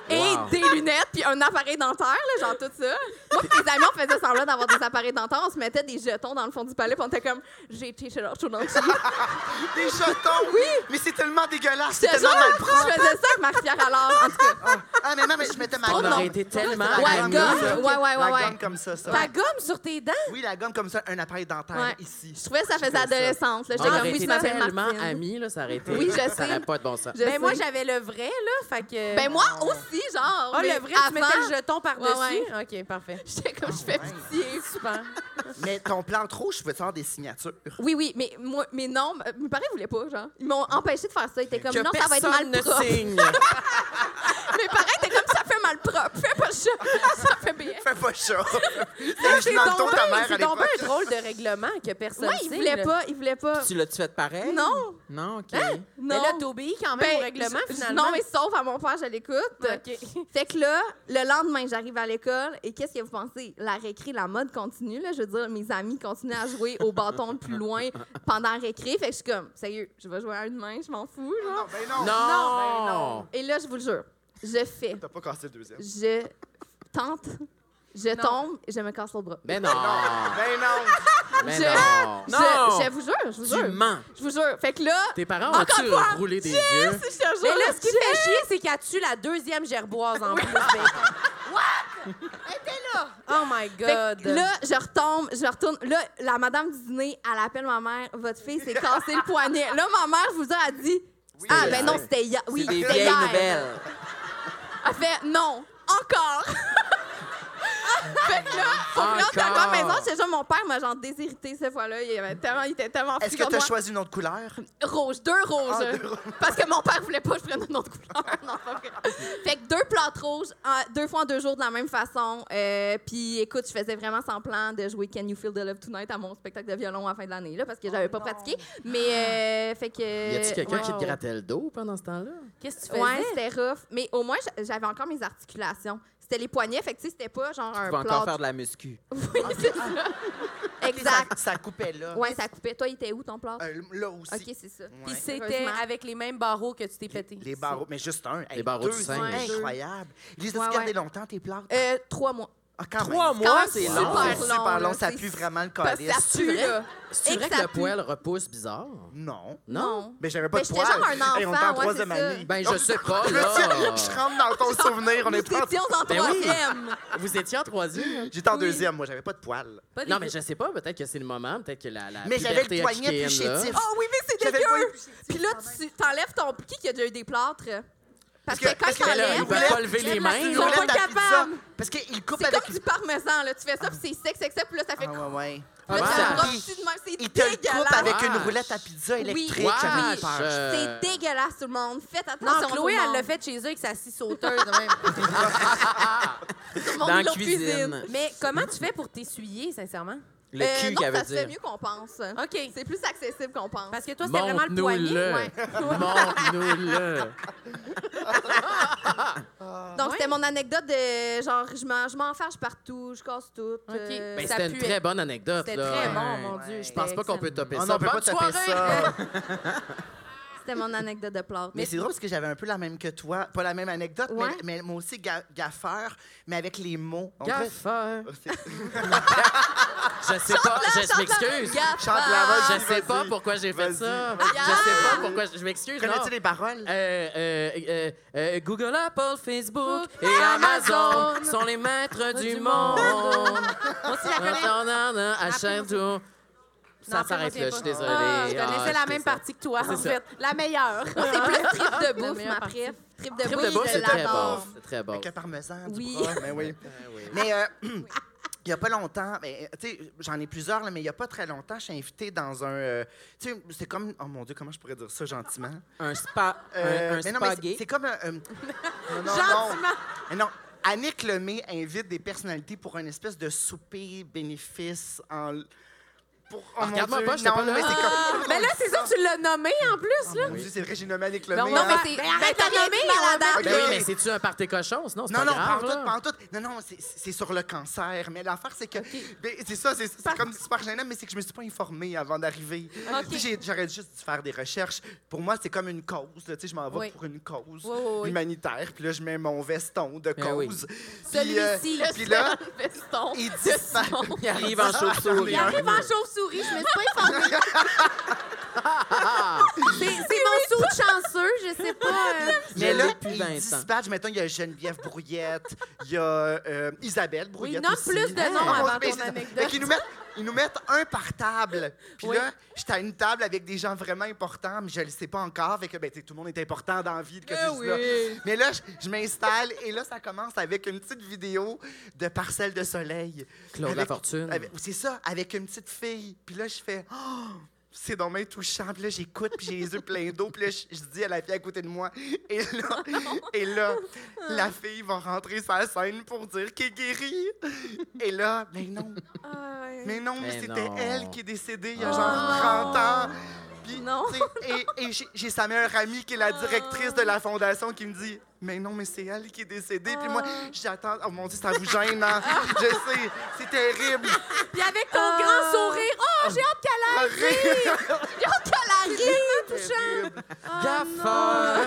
[SPEAKER 7] et
[SPEAKER 5] Wow.
[SPEAKER 7] des lunettes puis un appareil dentaire, là, genre tout ça. Moi, pis mes amis, on faisait semblant d'avoir des appareils dentaires, on se mettait des jetons dans le fond du palais, puis on était comme j'ai été chez leur
[SPEAKER 6] Des jetons. Oui. Mais c'est tellement dégueulasse. C'est
[SPEAKER 7] Je
[SPEAKER 6] tellement mal
[SPEAKER 7] je
[SPEAKER 6] propre.
[SPEAKER 7] faisais ça avec Marie-Pierre Allard, en tout cas.
[SPEAKER 6] Ah, mais non, mais je mettais ma
[SPEAKER 7] Oh,
[SPEAKER 6] gomme.
[SPEAKER 5] On
[SPEAKER 7] non.
[SPEAKER 5] aurait été tellement.
[SPEAKER 6] La
[SPEAKER 7] Ouais,
[SPEAKER 6] gomme,
[SPEAKER 7] gomme.
[SPEAKER 6] là.
[SPEAKER 7] Ah, Ouais, ouais, ouais,
[SPEAKER 6] La
[SPEAKER 7] ouais.
[SPEAKER 6] gomme comme ça, ça.
[SPEAKER 3] Ta gomme sur tes dents?
[SPEAKER 6] Oui, la gomme comme ça, un appareil dentaire
[SPEAKER 7] Ouais.
[SPEAKER 6] ici.
[SPEAKER 7] Je trouvais que ça Ah, faisait adolescente. là.
[SPEAKER 5] On
[SPEAKER 7] J'étais comme
[SPEAKER 3] Ah
[SPEAKER 5] aurait
[SPEAKER 7] oui, je
[SPEAKER 5] été
[SPEAKER 7] m'appelle
[SPEAKER 5] tellement
[SPEAKER 7] Martine.
[SPEAKER 5] amis, là, ça aurait été.
[SPEAKER 7] Oui, je sais.
[SPEAKER 5] Ça n'aurait pas de bon sens.
[SPEAKER 7] Je
[SPEAKER 3] Ben moi,
[SPEAKER 7] sais.
[SPEAKER 3] j'avais le vrai, là, fait que...
[SPEAKER 7] Ben moi aussi, genre.
[SPEAKER 3] Ah,
[SPEAKER 7] mais
[SPEAKER 3] le vrai,
[SPEAKER 7] avant,
[SPEAKER 3] tu mettais le jeton par-dessus?
[SPEAKER 7] Ouais,
[SPEAKER 3] OK, parfait.
[SPEAKER 7] J'étais comme, je fais pitié.
[SPEAKER 3] Super.
[SPEAKER 6] Mais ton plan trop, je veux te faire des signatures.
[SPEAKER 7] Oui, oui, mais moi, mais non, m- mes parents voulaient pas, genre. Ils m'ont empêché de faire ça. Ils étaient comme,
[SPEAKER 5] Que
[SPEAKER 7] non, ça va être mal
[SPEAKER 5] personne ne
[SPEAKER 7] propre.
[SPEAKER 5] signe.
[SPEAKER 7] mes parents étaient comme, ça fait mal propre. Fais pas ça. Ça fait bien.
[SPEAKER 6] Fais pas ça.
[SPEAKER 3] C'est
[SPEAKER 6] C'est dans le ton
[SPEAKER 3] tombé,
[SPEAKER 6] de ta mère à
[SPEAKER 3] c'est tombé
[SPEAKER 6] l'époque.
[SPEAKER 3] un drôle de règlement que personne
[SPEAKER 7] Moi, ils
[SPEAKER 3] signe.
[SPEAKER 7] voulaient pas, ils voulaient pas.
[SPEAKER 4] Tu l'as-tu fait pareil?
[SPEAKER 7] Non,
[SPEAKER 4] Non, OK.
[SPEAKER 7] non.
[SPEAKER 3] Mais là, t'obéis quand même
[SPEAKER 7] Ben,
[SPEAKER 3] au règlement,
[SPEAKER 7] je- je-
[SPEAKER 3] finalement.
[SPEAKER 7] Non, mais sauf à mon père, je l'écoute.
[SPEAKER 3] OK.
[SPEAKER 7] Fait que là, le lendemain, j'arrive à l'école et qu'est-ce que vous pensez? La récré, la mode continue. Là, je veux dire, mes amis continuent à jouer au bâton le plus loin pendant la récré. Fait que je suis comme, sérieux, je vais jouer à une main, je m'en fous. Genre.
[SPEAKER 6] Non, ben non.
[SPEAKER 5] Non!
[SPEAKER 7] Et là, je vous le jure, je fais,
[SPEAKER 6] T'as pas cassé le deuxième.
[SPEAKER 7] je tente, je tombe, je me casse le bras.
[SPEAKER 5] Mais non!
[SPEAKER 6] Ben non.
[SPEAKER 5] Mais
[SPEAKER 7] Je-
[SPEAKER 5] non!
[SPEAKER 7] Je,
[SPEAKER 5] Non!
[SPEAKER 7] je vous jure, je vous
[SPEAKER 4] Tu
[SPEAKER 7] jure.
[SPEAKER 4] mens.
[SPEAKER 7] Je vous jure. Fait que là,
[SPEAKER 5] Tes parents
[SPEAKER 7] Encore
[SPEAKER 5] ont-tu
[SPEAKER 7] pas.
[SPEAKER 5] roulé des yeux?
[SPEAKER 7] je te jure,
[SPEAKER 3] Mais là, ce qui
[SPEAKER 7] je-
[SPEAKER 3] fait chier, c'est qu'elle tue la deuxième gerboise en plus. Ben, Oh my
[SPEAKER 7] Fait que
[SPEAKER 3] God.
[SPEAKER 7] là, je retombe, je retourne. Là, la madame du dîner, elle appelle ma mère. Votre fille s'est cassée le poignet. Là, ma mère je vous a dit. ah, ben non, c'était hier. Oui,
[SPEAKER 4] C'est des
[SPEAKER 7] c'était
[SPEAKER 4] vieilles
[SPEAKER 7] hier.
[SPEAKER 4] nouvelles.
[SPEAKER 7] Elle fait non, encore. fait que là, pour vrai, on était encore à la maison. C'est genre, mon père m'a genre déshérité cette fois-là. Il, avait tellement, il était tellement fou
[SPEAKER 6] Est-ce que
[SPEAKER 7] contre
[SPEAKER 6] t'as
[SPEAKER 7] moi.
[SPEAKER 6] choisi une autre couleur?
[SPEAKER 7] Rouge, deux rouges. hein.
[SPEAKER 6] Ah, deux rouges.
[SPEAKER 7] Parce que mon père voulait pas que je prenne une autre couleur. Non, c'est pas vrai. Fait que deux plantes rouges, en- deux fois en deux jours de la même façon. Euh, Puis écoute, je faisais vraiment semblant de jouer Can You Feel the Love Tonight à mon spectacle de violon à la fin de l'année, là, parce que j'avais pas pratiqué. Mais euh, fait que.
[SPEAKER 5] Y a-tu quelqu'un qui
[SPEAKER 7] ouais.
[SPEAKER 5] te grattait le dos pendant ce temps-là?
[SPEAKER 3] Qu'est-ce que tu faisais?
[SPEAKER 7] Ouais, c'était rough. Mais au moins, j'a- j'avais encore mes articulations. C'était les poignets, fait que tu sais, c'était pas genre
[SPEAKER 4] Tu
[SPEAKER 7] un
[SPEAKER 4] vas encore
[SPEAKER 7] plat.
[SPEAKER 4] faire de la muscu.
[SPEAKER 7] Oui, c'est ça. Exact.
[SPEAKER 6] Ça, ça coupait là.
[SPEAKER 7] Ouais, ça coupait. Toi, il était où ton plat?
[SPEAKER 6] Euh, là aussi.
[SPEAKER 7] Ok, c'est ça.
[SPEAKER 6] Ouais.
[SPEAKER 3] Puis c'était
[SPEAKER 7] Heureusement.
[SPEAKER 3] avec les mêmes barreaux que tu t'es pété.
[SPEAKER 6] Les barreaux, mais juste un. Hey,
[SPEAKER 5] Les barreaux
[SPEAKER 6] deux,
[SPEAKER 5] du singe.
[SPEAKER 6] c'est
[SPEAKER 7] Ouais.
[SPEAKER 6] Incroyable. Les as-tu
[SPEAKER 7] Ouais, ouais.
[SPEAKER 6] gardés longtemps, tes plâtres?
[SPEAKER 7] Euh, trois mois.
[SPEAKER 6] Ah, quand
[SPEAKER 4] Trois
[SPEAKER 6] même.
[SPEAKER 7] Quand
[SPEAKER 4] mois,
[SPEAKER 7] même
[SPEAKER 4] c'est
[SPEAKER 7] super
[SPEAKER 4] long.
[SPEAKER 7] mois,
[SPEAKER 6] C'est
[SPEAKER 7] long,
[SPEAKER 6] super long,
[SPEAKER 7] là,
[SPEAKER 6] ça
[SPEAKER 7] c'est-
[SPEAKER 6] pue vraiment le
[SPEAKER 7] Parce que
[SPEAKER 6] calice.
[SPEAKER 7] ça pue, là.
[SPEAKER 5] C'est
[SPEAKER 7] Et
[SPEAKER 5] vrai
[SPEAKER 7] que
[SPEAKER 5] que
[SPEAKER 7] ça
[SPEAKER 5] le
[SPEAKER 7] pue.
[SPEAKER 5] poil repousse bizarre?
[SPEAKER 6] Non.
[SPEAKER 7] Non.
[SPEAKER 6] Mais j'avais pas
[SPEAKER 7] Mais
[SPEAKER 6] de
[SPEAKER 7] j'étais
[SPEAKER 6] poils.
[SPEAKER 7] genre un
[SPEAKER 6] Hey, on
[SPEAKER 7] enfant,
[SPEAKER 6] était en
[SPEAKER 7] ouais,
[SPEAKER 6] troisième
[SPEAKER 7] c'est ça.
[SPEAKER 6] année.
[SPEAKER 5] Ben, je sais pas, là.
[SPEAKER 6] Je rentre dans ton souvenir, on
[SPEAKER 7] Nous
[SPEAKER 6] est pas...
[SPEAKER 7] étions en
[SPEAKER 5] Ben oui.
[SPEAKER 7] troisième.
[SPEAKER 5] Vous étiez en troisième?
[SPEAKER 6] J'étais en
[SPEAKER 7] Oui.
[SPEAKER 6] deuxième, moi, j'avais pas de poils.
[SPEAKER 3] Pas des-
[SPEAKER 5] Non, mais je sais pas, peut-être que c'est le moment, peut-être que la. la
[SPEAKER 6] Mais j'avais
[SPEAKER 5] puberté
[SPEAKER 6] le poignet plus
[SPEAKER 5] kick in, là.
[SPEAKER 6] chétif.
[SPEAKER 7] Oh oui, mais c'est
[SPEAKER 6] J'avais le poignet
[SPEAKER 7] dégueu.
[SPEAKER 6] plus chétif,
[SPEAKER 7] Puis là,
[SPEAKER 6] quand même.
[SPEAKER 7] tu t'enlèves ton... Qui qui a déjà eu des plâtres? Parce
[SPEAKER 6] Parce
[SPEAKER 7] que
[SPEAKER 6] que-
[SPEAKER 7] quand
[SPEAKER 6] parce que
[SPEAKER 7] t'enlèves,
[SPEAKER 5] là, ils peuvent pas lever les
[SPEAKER 7] Ils
[SPEAKER 5] mains.
[SPEAKER 7] sont
[SPEAKER 5] là.
[SPEAKER 6] Roulette
[SPEAKER 7] pas
[SPEAKER 6] à pizza.
[SPEAKER 7] capables.
[SPEAKER 6] Parce qu'il coupe
[SPEAKER 7] c'est
[SPEAKER 6] avec...
[SPEAKER 7] comme du parmesan, là. Tu fais ça, puis c'est sec, sec, sec, puis là, ça fait...
[SPEAKER 6] Ah, ouais, ouais.
[SPEAKER 5] Ah,
[SPEAKER 7] Puis là, tu
[SPEAKER 5] ouais.
[SPEAKER 7] le broches dessus de même. C'est
[SPEAKER 6] Il te le coupe
[SPEAKER 7] dégueulasse.
[SPEAKER 6] avec une
[SPEAKER 5] Wesh.
[SPEAKER 6] roulette à pizza électrique. Ah,
[SPEAKER 7] Oui,
[SPEAKER 6] j'avais
[SPEAKER 5] wesh.
[SPEAKER 6] peur.
[SPEAKER 5] Euh,
[SPEAKER 7] C'est dégueulasse, tout le monde. Faites attention.
[SPEAKER 3] Non, Chloé,
[SPEAKER 7] tout le
[SPEAKER 3] elle
[SPEAKER 7] monde.
[SPEAKER 3] l'a fait chez eux avec sa scie sauteuse. de même.
[SPEAKER 7] Tout le monde
[SPEAKER 4] Dans
[SPEAKER 7] est
[SPEAKER 4] la
[SPEAKER 7] au
[SPEAKER 4] cuisine.
[SPEAKER 3] Mais comment tu fais pour t'essuyer, sincèrement?
[SPEAKER 4] Le
[SPEAKER 7] Euh,
[SPEAKER 4] cul,
[SPEAKER 7] non,
[SPEAKER 4] qu'elle veut
[SPEAKER 7] ça se fait
[SPEAKER 4] dire.
[SPEAKER 7] mieux qu'on pense.
[SPEAKER 3] OK.
[SPEAKER 7] C'est plus accessible qu'on pense.
[SPEAKER 3] Parce que toi, c'était vraiment le poignet.
[SPEAKER 5] Montre-nous-le.
[SPEAKER 3] Ouais.
[SPEAKER 5] Montre-nous-le.
[SPEAKER 7] Donc,
[SPEAKER 3] Ah. Ouais.
[SPEAKER 7] c'était mon anecdote de genre, je m'en, je m'en fâche partout, je casse tout.
[SPEAKER 3] OK.
[SPEAKER 7] euh,
[SPEAKER 5] Ben,
[SPEAKER 3] Ça
[SPEAKER 5] c'était une
[SPEAKER 3] puait.
[SPEAKER 5] très bonne anecdote.
[SPEAKER 3] C'était
[SPEAKER 5] là.
[SPEAKER 3] très
[SPEAKER 5] Ouais.
[SPEAKER 3] bon, mon Dieu.
[SPEAKER 6] Ouais.
[SPEAKER 5] Je pense pas qu'on peut
[SPEAKER 6] Oh
[SPEAKER 5] topper
[SPEAKER 6] non,
[SPEAKER 5] ça.
[SPEAKER 6] on peut pas
[SPEAKER 5] Bonne
[SPEAKER 6] taper
[SPEAKER 5] soirée.
[SPEAKER 6] ça.
[SPEAKER 7] c'était mon anecdote de plâtre.
[SPEAKER 6] Mais c'est drôle parce que j'avais un peu la même que toi. Pas la même anecdote, mais-
[SPEAKER 7] Ouais.
[SPEAKER 6] mais, moi aussi, ga- gaffeur, mais avec les mots. On dirait-
[SPEAKER 5] Gaffeur.
[SPEAKER 6] C'est-
[SPEAKER 5] Je sais pas, je je m'excuse.
[SPEAKER 6] Chante la
[SPEAKER 7] Ah!
[SPEAKER 6] voix,
[SPEAKER 5] Je
[SPEAKER 6] vas-y,
[SPEAKER 5] sais pas
[SPEAKER 6] vas-y.
[SPEAKER 5] pourquoi j'ai fait
[SPEAKER 6] Vas-y.
[SPEAKER 5] ça.
[SPEAKER 6] Vas-y.
[SPEAKER 5] Je sais pas pourquoi. Je m'excuse. non.
[SPEAKER 6] Connais-tu les paroles?
[SPEAKER 5] Euh, euh, euh, euh, Google, Apple, Facebook et Amazon sont les maîtres du monde.
[SPEAKER 3] Moi aussi, la connais.
[SPEAKER 5] Non, non, non, à chaque tour. Ça
[SPEAKER 3] Non, après,
[SPEAKER 5] s'arrête
[SPEAKER 3] moi,
[SPEAKER 5] là,
[SPEAKER 3] je
[SPEAKER 5] je suis
[SPEAKER 3] viens pas.
[SPEAKER 5] désolée.
[SPEAKER 3] Ah, je connaissais
[SPEAKER 5] Ah,
[SPEAKER 3] la
[SPEAKER 5] je
[SPEAKER 3] même
[SPEAKER 5] sais ça.
[SPEAKER 3] partie que toi, en
[SPEAKER 5] ça.
[SPEAKER 3] fait. La meilleure.
[SPEAKER 7] c'est plus trip de
[SPEAKER 3] La
[SPEAKER 7] bouffe,
[SPEAKER 3] meilleure
[SPEAKER 7] ma
[SPEAKER 3] partie.
[SPEAKER 7] préf. Trip de
[SPEAKER 5] Trip
[SPEAKER 7] bouffe,
[SPEAKER 5] de bouffe,
[SPEAKER 7] je
[SPEAKER 5] c'est très
[SPEAKER 7] l'adore.
[SPEAKER 5] bon. C'est très bon. Ben
[SPEAKER 6] Avec le parmesan du
[SPEAKER 7] Oui.
[SPEAKER 6] bras, mais oui. Mais euh, il y a pas longtemps, mais, tu sais, j'en ai plusieurs, là, mais il y a pas très longtemps, je suis invitée dans un... euh, tu sais, c'est comme... Oh mon Dieu, comment je pourrais dire ça gentiment?
[SPEAKER 4] Un spa, un-
[SPEAKER 6] Euh,
[SPEAKER 4] un,
[SPEAKER 6] mais non,
[SPEAKER 4] spa
[SPEAKER 6] mais c'est-
[SPEAKER 4] gay.
[SPEAKER 6] c'est comme un... un- non, non,
[SPEAKER 3] Gentiment.
[SPEAKER 6] Non, non. Annick Lemay invite des personnalités pour une espèce de souper bénéfice en... Pour, oh, mon
[SPEAKER 5] Ah, regarde-moi
[SPEAKER 6] Dieu,
[SPEAKER 5] pas, j'étais
[SPEAKER 6] non,
[SPEAKER 5] pas là.
[SPEAKER 6] mais c'est comme...
[SPEAKER 3] Mais là, c'est ça, tu l'as nommé en plus, là.
[SPEAKER 6] Mon Dieu, c'est vrai, j'ai nommé Annick Lemay.
[SPEAKER 3] Non,
[SPEAKER 6] hein.
[SPEAKER 7] Non, mais c'est.
[SPEAKER 3] Ben, arrête
[SPEAKER 7] ben,
[SPEAKER 3] de nommer,
[SPEAKER 7] t'as rien dit,
[SPEAKER 3] on
[SPEAKER 5] Ben
[SPEAKER 6] Ben
[SPEAKER 7] madame.
[SPEAKER 5] oui,
[SPEAKER 6] oui.
[SPEAKER 5] mais c'est-tu un party cochon? Sinon, c'est
[SPEAKER 6] Non,
[SPEAKER 5] pas
[SPEAKER 6] non,
[SPEAKER 5] grave.
[SPEAKER 6] pantoute,
[SPEAKER 5] là.
[SPEAKER 6] pantoute. Non, non, c'est- c'est c'est sur le cancer. Mais l'affaire, c'est que. ben, c'est ça, c'est c'est comme super gênant, mais c'est que je me suis pas informée avant d'arriver. Tu sais, j'ai- J'aurais juste dû faire des recherches. Pour moi, c'est comme une cause. là, Tu sais, je m'en vais
[SPEAKER 3] Oui.
[SPEAKER 6] pour une
[SPEAKER 3] Oui,
[SPEAKER 6] cause
[SPEAKER 3] oui, oui.
[SPEAKER 6] humanitaire. Puis là, je mets mon veston de
[SPEAKER 4] Ben oui.
[SPEAKER 6] cause. Puis, euh,
[SPEAKER 3] Celui-ci.
[SPEAKER 6] Puis là,
[SPEAKER 7] Veston.
[SPEAKER 6] il disparaît.
[SPEAKER 4] Il arrive en chauve-souris.
[SPEAKER 3] Il arrive en chauve-souris, je me suis pas informée. C'est c'est mon saut de chanceux, je sais pas. euh,
[SPEAKER 6] Mais
[SPEAKER 4] Je
[SPEAKER 6] là,
[SPEAKER 4] l'ai depuis
[SPEAKER 6] il
[SPEAKER 4] 20 ans.
[SPEAKER 6] dispatch. Mettons, il y a Geneviève Brouillette, il y a euh, Isabelle Brouillette.
[SPEAKER 3] nomme
[SPEAKER 6] aussi.
[SPEAKER 3] plus de noms
[SPEAKER 6] Ah,
[SPEAKER 3] avant
[SPEAKER 6] on- mais
[SPEAKER 3] ton
[SPEAKER 6] c'est ça.
[SPEAKER 3] anecdote.
[SPEAKER 6] Fait qu'ils nous mettent, ils nous mettent un par table. Puis
[SPEAKER 3] Oui.
[SPEAKER 6] là, j'étais à une table avec des gens vraiment importants, mais je le sais pas encore. Fait que ben, tu sais, tout le monde est important dans la vie. que
[SPEAKER 3] Eh
[SPEAKER 6] c'est juste là. Mais là, je- je m'installe et là, ça commence avec une petite vidéo de Parcelle de soleil.
[SPEAKER 5] Claude
[SPEAKER 6] Avec-
[SPEAKER 5] Lafortune.
[SPEAKER 6] avec- C'est ça, avec une petite fille. Puis là, je fais... Oh! c'est dans mes touchant. Puis là, j'écoute, puis j'ai les yeux pleins d'eau. Puis là, je, je dis à la fille à côté de moi. Et là, et là la fille va rentrer sa scène pour dire qu'elle est guérie. Et là, mais non, mais non, mais
[SPEAKER 5] Mais
[SPEAKER 6] c'était
[SPEAKER 5] non.
[SPEAKER 6] elle qui est décédée il y a
[SPEAKER 7] Oh
[SPEAKER 6] genre 30 ans. Puis,
[SPEAKER 7] Non.
[SPEAKER 6] tu sais, Et, et j'ai- j'ai sa meilleure amie qui est la directrice de la fondation qui me dit Mais non, mais c'est elle qui est décédée. Puis moi, j'attends. Oh mon Dieu, ça vous gêne, hein? Je sais, c'est terrible.
[SPEAKER 3] Puis avec ton grand sourire,
[SPEAKER 7] Ah,
[SPEAKER 3] oh, j'ai hâte qu'elle aille.
[SPEAKER 6] Terrible.
[SPEAKER 3] Ah,
[SPEAKER 6] Ben
[SPEAKER 5] Gaffeur!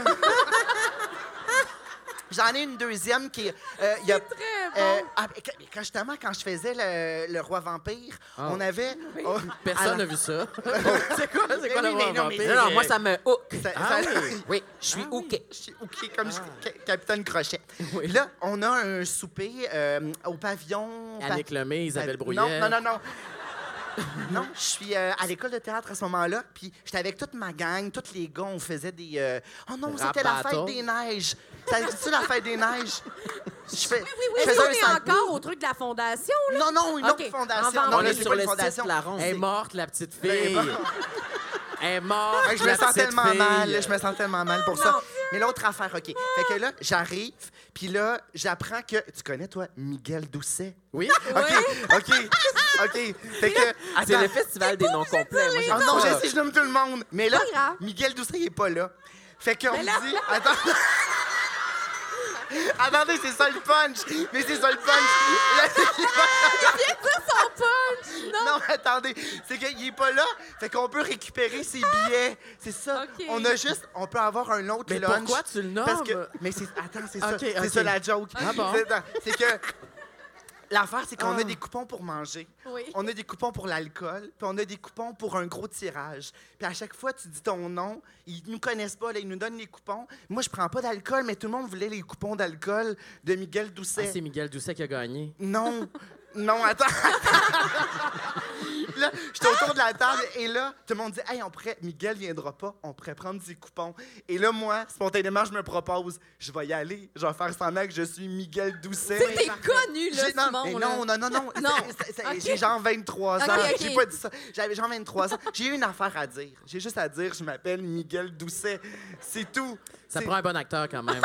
[SPEAKER 6] J'en ai une deuxième qui est. euh, il y a- euh, ah, mais quand- quand, justement, quand je faisais le, le roi vampire,
[SPEAKER 5] Ah.
[SPEAKER 6] on avait. oh,
[SPEAKER 5] Personne
[SPEAKER 6] alors-
[SPEAKER 5] n'a vu ça. c'est quoi, c'est quoi le
[SPEAKER 6] Mais ben oui, mais
[SPEAKER 5] roi
[SPEAKER 6] non, mais-
[SPEAKER 5] vampire?
[SPEAKER 4] Non, non, moi, ça me hook.
[SPEAKER 6] ça-
[SPEAKER 5] Ah
[SPEAKER 6] ça-
[SPEAKER 5] oui. Ah.
[SPEAKER 4] Oui, je suis hooké.
[SPEAKER 6] Je suis OK comme je- ca- Capitaine Crochet. Puis Là, on a un souper euh, au pavillon. Ben,
[SPEAKER 5] Annick Lemay, Isabelle
[SPEAKER 6] Non,
[SPEAKER 5] Brouillet.
[SPEAKER 6] Non, non, non. non, je suis euh, à l'école de théâtre à ce moment-là, puis j'étais avec toute ma gang, tous les gars, on faisait des... euh, Oh non,
[SPEAKER 5] Rap
[SPEAKER 6] c'était la
[SPEAKER 5] battle.
[SPEAKER 6] fête des neiges. T'as dit la fête des neiges? Je fais,
[SPEAKER 3] Oui, oui,
[SPEAKER 6] je faisais
[SPEAKER 3] on
[SPEAKER 6] un
[SPEAKER 3] est
[SPEAKER 6] cinq-
[SPEAKER 3] encore au truc de la fondation, là.
[SPEAKER 6] Non, non, une
[SPEAKER 3] OK,
[SPEAKER 6] autre fondation.
[SPEAKER 3] on va
[SPEAKER 6] Non,
[SPEAKER 4] On
[SPEAKER 6] là,
[SPEAKER 4] est
[SPEAKER 6] c'est
[SPEAKER 4] sur
[SPEAKER 6] pas
[SPEAKER 4] le
[SPEAKER 6] une
[SPEAKER 4] site
[SPEAKER 6] fondation.
[SPEAKER 4] La Ronde.
[SPEAKER 5] Elle est morte, la petite fille. Elle est morte.
[SPEAKER 6] Hey, Ben, je
[SPEAKER 5] la
[SPEAKER 6] me sens
[SPEAKER 5] petite
[SPEAKER 6] tellement
[SPEAKER 5] fille.
[SPEAKER 4] euh.
[SPEAKER 6] mal, je me sens tellement mal pour ça. Mais l'autre affaire, OK. Fait que là, j'arrive, puis là, j'apprends que... Tu connais, toi, Miguel Doucet?
[SPEAKER 5] Oui?
[SPEAKER 6] OK, OK, OK. Fait que...
[SPEAKER 4] C'est
[SPEAKER 6] attends.
[SPEAKER 4] le festival des noms complets. Moi,
[SPEAKER 6] Ah
[SPEAKER 4] j'aime
[SPEAKER 6] non,
[SPEAKER 4] ça.
[SPEAKER 6] je sais, je nomme tout le monde. Mais là,
[SPEAKER 7] pas grave.
[SPEAKER 6] Miguel Doucet, il est pas là. Fait qu'on me dit... Attends... Attendez, c'est ça le punch! Mais c'est ça le punch!
[SPEAKER 7] Son punch! Non!
[SPEAKER 6] Non, mais attendez, c'est qu'il est pas là, fait qu'on peut récupérer ses billets. C'est ça.
[SPEAKER 7] OK.
[SPEAKER 6] On a juste, on peut avoir un autre
[SPEAKER 5] Mais
[SPEAKER 6] lunch.
[SPEAKER 5] pourquoi tu le nommes?
[SPEAKER 6] Parce que, mais c'est, attends, c'est ça,
[SPEAKER 5] OK,
[SPEAKER 6] c'est
[SPEAKER 5] OK.
[SPEAKER 6] ça la joke.
[SPEAKER 5] Ah bon? Ah.
[SPEAKER 6] C'est, attends, c'est que l'affaire, c'est qu'on a des coupons pour manger.
[SPEAKER 7] Oui.
[SPEAKER 6] On a des coupons pour l'alcool, puis on a des coupons pour un gros tirage. Puis à chaque fois, tu dis ton nom, ils nous connaissent pas, là, ils nous donnent les coupons. Moi, je prends pas d'alcool, mais tout le monde voulait les coupons d'alcool de Miguel
[SPEAKER 5] Ah,
[SPEAKER 6] Doucet.
[SPEAKER 5] c'est Miguel Doucet qui a gagné.
[SPEAKER 6] Non, non, attends. Là, j'étais autour de la table et là, tout le monde dit Hey, on pourrait, Miguel viendra pas, on pourrait prendre des coupons. Et là, moi, spontanément, je me propose Je vais y aller, je vais faire semblant que je suis Miguel Doucet.
[SPEAKER 3] T'es connu, là,
[SPEAKER 6] J'ai- non, mais
[SPEAKER 3] Simon.
[SPEAKER 6] non,
[SPEAKER 3] là.
[SPEAKER 6] non, non, non.
[SPEAKER 3] Non.
[SPEAKER 6] C'est- c'est-
[SPEAKER 3] Ok.
[SPEAKER 6] J'ai genre 23 ans.
[SPEAKER 3] Ok, ok.
[SPEAKER 6] J'ai pas dit ça. J'avais genre 23 ans. J'ai eu une affaire à dire. J'ai juste à dire, je m'appelle Miguel Doucet. C'est tout.
[SPEAKER 5] Ça
[SPEAKER 6] C'est-
[SPEAKER 5] prend un bon acteur quand même.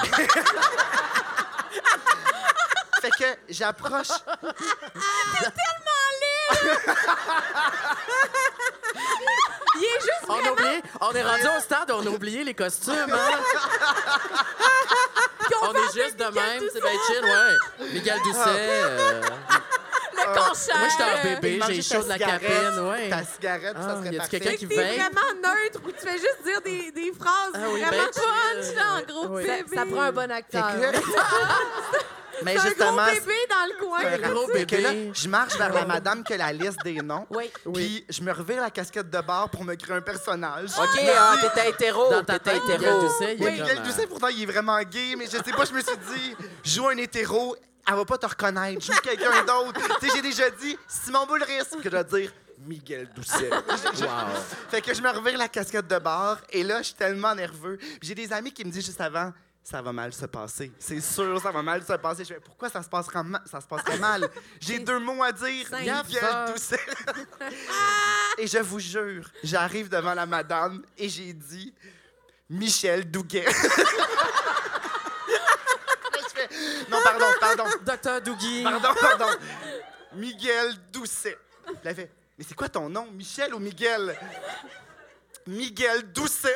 [SPEAKER 6] Fait que j'approche.
[SPEAKER 3] Il est juste
[SPEAKER 5] on, a oublié- on est rendu au stade, on a oublié les costumes. hein. on est juste de même. C'est bien chill, ouais. Miguel
[SPEAKER 6] Ah.
[SPEAKER 5] Doucet. euh,
[SPEAKER 3] le concert.
[SPEAKER 5] moi, j'étais en
[SPEAKER 6] il
[SPEAKER 5] bébé,
[SPEAKER 6] mange
[SPEAKER 5] j'ai
[SPEAKER 6] juste ta
[SPEAKER 5] chaud de la
[SPEAKER 6] cigarette,
[SPEAKER 5] cabine, ouais.
[SPEAKER 6] Ta cigarette,
[SPEAKER 5] Ah,
[SPEAKER 6] ça serait
[SPEAKER 5] y a-tu
[SPEAKER 6] parfait.
[SPEAKER 5] quelqu'un qui
[SPEAKER 3] T'es
[SPEAKER 5] vape?
[SPEAKER 3] vraiment neutre ou tu fais juste dire des, des phrases
[SPEAKER 5] Ah oui,
[SPEAKER 3] vraiment
[SPEAKER 5] ben,
[SPEAKER 3] punch,
[SPEAKER 5] euh,
[SPEAKER 3] là, en gros
[SPEAKER 5] oui.
[SPEAKER 3] bébé.
[SPEAKER 7] Ça prend un bon acteur.
[SPEAKER 6] Fait que- Mais
[SPEAKER 3] C'est un gros
[SPEAKER 6] justement,
[SPEAKER 3] bébé dans le coin.
[SPEAKER 6] c'est un
[SPEAKER 5] gros
[SPEAKER 6] Fait que
[SPEAKER 5] bébé.
[SPEAKER 6] là, je marche vers la madame que la liste des noms.
[SPEAKER 3] Oui.
[SPEAKER 6] Puis je me revire la casquette de bar pour me créer un personnage.
[SPEAKER 4] OK, ah, t'étais hétéro.
[SPEAKER 5] Dans ta
[SPEAKER 4] T'étais
[SPEAKER 5] tête, Miguel
[SPEAKER 4] hétéro.
[SPEAKER 5] Doucet, il
[SPEAKER 6] Oui,
[SPEAKER 5] est comme,
[SPEAKER 6] Miguel Doucet, pourtant, il est vraiment gay, mais je sais pas, je me suis dit, joue un hétéro, elle va pas te reconnaître, joue quelqu'un d'autre. tu sais, j'ai déjà dit Simon Boulris, que je dois dire Miguel Doucet.
[SPEAKER 5] euh, wow.
[SPEAKER 6] fait que je me revire la casquette de bar, et là, je suis tellement nerveux. Puis J'ai des amis qui me disent juste avant, ça va mal se passer. C'est sûr, ça va mal se passer. Je fais, pourquoi ça se passera, ma- ça se passerait mal? J'ai deux mots à dire.
[SPEAKER 3] Cinq
[SPEAKER 6] Miguel
[SPEAKER 5] heures.
[SPEAKER 6] Doucet. Ah! et je vous jure, j'arrive devant la madame et j'ai dit Michel Douguet. Je fais, non, pardon, pardon.
[SPEAKER 5] Docteur Dougie.
[SPEAKER 6] Pardon, pardon. Miguel Doucet. Puis elle fait, mais c'est quoi ton nom, Michel ou Miguel? Miguel Doucet.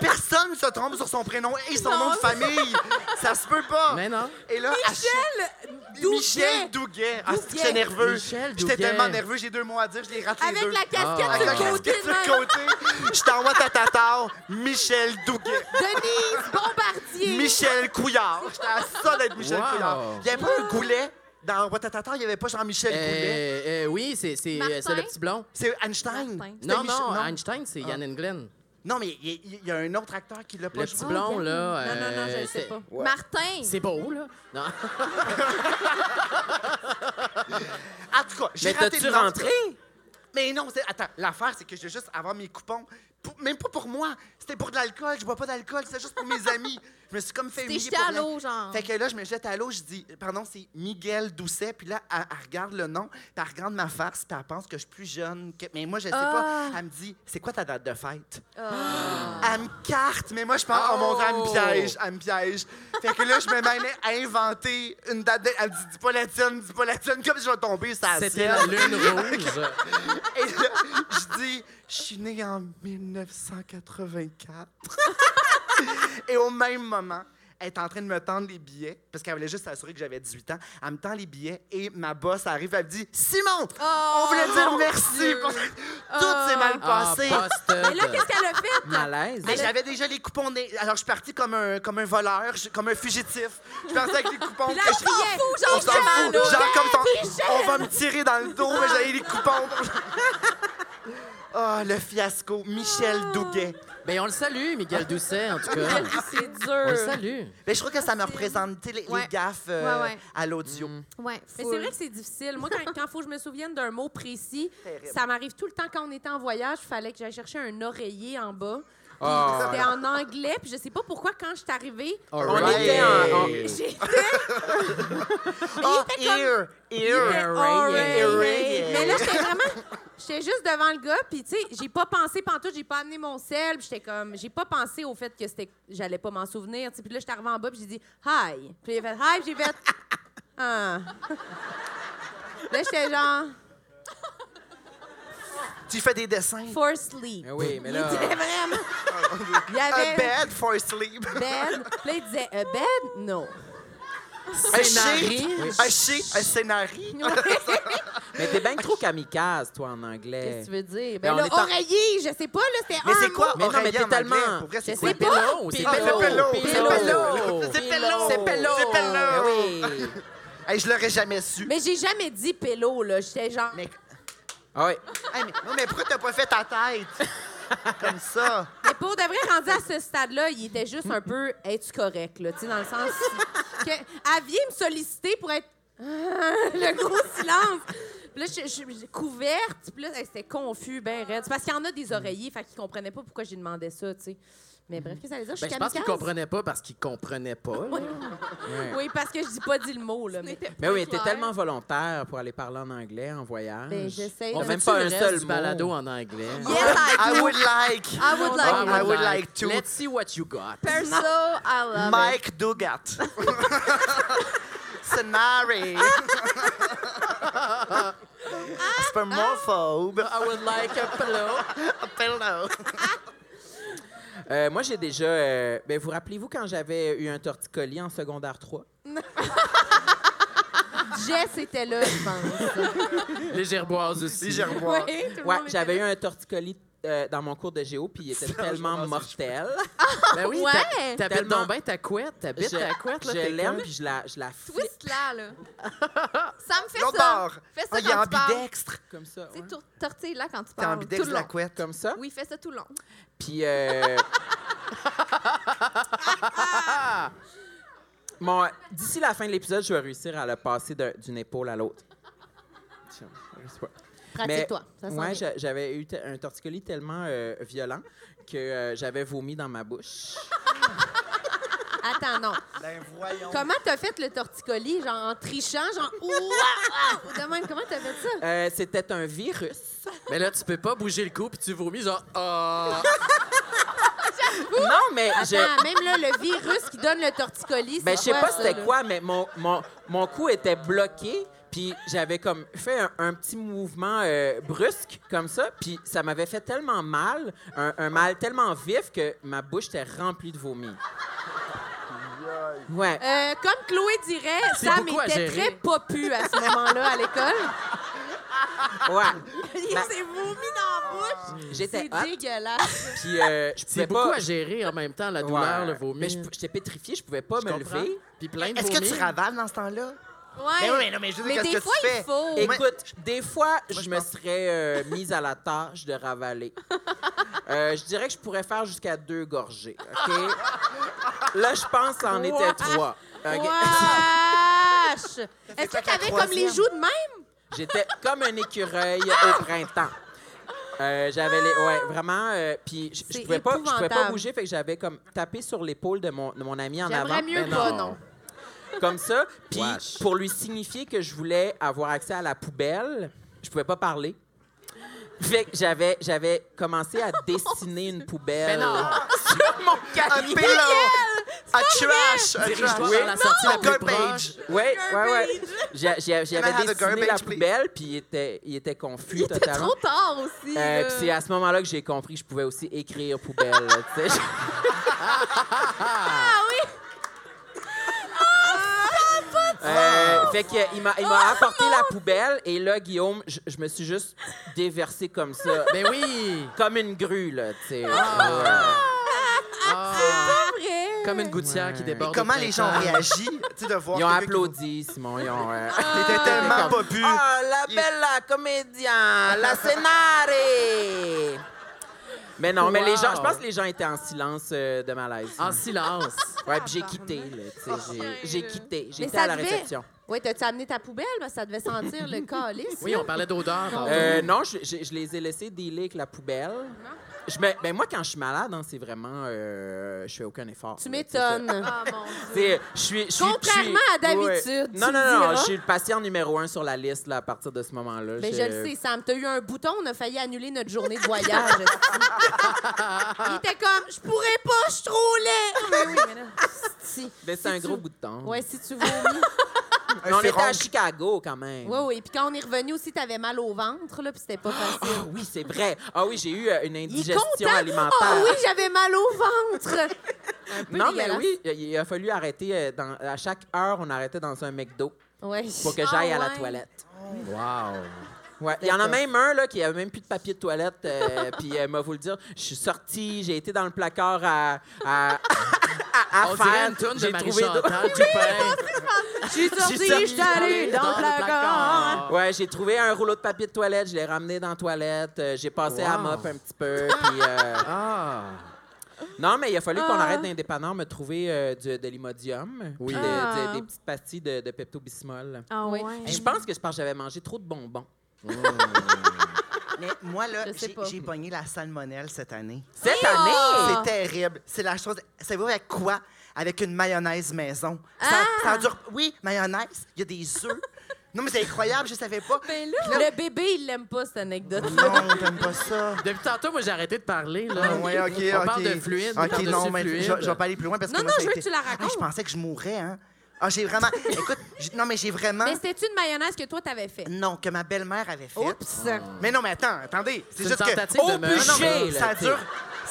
[SPEAKER 6] Personne se trompe sur son prénom et son nom de famille. Ça se peut pas.
[SPEAKER 5] Mais non.
[SPEAKER 6] Et là, à chaque-
[SPEAKER 3] Douguet.
[SPEAKER 6] Michel Douguet. Ah, c'est que j'étais nerveux.
[SPEAKER 5] Michel Douguet.
[SPEAKER 6] J'étais tellement nerveux, j'ai deux mots à dire, je les rate les deux.
[SPEAKER 3] Avec la
[SPEAKER 5] Ah.
[SPEAKER 3] casquette
[SPEAKER 6] Avec
[SPEAKER 3] sur
[SPEAKER 6] la
[SPEAKER 3] le côté
[SPEAKER 6] casquette
[SPEAKER 3] de
[SPEAKER 6] sur le
[SPEAKER 3] même.
[SPEAKER 6] côté, je t'envoie ta tatar, Michel Douguet.
[SPEAKER 3] Denise Bombardier.
[SPEAKER 6] Michel Couillard. J'étais à ça d'être Michel
[SPEAKER 5] Wow.
[SPEAKER 6] Couillard. Il n'y avait pas un goulet dans Watatata, il n'y avait pas Jean-Michel Goulet.
[SPEAKER 5] Euh, euh, oui, c'est c'est, euh, c'est
[SPEAKER 7] Martin?
[SPEAKER 5] le petit blond.
[SPEAKER 6] C'est Einstein.
[SPEAKER 7] Martin.
[SPEAKER 6] C'était
[SPEAKER 5] Non,
[SPEAKER 6] Mich-
[SPEAKER 5] non, Einstein, c'est Yann Englen.
[SPEAKER 6] Non, mais il y, il y a un autre acteur qui l'a
[SPEAKER 5] Le
[SPEAKER 6] pas
[SPEAKER 5] petit
[SPEAKER 6] joué.
[SPEAKER 5] blond, là.
[SPEAKER 7] Non, non, non, je
[SPEAKER 5] euh,
[SPEAKER 7] le sais
[SPEAKER 5] c'est-
[SPEAKER 7] pas. Martin!
[SPEAKER 5] C'est beau, là. Non.
[SPEAKER 6] En tout cas, j'ai
[SPEAKER 4] Mais
[SPEAKER 6] raté
[SPEAKER 4] t'as-tu
[SPEAKER 6] le nom.
[SPEAKER 4] rentré?
[SPEAKER 6] Mais non, c'est- attends, l'affaire, c'est que je vais juste avoir mes coupons. Pour- Même pas pour moi. C'était pour de l'alcool. Je bois pas d'alcool. C'était juste pour mes amis. Je me suis comme fait
[SPEAKER 7] T'es
[SPEAKER 6] humilier
[SPEAKER 7] jeté
[SPEAKER 6] pour
[SPEAKER 7] à
[SPEAKER 6] rien.
[SPEAKER 7] l'eau, genre.
[SPEAKER 6] Fait que là, je me jette à l'eau, je dis, pardon, c'est Miguel Doucet. Puis là, elle, elle regarde le nom, puis elle regarde ma farce, puis elle pense que je suis plus jeune. que- Mais moi, je sais pas. Elle me dit, c'est quoi ta date de fête? Elle me carte, mais moi, je pense, oh, mon Dieu, elle me piège, elle me piège. Fait que là, je me mène à inventer une date. de- Elle me dit, dis pas la tienne, dis pas la tienne, comme si je vais tomber sur la
[SPEAKER 5] C'était
[SPEAKER 6] sienne.
[SPEAKER 5] la lune rouge.
[SPEAKER 6] Et là, je dis, je suis née en 1984. Et au même moment, elle est en train de me tendre les billets, parce qu'elle voulait juste s'assurer que j'avais 18 ans. Elle me tend les billets et ma boss arrive, elle me dit, Simon,
[SPEAKER 5] Oh,
[SPEAKER 6] on voulait dire merci. pour- Tout s'est mal
[SPEAKER 5] Ah,
[SPEAKER 6] passé.
[SPEAKER 5] busted.
[SPEAKER 3] Mais là, qu'est-ce qu'elle a fait?
[SPEAKER 4] Malaise.
[SPEAKER 6] Mais j'avais déjà les coupons. nés. Alors, je suis parti comme un, comme un voleur, je- comme un fugitif. Je partais avec les coupons.
[SPEAKER 3] Puis là,
[SPEAKER 6] que
[SPEAKER 3] on
[SPEAKER 6] je-
[SPEAKER 3] s'en fout,
[SPEAKER 6] on s'en fout.
[SPEAKER 3] Jean-Michel.
[SPEAKER 6] Genre, comme ton- on va me tirer dans le dos, mais j'avais les coupons. Ah, le fiasco. Michel Douguet.
[SPEAKER 5] Ben, on le salue, Miguel Doucet, en tout cas.
[SPEAKER 3] Elle, C'est
[SPEAKER 6] Ah,
[SPEAKER 5] On le
[SPEAKER 3] dur.
[SPEAKER 5] salue.
[SPEAKER 6] Mais je trouve que ça me représente tu sais, les, les
[SPEAKER 7] Ouais.
[SPEAKER 6] gaffes euh,
[SPEAKER 7] Ouais, ouais.
[SPEAKER 6] à l'audio.
[SPEAKER 7] Ouais,
[SPEAKER 3] Mais
[SPEAKER 7] full.
[SPEAKER 3] c'est vrai que c'est difficile. Moi, quand il faut que je me souvienne d'un mot précis,
[SPEAKER 6] Terrible.
[SPEAKER 3] ça m'arrive tout le temps quand on était en voyage, il fallait que j'aille chercher un oreiller en bas. Puis
[SPEAKER 4] Ah.
[SPEAKER 3] C'était en anglais, puis je sais pas pourquoi, quand je suis arrivée,
[SPEAKER 5] All
[SPEAKER 4] On
[SPEAKER 5] right. Ben,
[SPEAKER 4] était en... on-
[SPEAKER 3] j'ai
[SPEAKER 6] Oh, ear, ear.
[SPEAKER 3] Oreiller.
[SPEAKER 6] Oreiller.
[SPEAKER 3] Mais là, j'étais vraiment. J'étais juste devant le gars, puis tu sais, j'ai pas pensé pantoute, j'ai pas amené mon sel, puis j'étais comme. J'ai pas pensé au fait que c'était. J'allais pas m'en souvenir, tu sais. Puis là, j'étais arrivée en bas, puis j'ai dit hi. Puis il a fait hi, puis j'ai fait. Ah. Là, j'étais genre
[SPEAKER 6] Tu fais des dessins.
[SPEAKER 3] for sleep.
[SPEAKER 4] Eh Oui, mais
[SPEAKER 3] Il
[SPEAKER 4] là...
[SPEAKER 3] disait vraiment. Il y
[SPEAKER 6] A
[SPEAKER 3] avait
[SPEAKER 6] bed for sleep.
[SPEAKER 3] un bed. Puis là, il disait a bed? Non.
[SPEAKER 6] Un
[SPEAKER 4] euh,
[SPEAKER 5] Scénarii.
[SPEAKER 6] shit. Un shit. Un scénarii.
[SPEAKER 4] Mais t'es bien trop kamikaze, toi, en anglais.
[SPEAKER 3] Qu'est-ce que tu veux dire?
[SPEAKER 4] Eh. Mais
[SPEAKER 3] Ben
[SPEAKER 4] on
[SPEAKER 3] là,
[SPEAKER 4] est en-
[SPEAKER 3] oreiller, je sais pas, là, c'était
[SPEAKER 6] Mais
[SPEAKER 3] un
[SPEAKER 6] c'est quoi?
[SPEAKER 3] mot.
[SPEAKER 4] Mais non, mais
[SPEAKER 6] oreiller
[SPEAKER 4] t'es
[SPEAKER 6] en anglais?
[SPEAKER 4] tellement-
[SPEAKER 6] Pour vrai, c'est
[SPEAKER 3] Je
[SPEAKER 6] quoi?
[SPEAKER 3] sais
[SPEAKER 5] C'est
[SPEAKER 3] pas.
[SPEAKER 5] Pello, c'est
[SPEAKER 6] Ah,
[SPEAKER 5] Pello.
[SPEAKER 6] c'est Pello,
[SPEAKER 5] Pello.
[SPEAKER 6] c'est Pello. C'est Pello.
[SPEAKER 4] C'est Pello.
[SPEAKER 6] C'est Pello.
[SPEAKER 4] Eh oui.
[SPEAKER 6] Hey, je l'aurais jamais su.
[SPEAKER 3] Mais j'ai jamais dit pélo, là. J'étais genre.
[SPEAKER 6] Mais,
[SPEAKER 4] Ah oui.
[SPEAKER 6] hey, mais, non, mais pourquoi t'as pas fait ta tête? Comme ça.
[SPEAKER 3] Mais pour de vrai, rendu à ce stade-là, il était juste un peu « Es-tu correct? » là, tu sais, dans le sens que... Elle vient me solliciter pour être... le gros silence. Puis là, je je- je- couverte. Puis là, hey, c'était confus, ben raide. C'est parce qu'il y en a des oreillers, fait qu'ils comprenaient pas pourquoi j'ai demandé ça, tu sais. Mais bref, qu'est-ce que ça veut dire? Je
[SPEAKER 5] Ben,
[SPEAKER 3] suis
[SPEAKER 5] je pense qu'il
[SPEAKER 3] kamikaze?
[SPEAKER 5] comprenait pas parce qu'il comprenait pas. là.
[SPEAKER 3] Oui, parce que je dis pas dit le mot, là. Mais,
[SPEAKER 6] Ben
[SPEAKER 4] Mais oui, t'es tellement volontaire pour aller parler en anglais en voyage.
[SPEAKER 3] Ben, j'essaie.
[SPEAKER 4] On
[SPEAKER 3] On
[SPEAKER 4] n'a même
[SPEAKER 5] Fais-tu
[SPEAKER 4] pas
[SPEAKER 5] le
[SPEAKER 4] un
[SPEAKER 5] reste
[SPEAKER 4] seul
[SPEAKER 5] du
[SPEAKER 4] mot.
[SPEAKER 5] balado en anglais.
[SPEAKER 7] Yes, I
[SPEAKER 6] I
[SPEAKER 7] do.
[SPEAKER 6] would like
[SPEAKER 7] I would
[SPEAKER 5] Ah,
[SPEAKER 7] like
[SPEAKER 6] I would like to.
[SPEAKER 5] Let's see what you got.
[SPEAKER 7] Perso, I love it.
[SPEAKER 6] Mike Dugat. Scenari.
[SPEAKER 7] Ah,
[SPEAKER 6] Spermophobe.
[SPEAKER 5] I would like a pillow.
[SPEAKER 6] Pillow.
[SPEAKER 4] Euh, moi, j'ai déjà. euh, ben, vous rappelez-vous quand j'avais eu un torticolis en secondaire 3?
[SPEAKER 3] Jess était là, je pense.
[SPEAKER 5] Les gerboises aussi.
[SPEAKER 6] Si j'ai revoir.
[SPEAKER 3] Oui, tout le
[SPEAKER 4] Ouais,
[SPEAKER 3] monde était
[SPEAKER 4] j'avais eu
[SPEAKER 3] là.
[SPEAKER 4] un torticolis euh, dans mon cours de géo, puis il était tellement mortel.
[SPEAKER 5] Ben oui,
[SPEAKER 7] Ouais.
[SPEAKER 5] t'a- t'appelles
[SPEAKER 4] Tellement-
[SPEAKER 5] donc bien ta couette, t'habites
[SPEAKER 4] Je-
[SPEAKER 5] ta couette. Là,
[SPEAKER 4] je
[SPEAKER 5] t'es
[SPEAKER 4] l'aime,
[SPEAKER 5] comme-
[SPEAKER 4] puis je la, je la flippe
[SPEAKER 7] Twist-la, là. Ça me fait
[SPEAKER 6] L'autre
[SPEAKER 7] ça.
[SPEAKER 6] bord.
[SPEAKER 7] Fais
[SPEAKER 6] Ah,
[SPEAKER 7] ça
[SPEAKER 6] il est
[SPEAKER 7] quand tu parles.
[SPEAKER 6] ambidextre.
[SPEAKER 4] comme ça.
[SPEAKER 7] Tu
[SPEAKER 4] ouais.
[SPEAKER 7] sais, tortille-la quand tu
[SPEAKER 6] T'es
[SPEAKER 7] parles. Tout
[SPEAKER 6] ambidextre
[SPEAKER 7] le
[SPEAKER 6] la
[SPEAKER 7] long.
[SPEAKER 6] couette.
[SPEAKER 4] Comme ça.
[SPEAKER 7] Oui, fais ça tout le long.
[SPEAKER 4] Puis. euh, Bon, d'ici la fin de l'épisode, je vais réussir à le passer d'un- d'une épaule à l'autre. Je sais pas.
[SPEAKER 3] Pratique-toi. Ça sent
[SPEAKER 4] Ouais,
[SPEAKER 3] bien.
[SPEAKER 4] j'a- j'avais eu te- un torticolis tellement euh, violent que euh, j'avais vomi dans ma bouche.
[SPEAKER 3] Attends, non.
[SPEAKER 6] Ben voyons.
[SPEAKER 3] Comment t'as fait le torticolis, genre en trichant, genre ouah, ouah, ou de même, comment t'as fait ça?
[SPEAKER 4] Euh, C'était un virus.
[SPEAKER 5] Mais là, tu peux pas bouger le cou puis tu vomis genre. Ah!
[SPEAKER 4] Non, mais je,
[SPEAKER 3] Attends, Ah, même là, le virus qui donne le torticolis, c'est
[SPEAKER 4] ben, je sais pas
[SPEAKER 3] ça,
[SPEAKER 4] c'était
[SPEAKER 3] là?
[SPEAKER 4] quoi, mais mon, mon, mon cou était bloqué. Puis j'avais comme fait un, un petit mouvement euh, brusque comme ça, puis ça m'avait fait tellement mal, un, un mal tellement vif que ma bouche était remplie de vomi. Ouais.
[SPEAKER 3] Euh, comme Chloé dirait,
[SPEAKER 5] C'est
[SPEAKER 3] Sam
[SPEAKER 5] beaucoup à
[SPEAKER 3] était
[SPEAKER 5] gérer.
[SPEAKER 3] très popu à ce moment-là à l'école.
[SPEAKER 4] Ouais.
[SPEAKER 3] Il s'est vomi dans la bouche.
[SPEAKER 4] J'étais
[SPEAKER 3] C'est
[SPEAKER 4] hot,
[SPEAKER 3] dégueulasse.
[SPEAKER 4] puis euh, je
[SPEAKER 5] C'est
[SPEAKER 4] pouvais
[SPEAKER 5] beaucoup
[SPEAKER 4] pas.
[SPEAKER 5] à gérer en même temps, la
[SPEAKER 4] Ouais.
[SPEAKER 5] douleur, le vomi.
[SPEAKER 4] Mais je- j'étais pétrifiée, je pouvais pas me lever.
[SPEAKER 5] Puis plein de
[SPEAKER 6] Est-ce que tu
[SPEAKER 5] vomi.
[SPEAKER 6] ravales dans ce temps-là?
[SPEAKER 3] Ouais.
[SPEAKER 6] Ben oui, mais non, mais je veux dire,
[SPEAKER 3] des
[SPEAKER 6] qu'est-ce que
[SPEAKER 3] fois,
[SPEAKER 6] tu fais?
[SPEAKER 3] il faut.
[SPEAKER 6] Et- Moi-
[SPEAKER 4] Écoute, des fois, je
[SPEAKER 6] je
[SPEAKER 4] me
[SPEAKER 6] pense-
[SPEAKER 4] serais euh, mise à la tâche de ravaler. Euh, je dirais que je pourrais faire jusqu'à deux gorgées, OK? Là, je pense que ça en était trois. OK?
[SPEAKER 3] Wesh! Est-ce que t'avais comme les joues de même?
[SPEAKER 4] J'étais comme un écureuil au printemps. Euh, j'avais les ouais vraiment euh, puis je- je
[SPEAKER 3] C'est
[SPEAKER 4] pouvais pas je pouvais pas
[SPEAKER 3] épouvantable.
[SPEAKER 4] bouger fait que j'avais comme tapé sur l'épaule de mon de mon ami en avant
[SPEAKER 3] J'aimerais mieux
[SPEAKER 4] Ben
[SPEAKER 3] pas, non.
[SPEAKER 4] comme ça. Puis
[SPEAKER 5] Wesh.
[SPEAKER 4] pour lui signifier que je voulais avoir accès à la poubelle, je pouvais pas parler. Fait que j'avais, j'avais commencé à dessiner une poubelle.
[SPEAKER 5] Mais non.
[SPEAKER 4] Sur mon
[SPEAKER 6] Un
[SPEAKER 4] cahier.
[SPEAKER 6] pillow! Un trash! Un
[SPEAKER 5] Dirige-toi
[SPEAKER 6] trash!
[SPEAKER 5] vers la sortie la plus
[SPEAKER 6] Girl
[SPEAKER 5] proche.
[SPEAKER 6] page!
[SPEAKER 4] Ouais, ouais, ouais. J'ai- j'ai-
[SPEAKER 6] Can I have
[SPEAKER 4] J'avais
[SPEAKER 6] the
[SPEAKER 4] dessiné
[SPEAKER 6] garbage,
[SPEAKER 4] la
[SPEAKER 6] please?
[SPEAKER 4] poubelle, puis il était, il était confus
[SPEAKER 7] Il était
[SPEAKER 4] totalement.
[SPEAKER 7] trop tard aussi.
[SPEAKER 4] Euh,
[SPEAKER 7] là.
[SPEAKER 4] puis c'est à ce moment-là que j'ai compris que je pouvais aussi écrire poubelle. là, tu sais.
[SPEAKER 3] Ah oui!
[SPEAKER 4] Euh, fait que il m'a il m'a apporté la poubelle et là Guillaume, je, je me suis juste déversé comme ça,
[SPEAKER 5] Ben oui!
[SPEAKER 4] comme une grue là, tu sais. Ouais.
[SPEAKER 5] Ah.
[SPEAKER 3] Après.
[SPEAKER 5] Comme une gouttière
[SPEAKER 4] Ouais.
[SPEAKER 5] qui déborde. au
[SPEAKER 6] Comment les gens ont
[SPEAKER 5] printemps.
[SPEAKER 6] réagi? Tu sais, de voir
[SPEAKER 4] Ils ont
[SPEAKER 6] quelqu'un qui- Ah.
[SPEAKER 4] applaudi, Simon. Ils ont. euh,
[SPEAKER 6] T'étais tellement pas pu.
[SPEAKER 4] Ah, la bella comédien, la scénare! Mais non, mais les gens, je pense que les gens étaient en silence euh, de malaise.
[SPEAKER 5] En silence.
[SPEAKER 4] ouais,
[SPEAKER 3] Ah,
[SPEAKER 4] puis j'ai quitté, là, tu sais, j'ai- j'ai quitté.
[SPEAKER 3] Oh, Mais
[SPEAKER 4] J'étais
[SPEAKER 3] ça
[SPEAKER 4] à la
[SPEAKER 3] devait-
[SPEAKER 4] réception.
[SPEAKER 3] Ouais, t'as-tu amené ta poubelle? Parce que ça devait sentir le calice.
[SPEAKER 5] Oui, on parlait d'odeur.
[SPEAKER 3] Oh.
[SPEAKER 5] tantôt.
[SPEAKER 4] Euh, non, je, je- je les ai laissés dealer avec la poubelle.
[SPEAKER 3] Uh-huh.
[SPEAKER 4] Je me- ben moi, quand je suis malade, hein, c'est vraiment. euh, je fais aucun effort.
[SPEAKER 3] Tu
[SPEAKER 4] là, tu sais, ça-
[SPEAKER 3] m'étonnes.
[SPEAKER 7] Ah, mon Dieu.
[SPEAKER 4] C'est- je suis- je suis- je
[SPEAKER 3] Contrairement
[SPEAKER 4] suis-
[SPEAKER 3] à d'habitude, tu
[SPEAKER 4] Non,
[SPEAKER 3] me
[SPEAKER 4] non, non,
[SPEAKER 3] diras.
[SPEAKER 4] je suis le patient numéro un sur la liste là, à partir de ce moment-là.
[SPEAKER 3] Mais Ben, je
[SPEAKER 4] J'ai-
[SPEAKER 3] le sais, Sam, t'as eu un bouton, on a failli annuler notre journée de voyage. Il était comme, je pourrais pas, je suis trop laid. Mais oui, mais là,
[SPEAKER 7] Ah,
[SPEAKER 3] si.
[SPEAKER 4] Mais c'est
[SPEAKER 3] Si
[SPEAKER 4] un
[SPEAKER 3] tu-
[SPEAKER 4] gros bout de temps.
[SPEAKER 3] Ouais, si tu vomis.
[SPEAKER 6] Un
[SPEAKER 4] Mais on était
[SPEAKER 6] féroncle.
[SPEAKER 4] à Chicago quand même.
[SPEAKER 3] Oui, oui. Puis quand on est revenu aussi, t'avais mal au ventre, là, puis c'était pas
[SPEAKER 4] Ah
[SPEAKER 3] facile.
[SPEAKER 4] oui, c'est vrai. Ah oui, j'ai eu euh, une
[SPEAKER 3] Il est
[SPEAKER 4] indigestion
[SPEAKER 3] content.
[SPEAKER 4] alimentaire.
[SPEAKER 3] Ah oui, j'avais mal au ventre. Un peu
[SPEAKER 4] non, mais
[SPEAKER 3] dégueulasse.
[SPEAKER 4] oui, il a fallu arrêter. euh, dans- à chaque heure, on arrêtait dans un McDo
[SPEAKER 3] Ouais.
[SPEAKER 4] pour que j'aille
[SPEAKER 3] Ah
[SPEAKER 4] à la
[SPEAKER 3] ouais.
[SPEAKER 4] toilette.
[SPEAKER 5] Wow.
[SPEAKER 4] Ouais. Il y en a même un là, qui avait même plus de papier de toilette. euh, puis elle m'a vous le dire, je suis sortie, j'ai été dans le placard à, à, à, à
[SPEAKER 5] On dirait
[SPEAKER 4] faire.
[SPEAKER 5] une toune de
[SPEAKER 4] J'ai trouvé d'autres-
[SPEAKER 5] Marie-Chantal Dupin.
[SPEAKER 3] Je suis sortie,
[SPEAKER 4] sortie,
[SPEAKER 3] je suis allée dans le placard.
[SPEAKER 4] Ouais, j'ai trouvé un rouleau de papier de toilette, je l'ai ramené dans la toilette, euh, j'ai passé à
[SPEAKER 5] Wow.
[SPEAKER 4] mop un petit peu, puis euh,
[SPEAKER 5] Ah.
[SPEAKER 4] Non, mais il a fallu qu'on arrête d'un dépanneur me trouver euh, du, de l'imodium,
[SPEAKER 5] Oui.
[SPEAKER 4] puis de-
[SPEAKER 3] Ah.
[SPEAKER 4] de- des petites pastilles de, de Pepto-Bismol.
[SPEAKER 8] Ah
[SPEAKER 3] oui.
[SPEAKER 8] oui.
[SPEAKER 7] Oh
[SPEAKER 4] Puis Je pense que c'est parce que j'avais mangé trop de bonbons.
[SPEAKER 6] Mais moi, là,
[SPEAKER 3] Je sais
[SPEAKER 6] j'ai
[SPEAKER 3] pas.
[SPEAKER 6] j'ai pogné la salmonelle cette année.
[SPEAKER 4] Cette année!
[SPEAKER 6] C'est terrible. C'est la chose. Savez-vous avec quoi? Avec une mayonnaise maison. Ça,
[SPEAKER 5] Ah!
[SPEAKER 6] ça dure. Oui, mayonnaise, il y a des œufs. non, mais c'est incroyable, je savais pas.
[SPEAKER 3] Ben là, le bébé, il l'aime pas, cette anecdote.
[SPEAKER 6] Non, t'aimes pas ça.
[SPEAKER 5] Depuis tantôt, moi, j'ai arrêté de parler. Là.
[SPEAKER 6] Ah, ouais, ok,
[SPEAKER 5] On
[SPEAKER 6] ok.
[SPEAKER 5] parle de fluide.
[SPEAKER 6] Ok,
[SPEAKER 5] par-dessus
[SPEAKER 6] non, mais
[SPEAKER 5] fluide.
[SPEAKER 6] je, je vais pas aller plus loin parce
[SPEAKER 3] Non,
[SPEAKER 6] que. moi,
[SPEAKER 3] non,
[SPEAKER 6] ça a
[SPEAKER 3] je veux
[SPEAKER 6] été-
[SPEAKER 3] que tu la
[SPEAKER 6] Ah,
[SPEAKER 3] racontes.
[SPEAKER 6] je pensais que je mourrais, hein. Ah, j'ai vraiment. Écoute, j'ai- non, mais j'ai vraiment.
[SPEAKER 3] Mais c'était une mayonnaise que toi, t'avais fait.
[SPEAKER 6] Non, que ma belle-mère avait fait.
[SPEAKER 3] Oups!
[SPEAKER 6] Mais non, mais attends, attendez. C'est
[SPEAKER 5] C'est
[SPEAKER 6] juste
[SPEAKER 5] une
[SPEAKER 6] que.
[SPEAKER 5] tentative de
[SPEAKER 6] Au
[SPEAKER 5] meurtre.
[SPEAKER 6] bûcher,
[SPEAKER 5] Non, non,
[SPEAKER 6] ça
[SPEAKER 5] mais-
[SPEAKER 6] dure.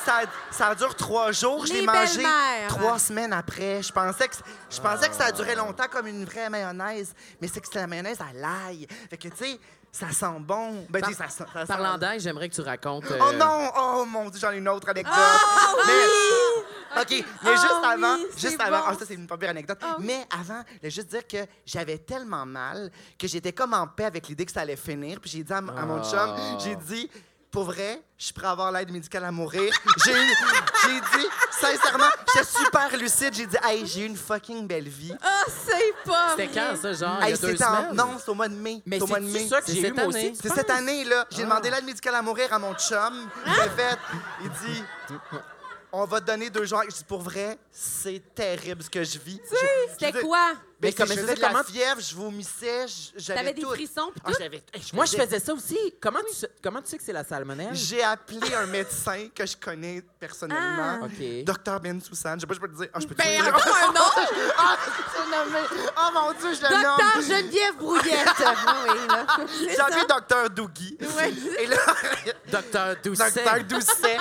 [SPEAKER 6] Ça, ça dure trois jours. Je
[SPEAKER 3] Les
[SPEAKER 6] l'ai mangé
[SPEAKER 3] belles-mères.
[SPEAKER 6] trois semaines après. Je pensais que, je pensais que ça durait longtemps comme une vraie mayonnaise, mais c'est que c'est la mayonnaise à l'ail. Fait que, tu sais, ça sent bon. Ben, tu sais, ça, sent- ça sent-
[SPEAKER 5] Parlant d'ail, j'aimerais que tu racontes. euh,
[SPEAKER 6] Oh non! Oh mon Dieu, j'en ai une autre anecdote. mais, OK, mais
[SPEAKER 3] Oh
[SPEAKER 6] juste avant,
[SPEAKER 3] oui, c'est
[SPEAKER 6] juste avant,
[SPEAKER 3] bon.
[SPEAKER 6] ah, ça c'est une pas pire anecdote, mais avant, je voulais juste dire que j'avais tellement mal que j'étais comme en paix avec l'idée que ça allait finir, puis j'ai dit à, m- à mon chum, j'ai dit pour vrai, je pourrais avoir l'aide médicale à mourir. J'ai eu- j'ai dit, sincèrement, j'étais super lucide. J'ai dit, hey, j'ai eu une fucking belle vie.
[SPEAKER 3] Ah, c'est pas
[SPEAKER 5] C'était
[SPEAKER 3] vrai.
[SPEAKER 5] quand, ça, genre? il y
[SPEAKER 6] Hey,
[SPEAKER 5] a deux
[SPEAKER 6] c'était en-
[SPEAKER 5] semaines?
[SPEAKER 6] Non, c'est au mois de mai.
[SPEAKER 4] Mais
[SPEAKER 6] c'est au mois de mai.
[SPEAKER 4] c'est ça que
[SPEAKER 5] C'est
[SPEAKER 4] j'ai eu,
[SPEAKER 5] cette
[SPEAKER 4] moi aussi.
[SPEAKER 5] année.
[SPEAKER 4] tu
[SPEAKER 6] C'est cette année, là.
[SPEAKER 3] Ah.
[SPEAKER 6] J'ai demandé l'aide médicale à mourir à mon chum. Il l'a fait. Il dit On va te donner deux jours. Je dis Pour vrai, c'est terrible ce que je vis. Je- je
[SPEAKER 3] C'était
[SPEAKER 6] veux-
[SPEAKER 3] quoi?
[SPEAKER 6] Mais
[SPEAKER 4] Mais
[SPEAKER 6] comme je
[SPEAKER 4] c'est-
[SPEAKER 6] faisais
[SPEAKER 4] c'est
[SPEAKER 6] de la
[SPEAKER 4] comment-
[SPEAKER 6] fièvre, je vomissais, je- j'avais
[SPEAKER 3] T'avais des
[SPEAKER 6] tout.
[SPEAKER 3] frissons pis
[SPEAKER 6] Ah,
[SPEAKER 3] tout?
[SPEAKER 6] j'avais- hey,
[SPEAKER 4] Moi, je faisais ça aussi. Comment, tu, sais- comment tu sais que c'est la salmonelle?
[SPEAKER 6] J'ai appelé un médecin que je connais personnellement.
[SPEAKER 4] Ah. OK.
[SPEAKER 6] Docteur Ben Soussan. Je sais pas, je peux te dire. Ah, je peux te
[SPEAKER 3] Ben,
[SPEAKER 6] dire.
[SPEAKER 3] encore un nom!
[SPEAKER 6] Ah, je l'ai nommé. Oh mon Dieu, je
[SPEAKER 3] Ah
[SPEAKER 6] le
[SPEAKER 3] Docteur
[SPEAKER 6] nomme.
[SPEAKER 3] Geneviève Brouillette! oui, là.
[SPEAKER 6] J'ai appelé Docteur Doogie. Et là,
[SPEAKER 5] Docteur Doucet.
[SPEAKER 6] Docteur Doucet.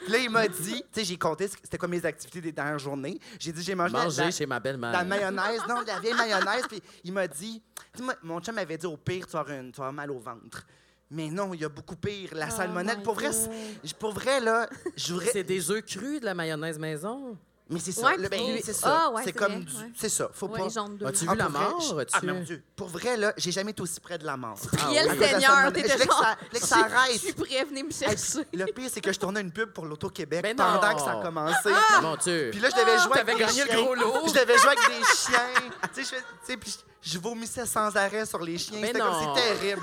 [SPEAKER 6] Puis là, il m'a dit, tu sais, j'ai compté ce- c'était quoi mes activités des dernières journées. J'ai dit, j'ai mangé la-
[SPEAKER 5] Manger
[SPEAKER 6] la,
[SPEAKER 5] chez ma belle-mère.
[SPEAKER 6] la mayonnaise, non, de la vieille mayonnaise. Puis il m'a dit, tu sais, moi, mon chum m'avait dit, au pire, tu vas avoir, une- tu vas avoir mal au ventre. Mais non, il y a beaucoup pire. La
[SPEAKER 7] Oh
[SPEAKER 6] salmonelle, pour vrai, c'est- pour vrai, là, je voudrais.
[SPEAKER 5] C'est des œufs crus de la mayonnaise maison.
[SPEAKER 6] Mais c'est ça.
[SPEAKER 3] Ouais,
[SPEAKER 6] le- ben,
[SPEAKER 3] puis-
[SPEAKER 6] c'est ça.
[SPEAKER 7] Ah, ouais,
[SPEAKER 6] c'est
[SPEAKER 7] c'est
[SPEAKER 6] comme
[SPEAKER 7] vrai,
[SPEAKER 6] du-
[SPEAKER 7] ouais.
[SPEAKER 6] C'est ça. Faut
[SPEAKER 7] Ouais,
[SPEAKER 6] pas.
[SPEAKER 7] les jaunes d'œufs.
[SPEAKER 5] As-tu
[SPEAKER 6] Ah,
[SPEAKER 5] vu la
[SPEAKER 6] pour vrai,
[SPEAKER 5] mort?
[SPEAKER 6] je-
[SPEAKER 5] As-tu-
[SPEAKER 6] Ah, mon Dieu. Pour vrai, là, j'ai jamais été aussi près de la mort.
[SPEAKER 5] Ah,
[SPEAKER 7] Priez
[SPEAKER 6] À
[SPEAKER 7] le
[SPEAKER 6] cause de la
[SPEAKER 7] Seigneur,
[SPEAKER 6] salmonelle. Je
[SPEAKER 7] t'étais
[SPEAKER 6] voulais que
[SPEAKER 7] genre...
[SPEAKER 6] ça- je voulais que ça arrête.
[SPEAKER 7] Je suis prêt, venez me
[SPEAKER 6] Hey,
[SPEAKER 7] chercher.
[SPEAKER 6] puis le pire, c'est que je tournais une pub pour l'Auto-Québec
[SPEAKER 5] Ben non!
[SPEAKER 6] pendant que ça a commencé.
[SPEAKER 5] Mon Dieu.
[SPEAKER 6] Puis là, je devais jouer
[SPEAKER 5] T'avais
[SPEAKER 6] avec des
[SPEAKER 5] gagné le
[SPEAKER 6] chiens.
[SPEAKER 5] gros lot.
[SPEAKER 6] Je devais jouer avec des chiens. tu sais, je fais- tu sais, puis je je vomissais sans arrêt sur les chiens.
[SPEAKER 5] Ben
[SPEAKER 6] C'était comme,
[SPEAKER 5] non.
[SPEAKER 6] c'est terrible.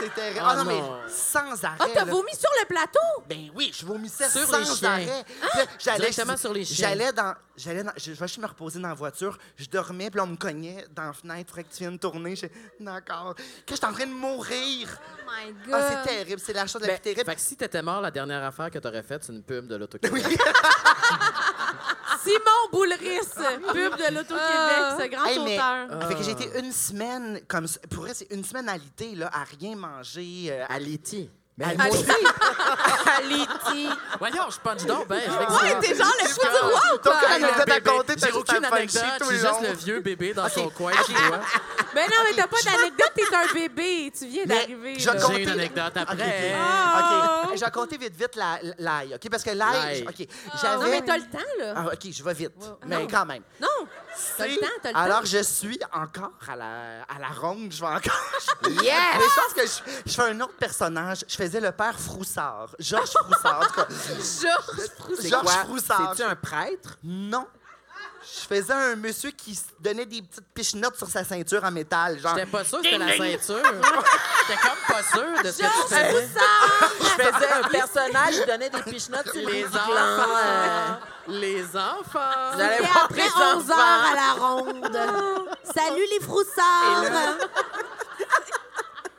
[SPEAKER 6] c'est terrible. Ah
[SPEAKER 5] Ah
[SPEAKER 6] non, mais
[SPEAKER 5] non.
[SPEAKER 6] sans arrêt.
[SPEAKER 3] Ah, t'as
[SPEAKER 6] là.
[SPEAKER 3] vomi sur le plateau?
[SPEAKER 6] Ben oui, je vomissais
[SPEAKER 5] Sur
[SPEAKER 6] sans
[SPEAKER 5] les chiens.
[SPEAKER 6] arrêt. Puis là, j'allais-
[SPEAKER 5] Directement sur les chiens.
[SPEAKER 6] J'allais dans, j'allais dans, je, je vais juste me reposer dans la voiture. Je dormais, puis là, on me cognait dans la fenêtre. Faudrait que tu viennes tourner. Je d'accord. Que j'étais en train de mourir.
[SPEAKER 7] Oh my God.
[SPEAKER 6] Ah, c'est terrible. C'est la chose la
[SPEAKER 5] Ben,
[SPEAKER 6] plus terrible.
[SPEAKER 5] Fait que si t'étais mort, la dernière affaire que t'aurais faite, c'est une pub de l'autocollant.
[SPEAKER 6] Ah.
[SPEAKER 3] Simon Boulris, pub de l'Auto-Québec, ce grand
[SPEAKER 6] Hey, mais- Ah.
[SPEAKER 3] auteur.
[SPEAKER 6] Fait que j'ai été une semaine comme ça. Pour vrai, c'est une semaine à l'été, là, à rien manger, euh, à l'été. À
[SPEAKER 5] moi
[SPEAKER 6] l'été.
[SPEAKER 5] Voyons, je punch donc, ben.
[SPEAKER 7] Ouais, t'es genre le fou du roi ou
[SPEAKER 6] T'as
[SPEAKER 7] quoi?
[SPEAKER 6] aucune anecdote à compter,
[SPEAKER 5] J'ai
[SPEAKER 6] t'as juste
[SPEAKER 5] aucune
[SPEAKER 6] à me faire
[SPEAKER 5] anecdote,
[SPEAKER 6] chier tout
[SPEAKER 5] j'ai
[SPEAKER 6] le
[SPEAKER 5] juste
[SPEAKER 6] long.
[SPEAKER 5] le vieux bébé dans son coin qui voit.
[SPEAKER 3] Ben non, mais t'as pas d'anecdote, t'es un bébé. Tu viens
[SPEAKER 6] Mais
[SPEAKER 3] d'arriver.
[SPEAKER 6] je
[SPEAKER 3] là.
[SPEAKER 6] compte-
[SPEAKER 5] J'ai une anecdote
[SPEAKER 6] OK,
[SPEAKER 5] après.
[SPEAKER 3] Oh!
[SPEAKER 6] OK. OK. J'ai compté vite, vite la- l'ail, OK? Parce que l'ail,
[SPEAKER 5] L'ail.
[SPEAKER 6] j- OK,
[SPEAKER 3] Non, mais
[SPEAKER 6] j'avais...
[SPEAKER 3] t'as le temps, là.
[SPEAKER 6] Ah, OK, je vais vite, mais
[SPEAKER 3] Non.
[SPEAKER 6] quand même.
[SPEAKER 3] Non! T'as le temps, t'as le
[SPEAKER 6] Alors,
[SPEAKER 3] temps.
[SPEAKER 6] je suis encore à la, à la ronde. Je vais encore. Yes! Mais je pense que je, je fais un autre personnage. Je faisais le père Froussard. Georges Froussard. en tout cas.
[SPEAKER 3] Georges
[SPEAKER 4] C'est
[SPEAKER 6] Georges
[SPEAKER 4] quoi?
[SPEAKER 6] Froussard.
[SPEAKER 4] C'est-tu un prêtre?
[SPEAKER 6] Non. Je faisais un monsieur qui se donnait des petites pichenottes sur sa ceinture en métal. Genre,
[SPEAKER 5] J'étais pas sûr que c'était la ceinture. J'étais comme pas sûr de ce que tu faisais.
[SPEAKER 4] Je faisais un personnage, je donnais des pichenottes sur
[SPEAKER 5] Les
[SPEAKER 4] les enfants.
[SPEAKER 5] enfants. Les enfants.
[SPEAKER 4] J'allais
[SPEAKER 3] C'était
[SPEAKER 4] voir
[SPEAKER 3] après
[SPEAKER 4] les
[SPEAKER 3] 11 heures
[SPEAKER 4] enfants.
[SPEAKER 3] à la ronde. Salut les froussards!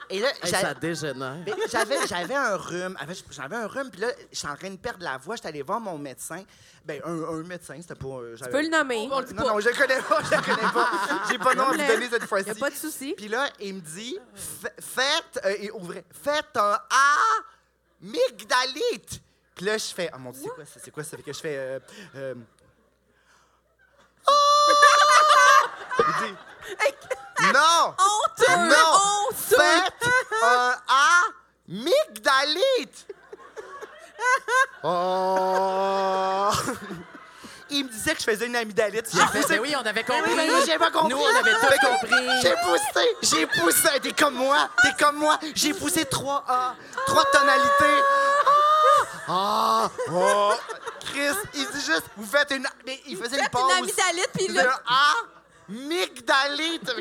[SPEAKER 6] Et là,
[SPEAKER 5] Hey,
[SPEAKER 6] j'a-
[SPEAKER 5] ça dégénère.
[SPEAKER 6] Mais j'avais, j'avais un rhume. Avait- J'avais un rhume, puis là, je suis en train de perdre la voix. J'étais allé voir mon médecin. Ben, un, un médecin, c'était pas. euh,
[SPEAKER 3] Tu
[SPEAKER 6] j'avais-
[SPEAKER 3] peux le nommer.
[SPEAKER 6] Non, non, je le connais pas, je le connais pas. J'ai pas de nom à vous donner cette fois-ci.
[SPEAKER 3] Y a pas de souci.
[SPEAKER 6] Puis là, il me dit, F- faites, euh, et ouvrez, faites un A mygdalite. Puis là, je fais, oh mon Dieu, c'est quoi ça? C'est quoi ça? Fait que je fais, euh, euh, Oh! Il dit, non!
[SPEAKER 3] Honteux!
[SPEAKER 6] Non!
[SPEAKER 3] Honteux!
[SPEAKER 6] Faites un A mygdalite. Oh! Il me disait que je faisais une amygdalite. J'ai poussé.
[SPEAKER 5] Ben oui, on avait compris.
[SPEAKER 6] Mais moi, j'ai pas compris.
[SPEAKER 5] Nous, on avait
[SPEAKER 6] Fait
[SPEAKER 5] tout
[SPEAKER 6] que J'ai
[SPEAKER 5] compris.
[SPEAKER 6] poussé. J'ai poussé. T'es comme moi. T'es comme moi. J'ai poussé trois A, trois tonalités. Ah! Oh! Chris, il dit juste, vous faites une. Mais il faisait une
[SPEAKER 7] Faites
[SPEAKER 6] pause.
[SPEAKER 7] une amygdalite, puis
[SPEAKER 6] Il
[SPEAKER 7] là...
[SPEAKER 6] faisait un A mygdalite.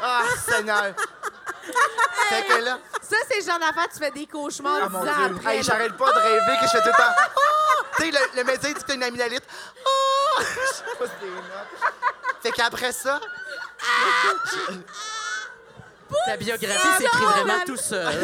[SPEAKER 6] Ah, Seigneur. Fait que là,
[SPEAKER 3] Ça, c'est le genre d'affaires, tu fais des cauchemars
[SPEAKER 6] ah
[SPEAKER 3] dix
[SPEAKER 6] mon
[SPEAKER 3] ans
[SPEAKER 6] Dieu,
[SPEAKER 3] après.
[SPEAKER 6] Hey,
[SPEAKER 3] là.
[SPEAKER 6] j'arrête pas de rêver que je fais tout le temps. tu sais, le, le médecin dit que t'as une amygdalite. Ah! je sais pas si c'est une autre. Fait qu'après ça,
[SPEAKER 5] Ta biographie s'écrit vraiment tout seul.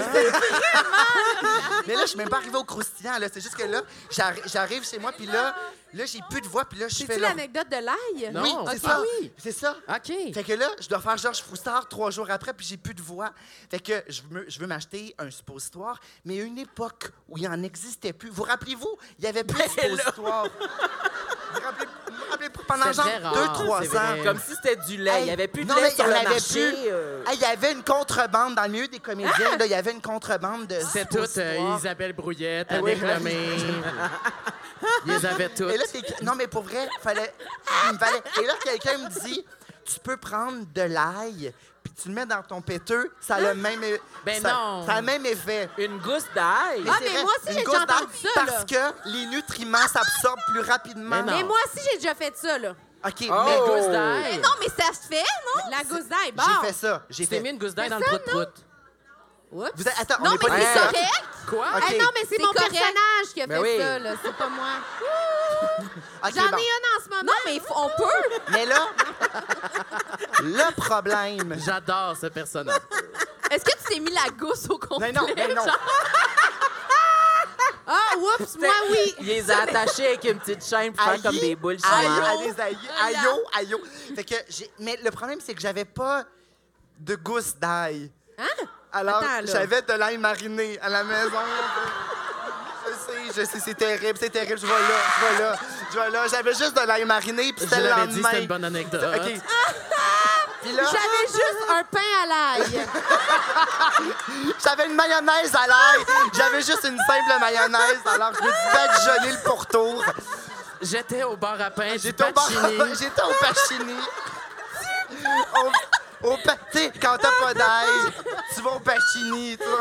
[SPEAKER 6] Mais là, je suis même pas arrivée au croustillant. là. C'est juste que là, j'arri- j'arrive chez moi, puis là, là j'ai plus de voix, puis là, je fais
[SPEAKER 3] C'est-tu
[SPEAKER 6] là.
[SPEAKER 3] l'anecdote de l'ail?
[SPEAKER 5] Non.
[SPEAKER 6] Oui,
[SPEAKER 5] Ah,
[SPEAKER 6] c'est
[SPEAKER 5] ok.
[SPEAKER 6] ça.
[SPEAKER 5] Ah oui.
[SPEAKER 6] C'est ça.
[SPEAKER 5] OK.
[SPEAKER 6] Fait que là, je dois faire Georges Froussard trois jours après, puis j'ai plus de voix. Fait que je veux, je veux m'acheter un suppositoire, mais à une époque où il n'en existait plus. Vous rappelez-vous, il n'y avait plus de suppositoire. vous rappelez, vous rappelez pas, pendant
[SPEAKER 5] C'est
[SPEAKER 6] genre
[SPEAKER 5] très rare,
[SPEAKER 6] deux, trois
[SPEAKER 5] c'est
[SPEAKER 6] ans.
[SPEAKER 5] vrai.
[SPEAKER 4] Comme si c'était du lait. Il n'y avait plus de
[SPEAKER 6] non,
[SPEAKER 4] lait
[SPEAKER 6] mais
[SPEAKER 4] sur
[SPEAKER 6] il y
[SPEAKER 4] le
[SPEAKER 6] en avait
[SPEAKER 4] marché.
[SPEAKER 6] plus.
[SPEAKER 4] euh.
[SPEAKER 6] Hey, Il y avait une contrebande dans le milieu des comédiens. là, Il y avait une contrebande de.
[SPEAKER 5] Ah! C'est toutes euh, Isabelle Brouillette, Annick
[SPEAKER 6] Eh oui.
[SPEAKER 5] Lemay. Ils les avaient toutes.
[SPEAKER 6] Et là, c'est- Non, mais pour vrai, fallait... il me fallait. Et là, quelqu'un me dit Tu peux prendre de l'ail, puis tu le mets dans ton péteux, ça a le même, é-
[SPEAKER 5] Ben
[SPEAKER 6] ça-
[SPEAKER 5] non.
[SPEAKER 6] ça a le même effet.
[SPEAKER 4] Une gousse d'ail.
[SPEAKER 3] Ah,
[SPEAKER 6] c'est
[SPEAKER 3] mais
[SPEAKER 6] vrai,
[SPEAKER 3] moi aussi,
[SPEAKER 6] une
[SPEAKER 3] j'ai
[SPEAKER 6] gousse
[SPEAKER 3] déjà
[SPEAKER 6] d'ail,
[SPEAKER 3] entendu ça,
[SPEAKER 6] Parce que les nutriments s'absorbent plus rapidement.
[SPEAKER 5] Mais non. Oh.
[SPEAKER 3] Mais moi aussi, j'ai déjà fait ça, là.
[SPEAKER 6] OK,
[SPEAKER 5] Une
[SPEAKER 6] oh. mais
[SPEAKER 5] gousse d'ail.
[SPEAKER 7] Mais non, mais ça se fait, Ah, non?
[SPEAKER 3] La gousse d'ail, bon.
[SPEAKER 6] j'ai fait ça. J'ai
[SPEAKER 5] Tu t'es
[SPEAKER 6] fait.
[SPEAKER 5] mis une gousse d'ail dans le prout-prout.
[SPEAKER 3] Oups.
[SPEAKER 6] Vous êtes- Attends,
[SPEAKER 7] Non,
[SPEAKER 6] on est
[SPEAKER 7] mais
[SPEAKER 6] pas
[SPEAKER 7] c'est
[SPEAKER 6] d'accord.
[SPEAKER 7] correct.
[SPEAKER 5] Quoi?
[SPEAKER 6] OK.
[SPEAKER 3] Hey, Ah, non, mais c'est
[SPEAKER 7] C'est
[SPEAKER 3] mon
[SPEAKER 7] correct.
[SPEAKER 3] personnage qui a
[SPEAKER 4] Ben
[SPEAKER 3] fait
[SPEAKER 4] oui.
[SPEAKER 3] ça, là. C'est pas moi.
[SPEAKER 6] OK,
[SPEAKER 3] J'en
[SPEAKER 6] bon.
[SPEAKER 3] ai une en ce moment.
[SPEAKER 7] Non, mais il faut- on peut.
[SPEAKER 6] Mais là, le problème.
[SPEAKER 5] J'adore ce personnage.
[SPEAKER 7] Est-ce que tu t'es mis la gousse au
[SPEAKER 6] Non,
[SPEAKER 7] complet?
[SPEAKER 6] non, mais non.
[SPEAKER 3] Ah, oups, moi, oui.
[SPEAKER 4] Il les a attachés avec une petite chaîne pour
[SPEAKER 6] Aïe,
[SPEAKER 4] faire comme des boules
[SPEAKER 6] aïe,
[SPEAKER 4] chinoises.
[SPEAKER 6] aïe, aïe,
[SPEAKER 3] Oh
[SPEAKER 6] aïe, aïe, aïe. Fait que j'ai- mais le problème c'est que j'avais pas de gousse d'ail. Alors
[SPEAKER 3] Hein? Attends, là.
[SPEAKER 6] j'avais de l'ail mariné à la maison. Je sais, je sais, c'est terrible, c'est terrible. Je vois là, je vois là, je vois là. J'avais juste de l'ail mariné, puis
[SPEAKER 5] Je
[SPEAKER 6] c'était le
[SPEAKER 5] l'avais dit,
[SPEAKER 6] lendemain.
[SPEAKER 5] c'était une bonne anecdote.
[SPEAKER 6] OK. Puis là,
[SPEAKER 3] J'avais juste un pain à l'ail.
[SPEAKER 6] j'avais une mayonnaise à l'ail. J'avais juste une simple mayonnaise. Alors je me suis badigeonné le pourtour.
[SPEAKER 5] J'étais au bar à pain, j'ai
[SPEAKER 6] J'étais au
[SPEAKER 5] pas
[SPEAKER 6] bar- J'étais au Pachini. au, au pa- tu sais, quand t'as pas d'ail, tu vas au Pachini. tu vois.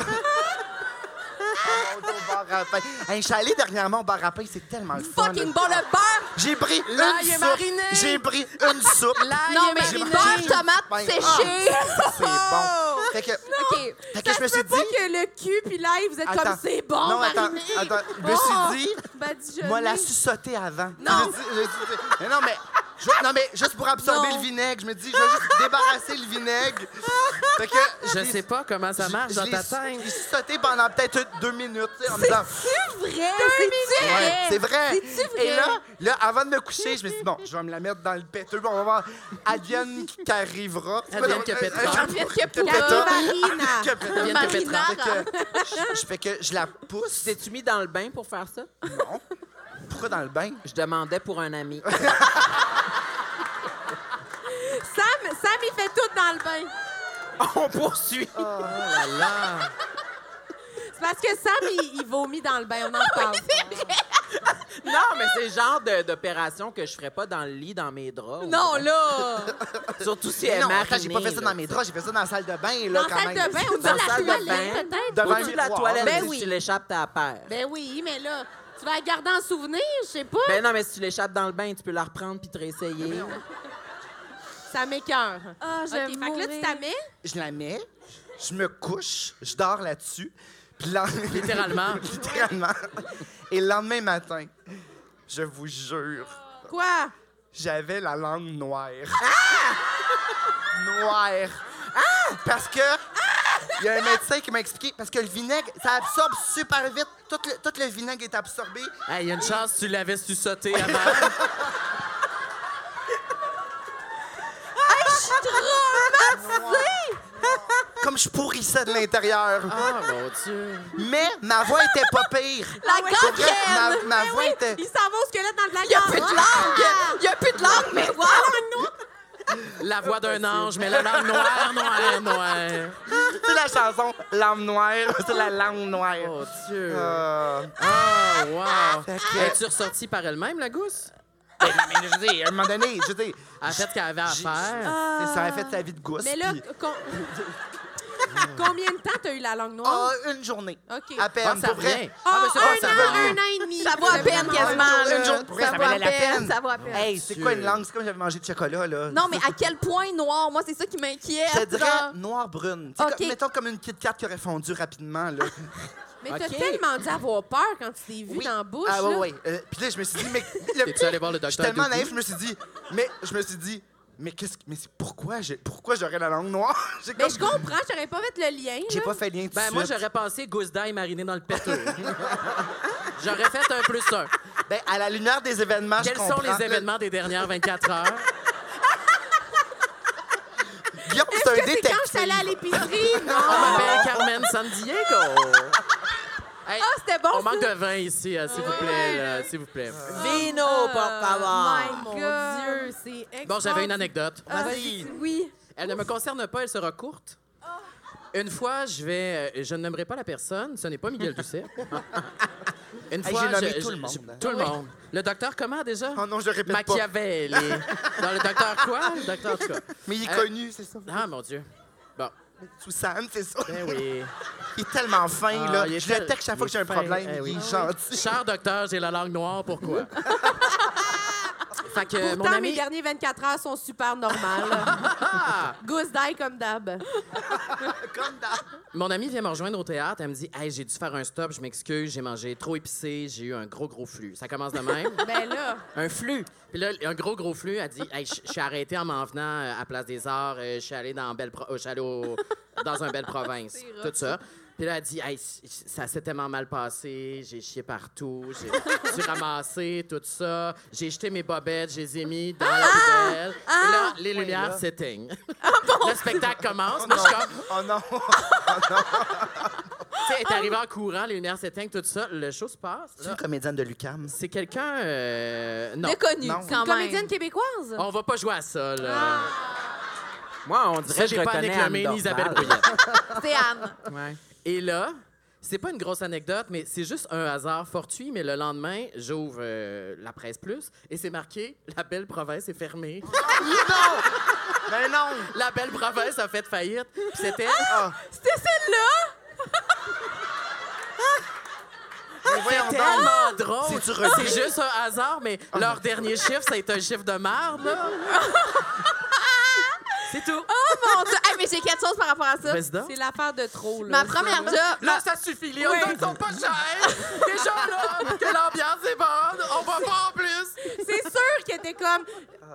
[SPEAKER 6] Ah, On va au bar à pain. Hey, je suis allée dernièrement au bar à pain, c'est tellement le fun.
[SPEAKER 7] Fucking bon, le beurre.
[SPEAKER 6] J'ai pris une
[SPEAKER 5] L'ail est
[SPEAKER 6] soupe.
[SPEAKER 5] mariné.
[SPEAKER 6] J'ai pris une soupe.
[SPEAKER 7] Non, mais
[SPEAKER 6] mariné.
[SPEAKER 7] beurre, tomate
[SPEAKER 6] Ben,
[SPEAKER 7] séchée.
[SPEAKER 6] ah, c'est bon. Fait que,
[SPEAKER 7] OK.
[SPEAKER 6] fait que
[SPEAKER 3] Ça
[SPEAKER 6] je me
[SPEAKER 3] se
[SPEAKER 6] suis
[SPEAKER 3] peut pas
[SPEAKER 6] dit.
[SPEAKER 3] que le cul puis l'ail, vous êtes
[SPEAKER 6] attends.
[SPEAKER 3] comme c'est bon,
[SPEAKER 6] Non, attends,
[SPEAKER 3] mariné.
[SPEAKER 6] attends. Je me suis
[SPEAKER 3] Oh.
[SPEAKER 6] dit.
[SPEAKER 3] Badigeonné.
[SPEAKER 6] Moi, la susauter avant.
[SPEAKER 3] Non.
[SPEAKER 6] Je me dis- je me dis- mais non, mais. je vais- non, mais juste pour absorber
[SPEAKER 3] Non.
[SPEAKER 6] le vinaigre, je me dis, je vais juste débarrasser le vinaigre. Fait que.
[SPEAKER 5] Je sais pas comment ça marche dans ta tête.
[SPEAKER 6] J'ai sauté pendant peut-être deux minutes, tu sais, en me disant.
[SPEAKER 3] C'est vrai,
[SPEAKER 6] Ouais,
[SPEAKER 3] c'est
[SPEAKER 6] c'est vrai.
[SPEAKER 3] C'est-tu vrai?
[SPEAKER 6] Et là, là, avant de me coucher, je me suis dit, bon, je vais me la mettre dans le péteux, on va voir. Advienne qui arrivera.
[SPEAKER 5] Advienne que pétera.
[SPEAKER 6] Euh,
[SPEAKER 7] Advienne que
[SPEAKER 6] pétera.
[SPEAKER 3] Oh,
[SPEAKER 7] pourra.
[SPEAKER 3] Marina.
[SPEAKER 6] Que pétera.
[SPEAKER 5] Advienne que pétera.
[SPEAKER 6] Fait que je- Je fais que je la pousse.
[SPEAKER 4] T'es-tu mis dans le bain pour faire ça?
[SPEAKER 6] Non. Pourquoi dans le bain?
[SPEAKER 4] Je demandais pour un ami.
[SPEAKER 3] Sam, Sam, il fait tout dans le bain.
[SPEAKER 4] On poursuit.
[SPEAKER 3] C'est parce que Sam, il, il vomit dans le bain, on en parle.
[SPEAKER 4] Non, mais c'est le genre de- d'opération que je ferais pas dans le lit, dans mes draps. ou-
[SPEAKER 3] non, là.
[SPEAKER 4] Surtout si
[SPEAKER 6] Mais
[SPEAKER 4] elle
[SPEAKER 6] non,
[SPEAKER 4] est
[SPEAKER 6] attends, j'ai pas
[SPEAKER 4] marinée,
[SPEAKER 6] fait ça
[SPEAKER 4] là.
[SPEAKER 6] dans mes draps, j'ai fait ça dans la salle de bain, là,
[SPEAKER 3] Dans
[SPEAKER 6] quand
[SPEAKER 3] la salle
[SPEAKER 6] même.
[SPEAKER 3] de bain,
[SPEAKER 4] Dans
[SPEAKER 3] au-dessus de la
[SPEAKER 4] la salle de
[SPEAKER 3] toilette,
[SPEAKER 4] bain.
[SPEAKER 3] peut-être.
[SPEAKER 6] Devant
[SPEAKER 4] Au-dessus
[SPEAKER 6] le
[SPEAKER 4] de la
[SPEAKER 6] miroir.
[SPEAKER 4] toilette,
[SPEAKER 3] Ben
[SPEAKER 4] si
[SPEAKER 3] oui.
[SPEAKER 4] tu l'échappes, t'as peur. Ben,
[SPEAKER 3] Ben oui, mais là, tu vas la garder en souvenir, je sais pas.
[SPEAKER 4] Ben non, mais si tu l'échappes dans le bain, tu peux la reprendre puis te réessayer.
[SPEAKER 3] Ça m'écœure.
[SPEAKER 7] Ah,
[SPEAKER 3] OK, fait que là, tu t'amènes.
[SPEAKER 6] Je la mets, je me couche, je dors là-dessus. Puis là-
[SPEAKER 5] Littéralement.
[SPEAKER 6] Littéralement. Et le lendemain matin, je vous jure,
[SPEAKER 3] Quoi?
[SPEAKER 6] j'avais la langue noire.
[SPEAKER 3] Ah!
[SPEAKER 6] Noire. Parce que. Il y a un médecin qui m'a expliqué, parce que le vinaigre, ça absorbe super vite. Tout le, tout le vinaigre est absorbé.
[SPEAKER 5] Hey, il y a une chance que tu l'avais su sauter avant.
[SPEAKER 6] Comme je pourrissais de l'intérieur.
[SPEAKER 5] Ah, mon Dieu.
[SPEAKER 6] Mais ma voix était pas pire.
[SPEAKER 3] La
[SPEAKER 6] Pour vrai, ma, ma voix était.
[SPEAKER 3] Ben Il s'en va au squelette dans le Ah! blague. Il n'y a plus de
[SPEAKER 7] Il n'y a plus de langue, mais wow!
[SPEAKER 5] La voix d'un ange, mais la langue noire, noire, noire.
[SPEAKER 6] C'est la chanson L'âme noire, c'est la langue noire.
[SPEAKER 5] Mon Oh, Dieu.
[SPEAKER 6] Euh,
[SPEAKER 5] Ah, wow.
[SPEAKER 6] Fait que-
[SPEAKER 5] Es-tu ressortie par elle-même, la gousse?
[SPEAKER 6] mais non, mais je dis, à un moment donné, je dis.
[SPEAKER 5] Elle a fait Ah. ce qu'elle avait à
[SPEAKER 6] j'ai-
[SPEAKER 5] faire.
[SPEAKER 6] c'est- Ça a fait sa vie de gousse.
[SPEAKER 3] Mais là,
[SPEAKER 6] puis-
[SPEAKER 3] con- combien de temps t'as eu la langue
[SPEAKER 6] Ah,
[SPEAKER 3] noire?
[SPEAKER 6] une journée.
[SPEAKER 3] oh. OK.
[SPEAKER 6] À peine,
[SPEAKER 5] Ah, ça
[SPEAKER 6] pour vrai.
[SPEAKER 5] revient.
[SPEAKER 3] Ah,
[SPEAKER 6] mais c'est pas- ça
[SPEAKER 3] un
[SPEAKER 6] va
[SPEAKER 3] an,
[SPEAKER 6] mieux.
[SPEAKER 3] un an et demi.
[SPEAKER 7] Ça vaut à peine
[SPEAKER 6] Ah,
[SPEAKER 7] quasiment.
[SPEAKER 6] une journée,
[SPEAKER 7] là.
[SPEAKER 6] une journée, pour vrai, ça
[SPEAKER 7] vaut à
[SPEAKER 6] valait la peine.
[SPEAKER 7] Ça vaut la peine.
[SPEAKER 6] Hey, c'est quoi une langue? C'est comme j'avais mangé du chocolat, là.
[SPEAKER 7] Non, mais à quel point noir? Moi, c'est ça qui m'inquiète.
[SPEAKER 6] Je te dirais
[SPEAKER 7] genre.
[SPEAKER 6] noire brune. Tu sais,
[SPEAKER 7] Ok.
[SPEAKER 6] comme- mettons comme une Kit Kat qui aurait fondu rapidement, là.
[SPEAKER 3] Mais t'as
[SPEAKER 4] Ok.
[SPEAKER 3] tellement dû avoir peur quand tu t'es vu
[SPEAKER 6] Oui.
[SPEAKER 3] dans la bouche.
[SPEAKER 6] Ah ouais,
[SPEAKER 3] là.
[SPEAKER 6] ouais. Euh, puis là, je me suis dit, mais le
[SPEAKER 5] T'es-tu allé voir le
[SPEAKER 6] Je suis
[SPEAKER 5] docteur
[SPEAKER 6] tellement
[SPEAKER 5] Doudou?
[SPEAKER 6] naïf, je me suis dit, mais je me suis dit, mais qu'est-ce, que- mais c'est pourquoi, j'ai, pourquoi j'aurais la langue noire J'ai
[SPEAKER 3] Mais
[SPEAKER 6] comme-
[SPEAKER 3] je comprends, j'aurais pas fait le lien.
[SPEAKER 6] j'ai
[SPEAKER 3] là.
[SPEAKER 6] pas fait lien tout de
[SPEAKER 5] Ben, moi,
[SPEAKER 6] suite.
[SPEAKER 5] j'aurais pensé gousse d'ail mariné dans le péteux. j'aurais fait un plus un.
[SPEAKER 6] Ben, à la lumière des événements, je
[SPEAKER 5] Quels
[SPEAKER 6] comprends.
[SPEAKER 5] sont les
[SPEAKER 6] Le-
[SPEAKER 5] événements des dernières 24 heures?
[SPEAKER 6] Guillaume, c'est
[SPEAKER 3] Est-ce que
[SPEAKER 6] un
[SPEAKER 3] c'est quand je suis
[SPEAKER 6] détective.
[SPEAKER 3] allée à l'épicerie? Non.
[SPEAKER 5] On m'appelle Carmen San Diego. Hey,
[SPEAKER 7] Ah, c'était bon,
[SPEAKER 5] on manque
[SPEAKER 7] ça.
[SPEAKER 5] de vin ici, hein, s'il vous plaît. là, S'il vous plaît.
[SPEAKER 6] Ah.
[SPEAKER 4] Vino,
[SPEAKER 3] Euh,
[SPEAKER 4] por favor.
[SPEAKER 3] my
[SPEAKER 7] God.
[SPEAKER 3] Dieu, c'est
[SPEAKER 5] Bon, j'avais une
[SPEAKER 3] extraordinaire.
[SPEAKER 5] anecdote.
[SPEAKER 7] Ah, Oui.
[SPEAKER 5] Elle ne me concerne pas, elle sera courte.
[SPEAKER 6] Ah.
[SPEAKER 5] Une fois, je vais. euh, Je ne nommerai pas la personne, ce n'est pas Miguel Doucet. Une
[SPEAKER 6] Hey,
[SPEAKER 5] fois.
[SPEAKER 6] j'ai nommé
[SPEAKER 5] je-
[SPEAKER 6] tout
[SPEAKER 5] je-
[SPEAKER 6] le monde,
[SPEAKER 5] je-
[SPEAKER 6] hein.
[SPEAKER 5] Tout le monde. Le docteur, comment déjà?
[SPEAKER 6] Oh non, je le répète pas.
[SPEAKER 5] Machiavelli. Dans le docteur quoi? Le docteur en tout cas.
[SPEAKER 6] Mais il est
[SPEAKER 5] Euh,
[SPEAKER 6] connu, c'est ça.
[SPEAKER 5] Ah, mon Dieu. Bon,
[SPEAKER 6] Suzanne, c'est ça.
[SPEAKER 5] ben oui.
[SPEAKER 6] Il est tellement fin,
[SPEAKER 5] Ah,
[SPEAKER 6] là.
[SPEAKER 5] il est
[SPEAKER 6] Je
[SPEAKER 5] tel-
[SPEAKER 6] le texte chaque
[SPEAKER 5] il
[SPEAKER 6] fois que j'ai
[SPEAKER 5] est
[SPEAKER 6] un
[SPEAKER 5] fin,
[SPEAKER 6] problème.
[SPEAKER 5] eh oui.
[SPEAKER 6] Il
[SPEAKER 5] Ah
[SPEAKER 6] est
[SPEAKER 5] oui.
[SPEAKER 6] gentil.
[SPEAKER 5] Cher docteur, j'ai la langue noire, pourquoi? fait que euh, mon
[SPEAKER 3] Pourtant, mes
[SPEAKER 5] ami.
[SPEAKER 3] derniers 24 heures sont super normales. Gousse d'ail comme d'hab.
[SPEAKER 6] Comme dans...
[SPEAKER 5] Mon amie vient me rejoindre au théâtre. Elle me dit Hey, j'ai dû faire un stop, je m'excuse, j'ai mangé trop épicé, j'ai eu un gros, gros flux. Ça commence de même.
[SPEAKER 3] Ben là,
[SPEAKER 5] un flux. Puis là, un gros, gros flux. Elle dit Hey, je je suis arrêtée en m'en venant euh, à Place des Arts, euh, je suis allée dans, belle pro- euh, je suis allée au- dans un belle province. Tout ça. Puis là, elle dit Hey, c- c- ça s'est tellement mal passé, j'ai chié partout, j'ai j'ai ramassé tout ça, j'ai jeté mes bobettes, je les ai mis dans la poubelle. Et là, les lumières s'éteignent. Le spectacle commence. Moi, je suis comme
[SPEAKER 6] Oh Oh non.
[SPEAKER 5] tu sais, elle est arrivée en courant, les lumières s'éteignent, tout ça. Le show se passe.
[SPEAKER 6] C'est
[SPEAKER 5] là.
[SPEAKER 6] une comédienne de Lucam.
[SPEAKER 5] C'est quelqu'un. euh, Non.
[SPEAKER 7] Déconnu,
[SPEAKER 6] Non.
[SPEAKER 7] quand même.
[SPEAKER 3] comédienne québécoise.
[SPEAKER 5] On va pas jouer à ça, là.
[SPEAKER 4] Moi, on
[SPEAKER 5] Ça,
[SPEAKER 4] dirait que
[SPEAKER 5] j'ai
[SPEAKER 4] je
[SPEAKER 5] pas
[SPEAKER 4] reconnais
[SPEAKER 5] déclamé
[SPEAKER 4] Anne
[SPEAKER 5] ni Isabelle
[SPEAKER 4] Dorval.
[SPEAKER 5] Brouillette.
[SPEAKER 7] C'est Anne.
[SPEAKER 4] Ouais.
[SPEAKER 5] Et là, c'est pas une grosse anecdote, mais c'est juste un hasard fortuit. Mais le lendemain, j'ouvre euh, la presse plus et c'est marqué La belle province est fermée.
[SPEAKER 6] Mais Ben non. Ah.
[SPEAKER 5] la belle province a fait faillite. Puis c'était.
[SPEAKER 7] C'était celle-là?
[SPEAKER 6] Mais voyons
[SPEAKER 5] C'est
[SPEAKER 6] donc.
[SPEAKER 5] tellement drôle.
[SPEAKER 6] C'est-tu relié?
[SPEAKER 5] C'est juste un hasard, mais leur dernier chiffre, ça a été un chiffre de merde. là. Ah, C'est tout.
[SPEAKER 7] Oh mon Dieu! Hey, mais j'ai quelque chose par rapport à ça.
[SPEAKER 5] Vas-y donc.
[SPEAKER 3] C'est l'affaire de trop. Là,
[SPEAKER 7] Ma première job.
[SPEAKER 5] Là, ça suffit. Les hot dogs sont pas chers. Déjà, là, que l'ambiance est bonne. On va pas en plus.
[SPEAKER 3] C'est sûr qu'elle était comme.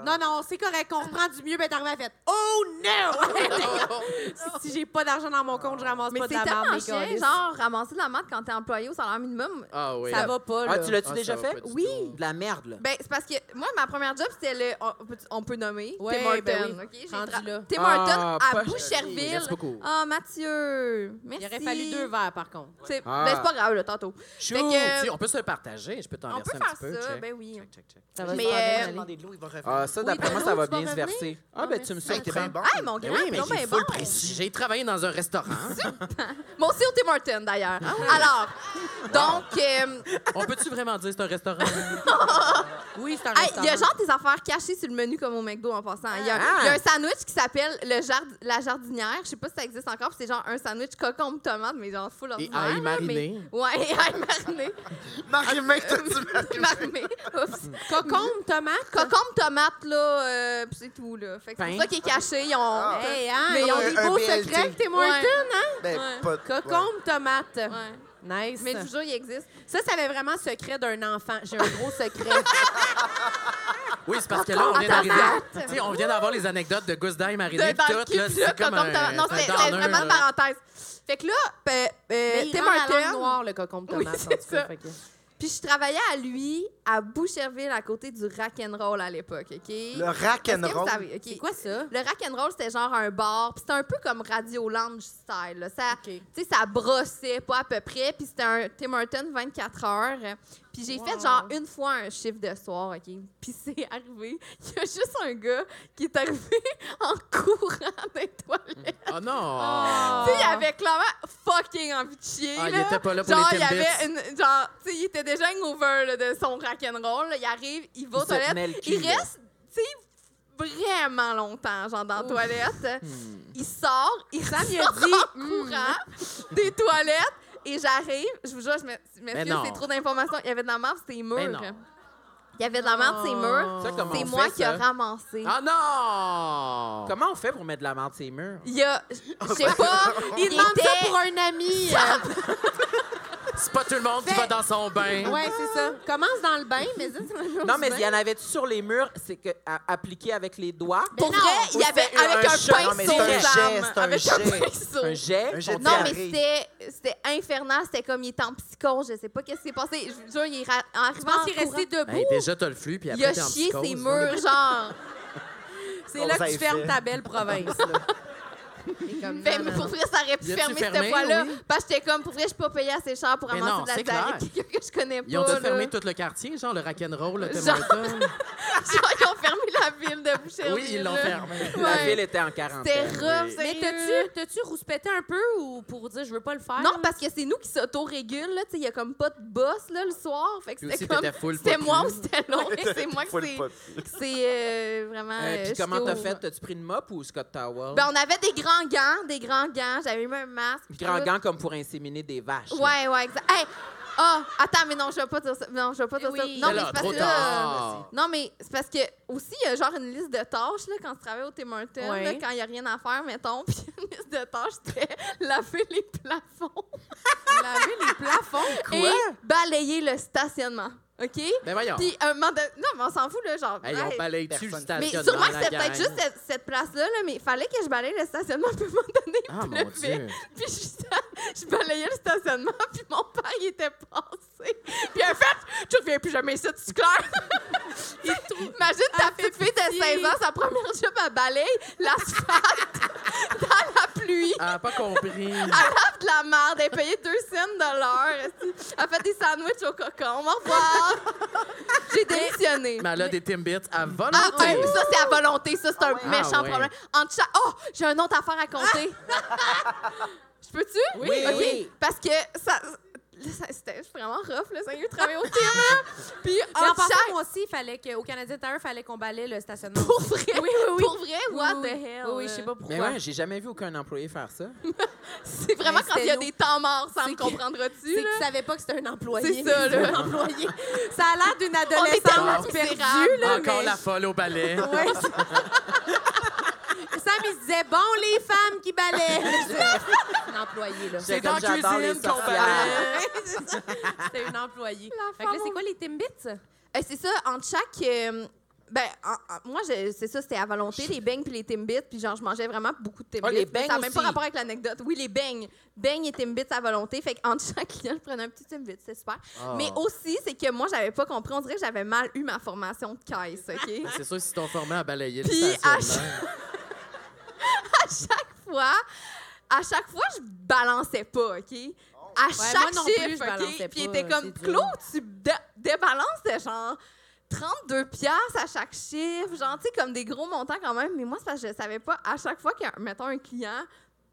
[SPEAKER 3] Non, non, c'est correct, on reprend du mieux, ben t'arrives à fait. Oh no! si j'ai pas d'argent dans mon compte, je ramasse
[SPEAKER 7] Mais
[SPEAKER 3] pas
[SPEAKER 7] c'est
[SPEAKER 3] de la marde,
[SPEAKER 7] tellement
[SPEAKER 3] mes
[SPEAKER 7] chiant,
[SPEAKER 3] câlisses.
[SPEAKER 7] genre, ramasser de la marde quand t'es employé au salaire minimum.
[SPEAKER 5] Ah oui.
[SPEAKER 3] Ça va pas, là.
[SPEAKER 4] Ah, tu l'as-tu
[SPEAKER 5] Ah,
[SPEAKER 4] déjà
[SPEAKER 5] ça va
[SPEAKER 4] fait?
[SPEAKER 5] pas du
[SPEAKER 4] Oui. De la merde, là.
[SPEAKER 7] Ben, c'est parce que moi, ma première job, c'était le. On peut, on peut nommer.
[SPEAKER 3] Ouais,
[SPEAKER 7] Tim Horton.
[SPEAKER 3] ben oui.
[SPEAKER 7] ok? J'ai
[SPEAKER 3] Rendu
[SPEAKER 7] tra-
[SPEAKER 3] là.
[SPEAKER 7] Tim Horton
[SPEAKER 4] Ah,
[SPEAKER 7] à
[SPEAKER 4] pas
[SPEAKER 7] Boucherville.
[SPEAKER 5] Merci beaucoup.
[SPEAKER 7] Ah, Mathieu.
[SPEAKER 3] Il
[SPEAKER 7] Merci.
[SPEAKER 3] aurait fallu deux verres, par contre.
[SPEAKER 7] C'est
[SPEAKER 4] Ah.
[SPEAKER 7] ben, c'est pas grave, là, tantôt.
[SPEAKER 5] Chou,
[SPEAKER 7] Fait que-
[SPEAKER 5] tu- on peut se le partager. Je peux t'en
[SPEAKER 7] On
[SPEAKER 5] verser
[SPEAKER 7] peut
[SPEAKER 5] Ah, un
[SPEAKER 7] faire
[SPEAKER 5] petit peu.
[SPEAKER 7] ça,
[SPEAKER 5] check.
[SPEAKER 7] ben oui.
[SPEAKER 5] Check, check, check.
[SPEAKER 3] Ça va
[SPEAKER 7] Mais,
[SPEAKER 3] super bien
[SPEAKER 7] euh,
[SPEAKER 3] aller.
[SPEAKER 6] Demandez de l'eau, il va revenir.
[SPEAKER 4] Ah, ça, d'après
[SPEAKER 3] ben
[SPEAKER 4] moi,
[SPEAKER 3] non,
[SPEAKER 4] ça va
[SPEAKER 3] tu vas
[SPEAKER 4] bien se
[SPEAKER 3] revenir.
[SPEAKER 4] verser. Ah, ben, tu me
[SPEAKER 6] Ça a
[SPEAKER 4] sens.
[SPEAKER 6] été bien bon.
[SPEAKER 7] Hey, mon
[SPEAKER 5] Ben
[SPEAKER 7] grand,
[SPEAKER 5] oui, mais
[SPEAKER 7] non,
[SPEAKER 5] j'ai
[SPEAKER 7] ben
[SPEAKER 5] full
[SPEAKER 7] bon.
[SPEAKER 5] précis. J'ai travaillé dans un restaurant.
[SPEAKER 7] Moi aussi au Tim Horton, d'ailleurs.
[SPEAKER 5] Ah
[SPEAKER 7] Alors, donc, euh,
[SPEAKER 5] on peut-tu vraiment dire c'est un restaurant?
[SPEAKER 3] Oui, c'est un
[SPEAKER 7] hey, il y a
[SPEAKER 3] restaurant.
[SPEAKER 7] genre des affaires cachées sur le menu comme au McDo en passant. Il y, a-
[SPEAKER 5] Ah.
[SPEAKER 7] il y a un sandwich qui s'appelle le jard- la jardinière. Je sais pas si ça existe encore. puis C'est genre un sandwich cocombe tomate, mais genre full ordinaire.
[SPEAKER 5] ail
[SPEAKER 7] là,
[SPEAKER 5] mariné.
[SPEAKER 7] Mais... Ouais, et ail mariné.
[SPEAKER 6] Marie-Mec, t'as dit
[SPEAKER 7] mariné. Oups.
[SPEAKER 5] Mm.
[SPEAKER 3] Cocombe, tomate.
[SPEAKER 7] Cocombe tomate, là, euh, puis c'est tout, là. Fait que c'est
[SPEAKER 5] Pain. Ah,
[SPEAKER 7] pour ça qu'il est caché. Ils ont...
[SPEAKER 4] Ah.
[SPEAKER 3] Hey, hein,
[SPEAKER 7] Mais
[SPEAKER 3] ils ont
[SPEAKER 6] un-
[SPEAKER 3] des
[SPEAKER 6] un
[SPEAKER 3] beaux
[SPEAKER 6] BLT.
[SPEAKER 3] secrets, Tim
[SPEAKER 7] Ouais.
[SPEAKER 3] Horton, hein?
[SPEAKER 6] Ben, pas
[SPEAKER 3] Cocombe, tomate.
[SPEAKER 7] Ouais.
[SPEAKER 3] Nice.
[SPEAKER 7] Mais je vous jure, il existe.
[SPEAKER 3] Ça, ça avait vraiment secret d'un enfant. J'ai un gros secret.
[SPEAKER 5] Oui, c'est parce que là, on vient d'arriver.
[SPEAKER 7] tomate.
[SPEAKER 5] Tu sais, on vient d'avoir les anecdotes de Goose Dime,
[SPEAKER 7] De
[SPEAKER 5] Marinette,
[SPEAKER 7] dans le
[SPEAKER 5] tout.
[SPEAKER 7] cul,
[SPEAKER 5] Là,
[SPEAKER 7] puis
[SPEAKER 5] c'est
[SPEAKER 7] là,
[SPEAKER 5] comme
[SPEAKER 7] cocombe
[SPEAKER 5] un,
[SPEAKER 7] tomate. Non,
[SPEAKER 5] un
[SPEAKER 7] c'était c'était
[SPEAKER 5] downer,
[SPEAKER 7] vraiment une
[SPEAKER 5] là.
[SPEAKER 7] parenthèse. Fait que là, euh, euh,
[SPEAKER 3] Mais il
[SPEAKER 7] Tim
[SPEAKER 3] rend la langue
[SPEAKER 7] Horton-
[SPEAKER 3] noire, le cocombe,
[SPEAKER 7] Oui,
[SPEAKER 3] tomate. en
[SPEAKER 7] c'est
[SPEAKER 3] tout cas,
[SPEAKER 7] ça.
[SPEAKER 3] fait que-
[SPEAKER 7] Puis je travaillais à lui, à Boucherville, à côté du rock'n'roll à l'époque, OK?
[SPEAKER 6] Le
[SPEAKER 7] Est-ce que vous
[SPEAKER 6] rock'n'roll.
[SPEAKER 7] savez, OK?
[SPEAKER 3] C'est quoi ça?
[SPEAKER 7] Le rock'n'roll, c'était genre un bar, puis c'était un peu comme Radio Lounge style. là. Ça,
[SPEAKER 3] OK.
[SPEAKER 7] tu sais, ça brossait pas à peu près, puis c'était un Tim Horton 24 heures. Puis j'ai fait genre une fois un chiffre de soir, OK? Puis c'est arrivé, il y a juste un gars qui est arrivé en courant des toilettes.
[SPEAKER 5] Oh non!
[SPEAKER 7] Tu sais, il avait clairement fucking envie de chier.
[SPEAKER 5] Ah, il
[SPEAKER 7] là.
[SPEAKER 5] était pas là pour
[SPEAKER 7] genre,
[SPEAKER 5] les
[SPEAKER 7] il y avait
[SPEAKER 5] Timbits.
[SPEAKER 7] une, genre, tu sais, il était déjà hangover là, de son rock'n'roll. là. Il arrive, il
[SPEAKER 4] Il
[SPEAKER 7] va aux
[SPEAKER 4] se tenait le
[SPEAKER 7] toilettes.
[SPEAKER 4] cul,
[SPEAKER 7] Il
[SPEAKER 4] là.
[SPEAKER 7] reste, tu sais, vraiment longtemps, genre, dans la toilette. Il sort, il s'en
[SPEAKER 3] il a dit,
[SPEAKER 7] courant des toilettes. Et j'arrive, je vous jure, je me,
[SPEAKER 5] Mais
[SPEAKER 7] messieurs,
[SPEAKER 5] non.
[SPEAKER 7] c'est trop d'informations. Il y avait de la marde, c'était les murs.
[SPEAKER 5] Mais non.
[SPEAKER 7] Il y avait de la merde ses murs.
[SPEAKER 4] Ça, comment
[SPEAKER 7] C'est
[SPEAKER 4] on
[SPEAKER 7] moi
[SPEAKER 4] fait,
[SPEAKER 7] qui ai
[SPEAKER 4] ça?
[SPEAKER 7] ramassé.
[SPEAKER 5] Ah non!
[SPEAKER 4] Comment on fait pour mettre de la merde sur les murs?
[SPEAKER 7] Il y a, je sais pas, il
[SPEAKER 8] Il
[SPEAKER 7] demande ça
[SPEAKER 8] était-
[SPEAKER 7] pour un ami. euh,
[SPEAKER 5] C'est pas tout le monde qui va dans son bain.
[SPEAKER 3] Ouais, c'est ça. Commence dans le bain, mais dis-
[SPEAKER 4] Non, mais il y en avait-tu sur les murs, c'est que à- appliqué avec les doigts?
[SPEAKER 7] pour
[SPEAKER 8] non,
[SPEAKER 7] vrai, il y avait
[SPEAKER 4] c'est un
[SPEAKER 7] avec un,
[SPEAKER 4] chat, mais
[SPEAKER 7] pinceau.
[SPEAKER 4] c'est un
[SPEAKER 7] Sam,
[SPEAKER 6] jet, c'est un
[SPEAKER 7] avec
[SPEAKER 6] jet.
[SPEAKER 7] un pinceau.
[SPEAKER 4] Un jet?
[SPEAKER 6] Un jet
[SPEAKER 4] qu'on-
[SPEAKER 6] de
[SPEAKER 7] Non, mais
[SPEAKER 6] diarrhée.
[SPEAKER 7] c'était c'était infernal. C'était comme il était en psychose. Je sais pas qu'est-ce qui s'est passé. Je vous jure, il est ra- en
[SPEAKER 3] Je
[SPEAKER 7] arrivant
[SPEAKER 3] pense
[SPEAKER 7] en
[SPEAKER 3] qu'il est resté
[SPEAKER 7] courant,
[SPEAKER 3] debout.
[SPEAKER 5] Hey, déjà, t'as le flux, puis
[SPEAKER 7] il
[SPEAKER 5] après,
[SPEAKER 7] a
[SPEAKER 5] t'es en
[SPEAKER 7] chié
[SPEAKER 5] psychose,
[SPEAKER 7] ses
[SPEAKER 5] non?
[SPEAKER 7] murs, genre.
[SPEAKER 3] C'est là
[SPEAKER 6] Gros
[SPEAKER 3] que tu fermes
[SPEAKER 6] effet.
[SPEAKER 3] ta belle province. là. T'es comme,
[SPEAKER 7] Fait,
[SPEAKER 3] non,
[SPEAKER 7] Ben, mais
[SPEAKER 3] non,
[SPEAKER 7] pour
[SPEAKER 3] non.
[SPEAKER 7] vrai, ça aurait pu
[SPEAKER 5] Y a-tu
[SPEAKER 7] fermer cette
[SPEAKER 5] fermé,
[SPEAKER 7] fois-là.
[SPEAKER 5] oui?
[SPEAKER 7] Parce que j'étais comme, pour vrai, je suis pas payée assez cher pour
[SPEAKER 5] Mais
[SPEAKER 7] ramasser
[SPEAKER 5] non,
[SPEAKER 7] de la
[SPEAKER 5] c'est
[SPEAKER 7] diarrhée
[SPEAKER 5] clair.
[SPEAKER 7] quelqu'un que je connais pas.
[SPEAKER 5] Ils ont
[SPEAKER 7] là.
[SPEAKER 5] tout fermé tout le quartier, genre le rock'n'roll, le
[SPEAKER 7] Genre-
[SPEAKER 5] Templeton.
[SPEAKER 7] Genre, ils ont fermé la ville de Boucherville.
[SPEAKER 5] Oui, ils l'ont
[SPEAKER 7] là.
[SPEAKER 5] fermé.
[SPEAKER 4] La
[SPEAKER 7] Ouais.
[SPEAKER 4] ville était en
[SPEAKER 7] C'était
[SPEAKER 4] quarantaine.
[SPEAKER 7] rough,
[SPEAKER 5] oui.
[SPEAKER 3] Mais
[SPEAKER 7] sérieux.
[SPEAKER 3] t'as-tu, t'as-tu rouspété un peu ou pour dire je veux pas le faire?
[SPEAKER 7] Non, parce que c'est nous qui s'autorégulent, là. Tu sais, il y a comme pas de boss, là, le soir. Fait que
[SPEAKER 5] Puis
[SPEAKER 7] c'était
[SPEAKER 5] aussi,
[SPEAKER 7] comme.
[SPEAKER 5] t'étais full
[SPEAKER 7] C'était
[SPEAKER 5] pas
[SPEAKER 7] moi ou
[SPEAKER 5] plus.
[SPEAKER 7] c'était l'autre. C'est moi qui
[SPEAKER 6] Faut le
[SPEAKER 7] c'est.
[SPEAKER 6] pas-
[SPEAKER 7] que C'est euh, vraiment.
[SPEAKER 4] Euh,
[SPEAKER 7] euh,
[SPEAKER 4] puis comment
[SPEAKER 7] j'étais
[SPEAKER 4] t'as
[SPEAKER 7] au-
[SPEAKER 4] fait? T'as-tu pris une mop ou Scott Towel?
[SPEAKER 7] Ben, on avait des grands gants, des grands gants. J'avais même un masque.
[SPEAKER 4] Puis grand
[SPEAKER 7] tout.
[SPEAKER 4] gant comme pour inséminer des vaches. là.
[SPEAKER 7] Ouais, ouais, exact. Hey! Ah, attends, mais non, je vais pas dire ça. Non, je vais pas dire
[SPEAKER 3] Eh
[SPEAKER 7] ça.
[SPEAKER 3] oui. Ah.
[SPEAKER 7] Non,
[SPEAKER 5] Mais
[SPEAKER 7] mais
[SPEAKER 5] là,
[SPEAKER 7] c'est parce
[SPEAKER 5] trop
[SPEAKER 7] que là. euh,
[SPEAKER 5] tard.
[SPEAKER 7] Non, mais c'est parce que aussi, il y a genre une liste de tâches là, quand tu travailles au Tim Hortons,
[SPEAKER 3] Ouais.
[SPEAKER 7] là, quand il n'y a rien à faire, mettons. Puis une liste de tâches, c'était laver les plafonds
[SPEAKER 3] Laver les plafonds.
[SPEAKER 7] et balayer le stationnement. OK?
[SPEAKER 5] Ben voyons.
[SPEAKER 7] Puis un moment donné- Non, mais on s'en fout, là, genre.
[SPEAKER 5] Hey,
[SPEAKER 7] hey,
[SPEAKER 5] on balaye-tu le
[SPEAKER 6] personne.
[SPEAKER 7] mais
[SPEAKER 5] stationnement,
[SPEAKER 7] sûrement que
[SPEAKER 5] la
[SPEAKER 7] c'était peut-être
[SPEAKER 5] gang?
[SPEAKER 7] juste cette, cette place-là, là, mais il fallait que je balaye le stationnement. Puis à un moment donné, il
[SPEAKER 5] Ah, mon
[SPEAKER 7] pleuvait.
[SPEAKER 5] Dieu.
[SPEAKER 7] Puis je, je balayais le stationnement, puis mon père, il était passé. Puis en fait, tu reviens plus jamais ici, tu clair. Imagine ta petite fille de 16 ans, sa première job, elle balaye l'asphalte dans la pluie.
[SPEAKER 5] Ah, pas compris.
[SPEAKER 7] Elle lave de la merde, elle payait 2 cents de l'heure. esti. Elle fait des sandwichs au cocon. Au revoir. J'ai démissionné.
[SPEAKER 5] Mais elle a des Timbits à volonté.
[SPEAKER 7] Ah ouais, ça c'est à volonté, ça c'est un
[SPEAKER 5] ouais.
[SPEAKER 7] méchant
[SPEAKER 5] Ah ouais.
[SPEAKER 7] problème. Entre chaque- Oh, j'ai un autre affaire à compter. Je peux-tu?
[SPEAKER 4] Oui,
[SPEAKER 7] OK.
[SPEAKER 4] oui.
[SPEAKER 7] Parce que ça, là, ça- c'était vraiment rough, là, sérieux, travailler au terrain. Puis
[SPEAKER 3] Mais en
[SPEAKER 7] entre
[SPEAKER 3] passant,
[SPEAKER 7] chaque...
[SPEAKER 3] moi aussi, il fallait que, au Canadien Tire, il fallait qu'on balaye le stationnement.
[SPEAKER 7] Pour vrai,
[SPEAKER 3] Oui, oui, oui.
[SPEAKER 7] pour vrai, what
[SPEAKER 3] Oui,
[SPEAKER 7] the
[SPEAKER 3] oui.
[SPEAKER 7] hell?
[SPEAKER 3] Oui, oui, je sais
[SPEAKER 7] là.
[SPEAKER 3] pas pourquoi.
[SPEAKER 4] Mais
[SPEAKER 5] Ben
[SPEAKER 4] ouais, j'ai jamais vu aucun employé faire ça.
[SPEAKER 7] C'est vraiment
[SPEAKER 3] Mais
[SPEAKER 7] quand il y a
[SPEAKER 3] c'était
[SPEAKER 7] des temps morts, ça me
[SPEAKER 3] C'est que-
[SPEAKER 7] comprendras-tu,
[SPEAKER 3] C'est
[SPEAKER 7] là?
[SPEAKER 3] que tu savais pas que c'était un employé.
[SPEAKER 7] C'est ça, là.
[SPEAKER 3] Un employé. Ça a l'air d'une
[SPEAKER 7] était en
[SPEAKER 3] adolescente perdue,
[SPEAKER 7] misérable.
[SPEAKER 3] là.
[SPEAKER 5] Encore
[SPEAKER 3] mais-
[SPEAKER 5] la folle au balai.
[SPEAKER 3] Ouais, c'est- Sam, il se disait, bon, les femmes qui balaient. C'est une employée, là.
[SPEAKER 5] C'est
[SPEAKER 4] comme
[SPEAKER 5] dans la
[SPEAKER 4] j'adore les
[SPEAKER 5] cuisine qu'on
[SPEAKER 4] sorcières.
[SPEAKER 5] balaye.
[SPEAKER 3] C'était une employée.
[SPEAKER 7] La
[SPEAKER 3] Fait que là,
[SPEAKER 7] femme
[SPEAKER 3] c'est
[SPEAKER 7] au-
[SPEAKER 3] quoi les Timbits?
[SPEAKER 7] Euh, c'est ça, entre chaque. euh, ben, en- en- moi, je- c'est ça, c'était à volonté, les beignes puis les Timbits. Puis genre, je mangeais vraiment beaucoup de Timbits.
[SPEAKER 4] Ah, les
[SPEAKER 7] mais ça
[SPEAKER 4] beignes
[SPEAKER 7] n'a même pas
[SPEAKER 4] aussi.
[SPEAKER 7] rapport avec l'anecdote. Oui, les beignes. Beignes et Timbits à volonté. Fait qu'entre chaque client, je prenais un petit Timbit, c'est super. Mais aussi, c'est que moi, j'avais pas compris. On dirait que j'avais mal eu ma formation de caisse, OK?
[SPEAKER 5] C'est sûr, si ton format à balayer
[SPEAKER 7] Puis,
[SPEAKER 5] le
[SPEAKER 7] à
[SPEAKER 5] stationnement.
[SPEAKER 7] chaque fois, à chaque fois, je balançais pas, OK? À chaque
[SPEAKER 3] non plus,
[SPEAKER 7] chiffre,
[SPEAKER 3] je balançais
[SPEAKER 7] OK? Puis il
[SPEAKER 3] pas,
[SPEAKER 7] était comme,
[SPEAKER 3] c'est dur.
[SPEAKER 7] Claude, tu dé- débalances de genre 32 piastres à chaque chiffre, genre, tu sais, comme des gros montants quand même. Mais moi, ça, je savais pas. À chaque fois que, mettons, un client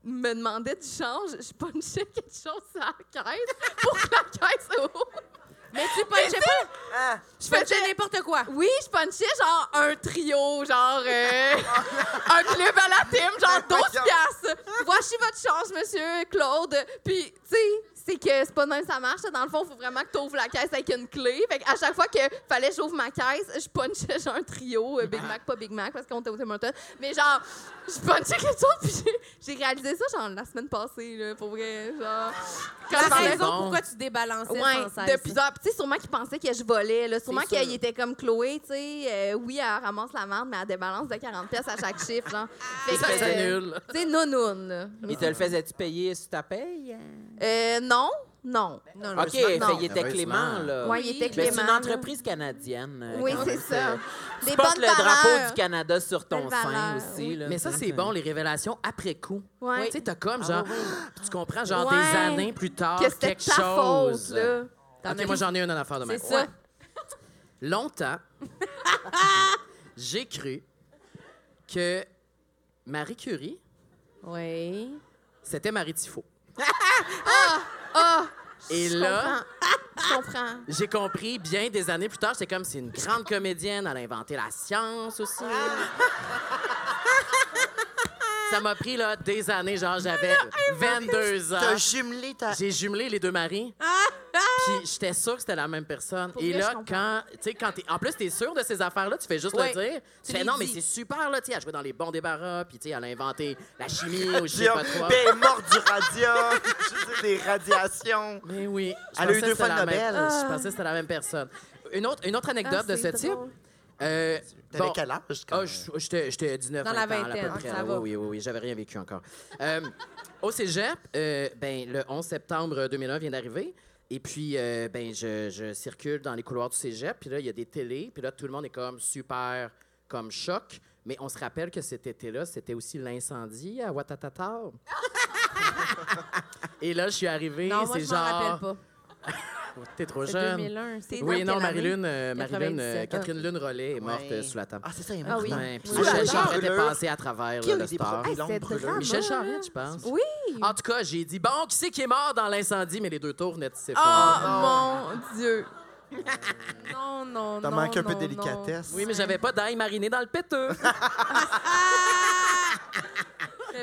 [SPEAKER 7] me demandait du change, je punchais quelque chose à la caisse pour que la caisse ouvre.
[SPEAKER 3] Mais tu punchais pas.
[SPEAKER 6] Ah,
[SPEAKER 3] Je faisais n'importe quoi.
[SPEAKER 7] Oui, je punchais genre un trio, genre euh, un club à la team, genre 12 piastres. Voici votre chance, monsieur Claude. Puis, tu sais, c'est que c'est pas de même que ça marche. là. Dans le fond, il faut vraiment que tu ouvres la caisse avec une clé. Fait à chaque fois que fallait que j'ouvre ma caisse, je punchais genre un trio, euh, Big Mac, pas Big Mac, parce qu'on était au Tim Hortons. Mais genre, je punchais quelque chose, puis j'ai- j'ai réalisé ça genre la semaine passée, là, pour vrai. Genre,
[SPEAKER 3] La
[SPEAKER 7] Quand-
[SPEAKER 3] raison
[SPEAKER 5] bon.
[SPEAKER 3] pourquoi tu débalançais
[SPEAKER 7] Ouais,
[SPEAKER 3] sans
[SPEAKER 7] de
[SPEAKER 3] cesse.
[SPEAKER 7] plusieurs. Puis, Tu sais, sûrement qu'il pensait que je volais. Là. Sûrement
[SPEAKER 3] C'est sûr.
[SPEAKER 7] qu'il était comme Chloé, tu sais. euh, oui, elle ramasse la merde, mais elle débalance de 40 pièces à chaque chiffre, genre. Fait que,
[SPEAKER 5] C'est
[SPEAKER 7] euh,
[SPEAKER 5] nul.
[SPEAKER 7] Tu sais, nounoun, là.
[SPEAKER 4] Il te le faisait-tu payer sur ta paye?
[SPEAKER 7] Euh, non, non.
[SPEAKER 3] Non,
[SPEAKER 5] Ah,
[SPEAKER 3] non.
[SPEAKER 4] OK, fait,
[SPEAKER 7] non.
[SPEAKER 4] il était clément, là.
[SPEAKER 7] Ouais, il était
[SPEAKER 4] Ben,
[SPEAKER 7] clément.
[SPEAKER 4] Ah, c'est une
[SPEAKER 7] là.
[SPEAKER 4] entreprise canadienne. euh,
[SPEAKER 7] Oui,
[SPEAKER 4] quand
[SPEAKER 7] c'est
[SPEAKER 4] même,
[SPEAKER 7] ça.
[SPEAKER 4] Tu
[SPEAKER 7] Des
[SPEAKER 4] portes
[SPEAKER 7] bonnes
[SPEAKER 4] le drapeau
[SPEAKER 7] valeurs.
[SPEAKER 4] du Canada sur ton
[SPEAKER 7] Belles
[SPEAKER 4] sein
[SPEAKER 7] valeurs,
[SPEAKER 4] aussi.
[SPEAKER 7] oui.
[SPEAKER 4] là.
[SPEAKER 5] Mais ça, c'est bon, les révélations après coup.
[SPEAKER 7] Ouais.
[SPEAKER 5] Tu sais, t'as comme genre. Tu comprends, genre
[SPEAKER 7] Ouais.
[SPEAKER 5] des années plus tard,
[SPEAKER 7] Que c'était
[SPEAKER 5] quelque
[SPEAKER 7] ta faute,
[SPEAKER 5] chose.
[SPEAKER 7] là.
[SPEAKER 5] Ok, moi, j'en ai une en affaire de même.
[SPEAKER 3] C'est ça.
[SPEAKER 5] Longtemps, j'ai cru que Marie Curie,
[SPEAKER 3] Oui.
[SPEAKER 5] c'était Marie Tifo.
[SPEAKER 7] Ah!
[SPEAKER 5] Et
[SPEAKER 7] je
[SPEAKER 5] là,
[SPEAKER 7] comprends. Je comprends.
[SPEAKER 5] j'ai compris bien des années plus tard, c'est comme c'est une grande comédienne, elle a inventé la science aussi. Ça m'a pris là, des années, genre j'avais 22 ans.
[SPEAKER 6] T'as jumelé ta...
[SPEAKER 5] J'ai jumelé les deux maris. Puis j'étais sûre que c'était la même personne.
[SPEAKER 7] Pour
[SPEAKER 5] Et
[SPEAKER 7] vrai, je
[SPEAKER 5] là,
[SPEAKER 7] comprends.
[SPEAKER 5] quand, tu sais, quand t'es, en plus, t'es sûr de ces affaires-là, tu fais juste
[SPEAKER 3] Ouais.
[SPEAKER 5] le dire.
[SPEAKER 3] Tu
[SPEAKER 5] Tu fais
[SPEAKER 3] les
[SPEAKER 5] non, mais
[SPEAKER 3] dis.
[SPEAKER 5] c'est super, là, tu sais, elle jouait dans les bons débarras, puis tu sais, elle a inventé la chimie ou je sais
[SPEAKER 6] Radium.
[SPEAKER 5] pas quoi.
[SPEAKER 6] Ben, elle est morte du radium. Je veux dire, des radiations.
[SPEAKER 5] Mais oui. je
[SPEAKER 6] Elle a eu
[SPEAKER 5] pensais que
[SPEAKER 6] deux fois
[SPEAKER 5] c'était la
[SPEAKER 6] le
[SPEAKER 5] même-
[SPEAKER 6] Nobel.
[SPEAKER 5] Je
[SPEAKER 3] Ah.
[SPEAKER 5] pensais que c'était la même personne. Une autre, une autre anecdote
[SPEAKER 7] Ah,
[SPEAKER 5] de ce
[SPEAKER 7] c'est
[SPEAKER 5] type.
[SPEAKER 7] drôle.
[SPEAKER 5] Euh,
[SPEAKER 6] T'avais
[SPEAKER 5] bon.
[SPEAKER 6] quel âge? quand-
[SPEAKER 5] Ah, je- j'étais j'étais 19
[SPEAKER 3] Dans la
[SPEAKER 5] 20 ans, à
[SPEAKER 3] vingtaine,
[SPEAKER 5] peu près.
[SPEAKER 3] ça
[SPEAKER 5] là.
[SPEAKER 3] va.
[SPEAKER 5] Oui, oui, oui, oui, j'avais rien vécu encore. Euh, au cégep, euh, ben, le 11 septembre 2001 vient d'arriver. Et puis, euh, ben, je, je circule dans les couloirs du cégep. Puis là, il y a des télés. Puis là, tout le monde est comme super, comme choc. Mais on se rappelle que cet été-là, c'était aussi l'incendie à Ouattatata. Et là, je suis arrivé.
[SPEAKER 3] Non, moi,
[SPEAKER 5] c'est
[SPEAKER 3] je m'en rappelle
[SPEAKER 5] genre.
[SPEAKER 3] pas.
[SPEAKER 5] T'es trop
[SPEAKER 3] C'est
[SPEAKER 5] jeune.
[SPEAKER 3] 2001. C'est
[SPEAKER 5] Oui,
[SPEAKER 3] dans
[SPEAKER 5] non,
[SPEAKER 3] quelle année?
[SPEAKER 5] Marie-Lune, euh, Marie-Lune, euh,
[SPEAKER 3] 97.
[SPEAKER 5] Catherine Lune Rollet est morte
[SPEAKER 6] Ouais.
[SPEAKER 5] euh, sous la table.
[SPEAKER 6] Ah, c'est ça, il est
[SPEAKER 7] Ah
[SPEAKER 6] mort.
[SPEAKER 7] oui.
[SPEAKER 5] Ouais, puis
[SPEAKER 6] Oui.
[SPEAKER 5] Michel
[SPEAKER 6] J'adore.
[SPEAKER 5] Charette est
[SPEAKER 6] Brûleur.
[SPEAKER 5] passé à travers
[SPEAKER 6] Qui
[SPEAKER 5] là,
[SPEAKER 6] a
[SPEAKER 5] le
[SPEAKER 6] eu des
[SPEAKER 5] star.
[SPEAKER 6] problèmes
[SPEAKER 7] Ah,
[SPEAKER 6] longues
[SPEAKER 7] c'est
[SPEAKER 6] brûlures?
[SPEAKER 7] drame.
[SPEAKER 5] Michel
[SPEAKER 7] Ah,
[SPEAKER 5] Charette, je pense.
[SPEAKER 7] Oui.
[SPEAKER 5] En tout cas, j'ai dit, bon, qui c'est qui est mort dans l'incendie? Mais les deux tours venaient de s'effondrer.
[SPEAKER 3] Ah,
[SPEAKER 7] Oh mon Dieu.
[SPEAKER 3] Non, non, non.
[SPEAKER 6] T'as manqué un peu de
[SPEAKER 3] non, non.
[SPEAKER 6] délicatesse.
[SPEAKER 5] Oui, mais j'avais pas d'ail mariné dans le péteux.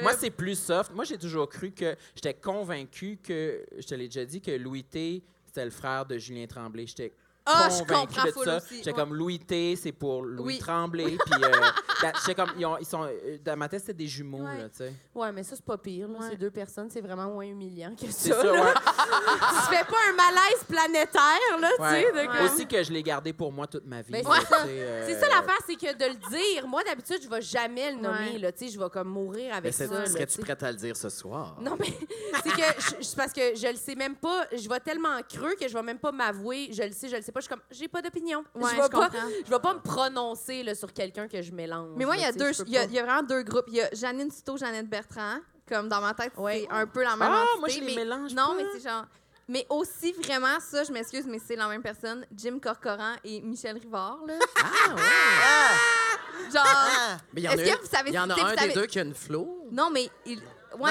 [SPEAKER 4] Moi, c'est plus soft. Moi, j'ai toujours cru que. J'étais convaincu que. Je te l'ai déjà dit que Louis T, c'était le frère de Julien Tremblay. J'étais.
[SPEAKER 3] Ah, je
[SPEAKER 4] convaincue
[SPEAKER 3] comprends
[SPEAKER 4] de
[SPEAKER 3] full
[SPEAKER 4] ça.
[SPEAKER 3] aussi,
[SPEAKER 4] J'étais
[SPEAKER 3] ouais.
[SPEAKER 4] comme Louis T, c'est pour Louis
[SPEAKER 3] Oui.
[SPEAKER 4] Tremblay. Puis, euh, ben, j'étais comme. Ils, ont- ils sont, euh, dans ma tête, c'était des jumeaux,
[SPEAKER 3] Ouais.
[SPEAKER 4] là, tu sais.
[SPEAKER 3] Ouais, mais ça, c'est pas pire. là.
[SPEAKER 7] Ouais.
[SPEAKER 3] Ces deux personnes, c'est vraiment moins humiliant que
[SPEAKER 4] C'est
[SPEAKER 3] ça.
[SPEAKER 4] ça,
[SPEAKER 3] là.
[SPEAKER 4] ouais.
[SPEAKER 3] tu fais pas un malaise planétaire, là,
[SPEAKER 4] Ouais.
[SPEAKER 3] tu sais. de comme-
[SPEAKER 4] Aussi que je l'ai gardé pour moi toute ma vie.
[SPEAKER 3] Ben,
[SPEAKER 4] là,
[SPEAKER 3] c'est ça.
[SPEAKER 4] tu sais, euh,
[SPEAKER 3] C'est ça l'affaire, c'est que de le dire. Moi, d'habitude, je vais jamais le nommer,
[SPEAKER 7] Ouais.
[SPEAKER 3] là, tu sais. Je vais comme mourir
[SPEAKER 5] Mais
[SPEAKER 3] avec ça.
[SPEAKER 5] c'est-
[SPEAKER 3] là, tu
[SPEAKER 5] Serais-tu
[SPEAKER 3] sais.
[SPEAKER 5] prête à le dire ce soir?
[SPEAKER 3] Non, mais c'est que je- je- parce que je le sais même pas. Je vais tellement creux que je vais même pas m'avouer. Je le sais, je le sais pas. Je suis comme, j'ai pas d'opinion.
[SPEAKER 7] Ouais,
[SPEAKER 3] je vais
[SPEAKER 7] je
[SPEAKER 3] pas,
[SPEAKER 7] comprends.
[SPEAKER 3] je vais pas me prononcer là, sur quelqu'un que je mélange.
[SPEAKER 7] Mais moi, il y,
[SPEAKER 3] là,
[SPEAKER 7] a
[SPEAKER 3] tu sais,
[SPEAKER 7] deux,
[SPEAKER 3] je peux
[SPEAKER 7] il y a,
[SPEAKER 3] pas.
[SPEAKER 7] il y a vraiment deux groupes. Il y a Janine Tuto, Jeannette Bertrand. Comme dans ma tête, c'est un peu la même
[SPEAKER 4] Ah,
[SPEAKER 7] entité,
[SPEAKER 4] moi, je les
[SPEAKER 7] mais-
[SPEAKER 4] mélange
[SPEAKER 7] Non,
[SPEAKER 4] pas.
[SPEAKER 7] mais c'est genre... Mais aussi, vraiment, ça, je m'excuse, mais c'est la même personne. Jim Corcoran et Michel Rivard, là.
[SPEAKER 5] Ah, ouais.
[SPEAKER 7] Genre...
[SPEAKER 5] Mais il y en a,
[SPEAKER 7] Est-ce que
[SPEAKER 5] une-
[SPEAKER 7] vous savez-
[SPEAKER 5] il y en a
[SPEAKER 7] tu sais, vous
[SPEAKER 5] un
[SPEAKER 7] savez-
[SPEAKER 5] des deux qui a une flot.
[SPEAKER 7] Non, mais... Il... Ouais,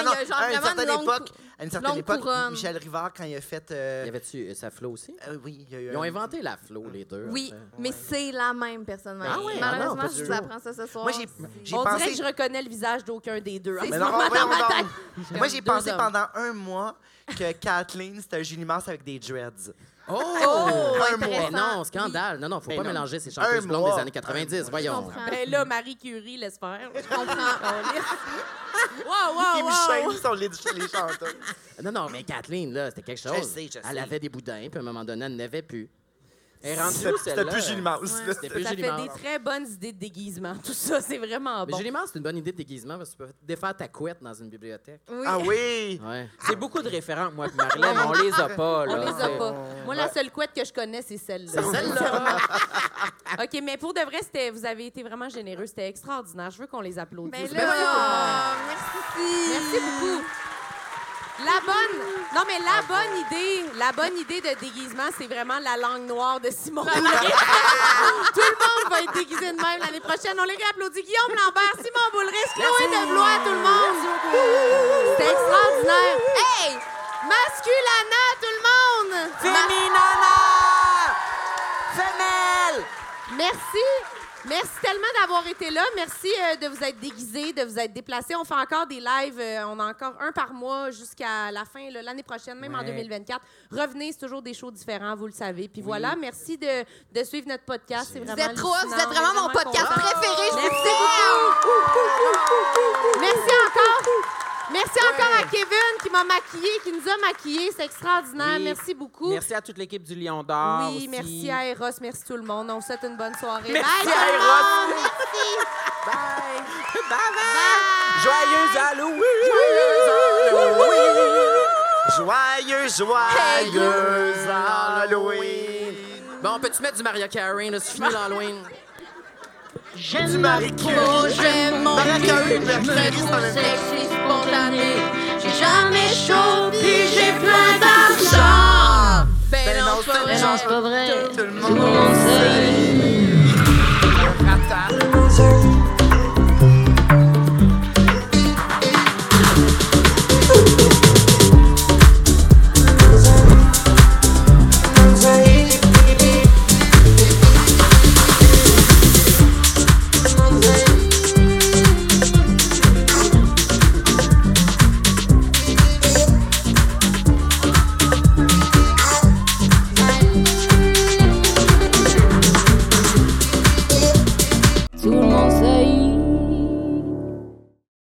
[SPEAKER 6] Non,
[SPEAKER 7] il
[SPEAKER 6] non,
[SPEAKER 7] y a genre
[SPEAKER 6] à une
[SPEAKER 7] vraiment
[SPEAKER 6] certaine
[SPEAKER 7] longue
[SPEAKER 6] époque, à une certaine
[SPEAKER 7] longue
[SPEAKER 6] époque,
[SPEAKER 7] couronne.
[SPEAKER 6] Michel Rivard, quand il a fait. euh,
[SPEAKER 5] Y avait-tu euh, sa flot aussi?
[SPEAKER 6] euh, oui, il y a eu
[SPEAKER 5] Ils ont
[SPEAKER 6] un-
[SPEAKER 5] inventé la flot, les deux.
[SPEAKER 7] Oui,
[SPEAKER 4] Euh,
[SPEAKER 5] en fait.
[SPEAKER 7] mais c'est la même personne. Marie.
[SPEAKER 5] Ah ouais, ah non,
[SPEAKER 7] Malheureusement,
[SPEAKER 5] pas
[SPEAKER 7] je
[SPEAKER 5] du
[SPEAKER 7] vous
[SPEAKER 5] tout.
[SPEAKER 7] apprends ça ce soir.
[SPEAKER 6] Moi, j'ai j'ai
[SPEAKER 3] On
[SPEAKER 6] pensé.
[SPEAKER 3] dirait que je reconnais le visage d'aucun des deux.
[SPEAKER 6] Mais non, voyons donc. Moi, j'ai
[SPEAKER 3] Deux
[SPEAKER 6] pensé
[SPEAKER 3] hommes.
[SPEAKER 6] pendant un mois que Kathleen, c'était un Julie Mars avec des dreads.
[SPEAKER 5] Oh!
[SPEAKER 6] un
[SPEAKER 5] Mais
[SPEAKER 6] mois.
[SPEAKER 5] non, scandale. Non, non, faut
[SPEAKER 4] Ben
[SPEAKER 6] Mais
[SPEAKER 5] pas
[SPEAKER 6] non.
[SPEAKER 5] mélanger ces chanteuses
[SPEAKER 6] Un
[SPEAKER 5] blondes des
[SPEAKER 6] mois.
[SPEAKER 5] années 90,
[SPEAKER 6] Un
[SPEAKER 5] voyons.
[SPEAKER 7] comprends.
[SPEAKER 3] Ben là, Marie Curie, laisse faire.
[SPEAKER 7] Je comprends.
[SPEAKER 3] Wow,
[SPEAKER 6] Ils
[SPEAKER 3] Oh, wow,
[SPEAKER 6] me
[SPEAKER 3] wow.
[SPEAKER 6] chaînent sur les, les chanteurs.
[SPEAKER 5] Non, non, mais Kathleen, là, c'était quelque chose.
[SPEAKER 6] Je sais, je
[SPEAKER 5] elle
[SPEAKER 6] sais.
[SPEAKER 5] avait des boudins, puis à un moment donné, elle n'avait plus. Elle est rendue
[SPEAKER 6] C'était
[SPEAKER 5] où,
[SPEAKER 6] c'était
[SPEAKER 5] celle-là?
[SPEAKER 6] plus Julie Mars. là.
[SPEAKER 5] C'était plus
[SPEAKER 3] Ça
[SPEAKER 5] Julie
[SPEAKER 3] fait
[SPEAKER 5] Mars.
[SPEAKER 3] des très bonnes idées de déguisement. Tout ça, c'est vraiment
[SPEAKER 5] Mais
[SPEAKER 3] bon.
[SPEAKER 5] Julie Mars, c'est une bonne idée de déguisement, parce que tu peux défaire ta couette dans une bibliothèque.
[SPEAKER 6] Ah oui!
[SPEAKER 5] Ouais.
[SPEAKER 4] C'est beaucoup de référents, moi, puis Marilyn, mais on les a pas, là.
[SPEAKER 3] On les a
[SPEAKER 4] tu sais.
[SPEAKER 3] pas. Moi, la seule couette que je connais, c'est celle-là.
[SPEAKER 5] Celle-là!
[SPEAKER 3] OK, mais pour de vrai, c'était, vous avez été vraiment généreux. C'était extraordinaire. Je veux qu'on les applaudisse. Merci
[SPEAKER 7] Mais
[SPEAKER 3] tout le monde.
[SPEAKER 7] là,
[SPEAKER 3] Merci
[SPEAKER 7] Ben merci.
[SPEAKER 3] beaucoup. La bonne, non mais la bonne idée, la bonne idée de déguisement, c'est vraiment la langue noire de Simon. Boulay. Tout le monde va être déguisé de même l'année prochaine. On les réapplaudit. Guillaume Lambert, Simon Boulris, Chloé Deblois, tout le monde. C'était extraordinaire. Hey, Masculana, tout le monde. Merci. Merci tellement d'avoir été là. Merci euh, de vous être déguisés, de vous être déplacés. On fait encore des lives. euh, on a encore un par mois jusqu'à la fin, là, l'année prochaine, même en 2024. Revenez, c'est toujours des shows différents, vous le savez. Puis voilà, merci de, de suivre notre podcast. C'est
[SPEAKER 7] Vous
[SPEAKER 3] vraiment
[SPEAKER 7] êtes trop hot, vous
[SPEAKER 3] hallucinant.
[SPEAKER 7] êtes vraiment
[SPEAKER 3] On
[SPEAKER 7] mon
[SPEAKER 3] est
[SPEAKER 7] podcast
[SPEAKER 3] contents.
[SPEAKER 7] préféré. Je vous
[SPEAKER 3] Merci
[SPEAKER 7] aime.
[SPEAKER 3] beaucoup. Merci encore. Merci encore à Kevin qui m'a maquillée, qui nous a maquillés. C'est extraordinaire.
[SPEAKER 4] Oui.
[SPEAKER 3] Merci beaucoup.
[SPEAKER 4] Merci à toute l'équipe du Lion d'Or.
[SPEAKER 3] Oui,
[SPEAKER 4] aussi.
[SPEAKER 3] merci à Eros, merci tout le monde. On vous souhaite une bonne soirée.
[SPEAKER 4] Merci
[SPEAKER 3] Bye,
[SPEAKER 4] à
[SPEAKER 3] tout le
[SPEAKER 4] Eros.
[SPEAKER 3] monde.
[SPEAKER 4] Bye bye. Joyeuse Halloween. Joyeuse
[SPEAKER 6] Joyeux, joyeux Halloween!
[SPEAKER 5] Bon, peux-tu mettre du Maria Carey, là, c'est fini l'Halloween?
[SPEAKER 6] Du Marie
[SPEAKER 1] Oh,
[SPEAKER 6] Curie!
[SPEAKER 1] j'aime mon
[SPEAKER 6] Marie
[SPEAKER 1] cul,
[SPEAKER 6] Curie,
[SPEAKER 1] je
[SPEAKER 6] Marie Curie,
[SPEAKER 1] me
[SPEAKER 6] c'est
[SPEAKER 1] trouve
[SPEAKER 6] la même
[SPEAKER 1] sexy spontané. J'ai jamais chaud, puis j'ai plein d'argent.
[SPEAKER 6] Ben non, c'est
[SPEAKER 1] Mais non, c'est pas vrai.
[SPEAKER 6] Tout le
[SPEAKER 1] Tout le
[SPEAKER 6] monde
[SPEAKER 1] monde sait.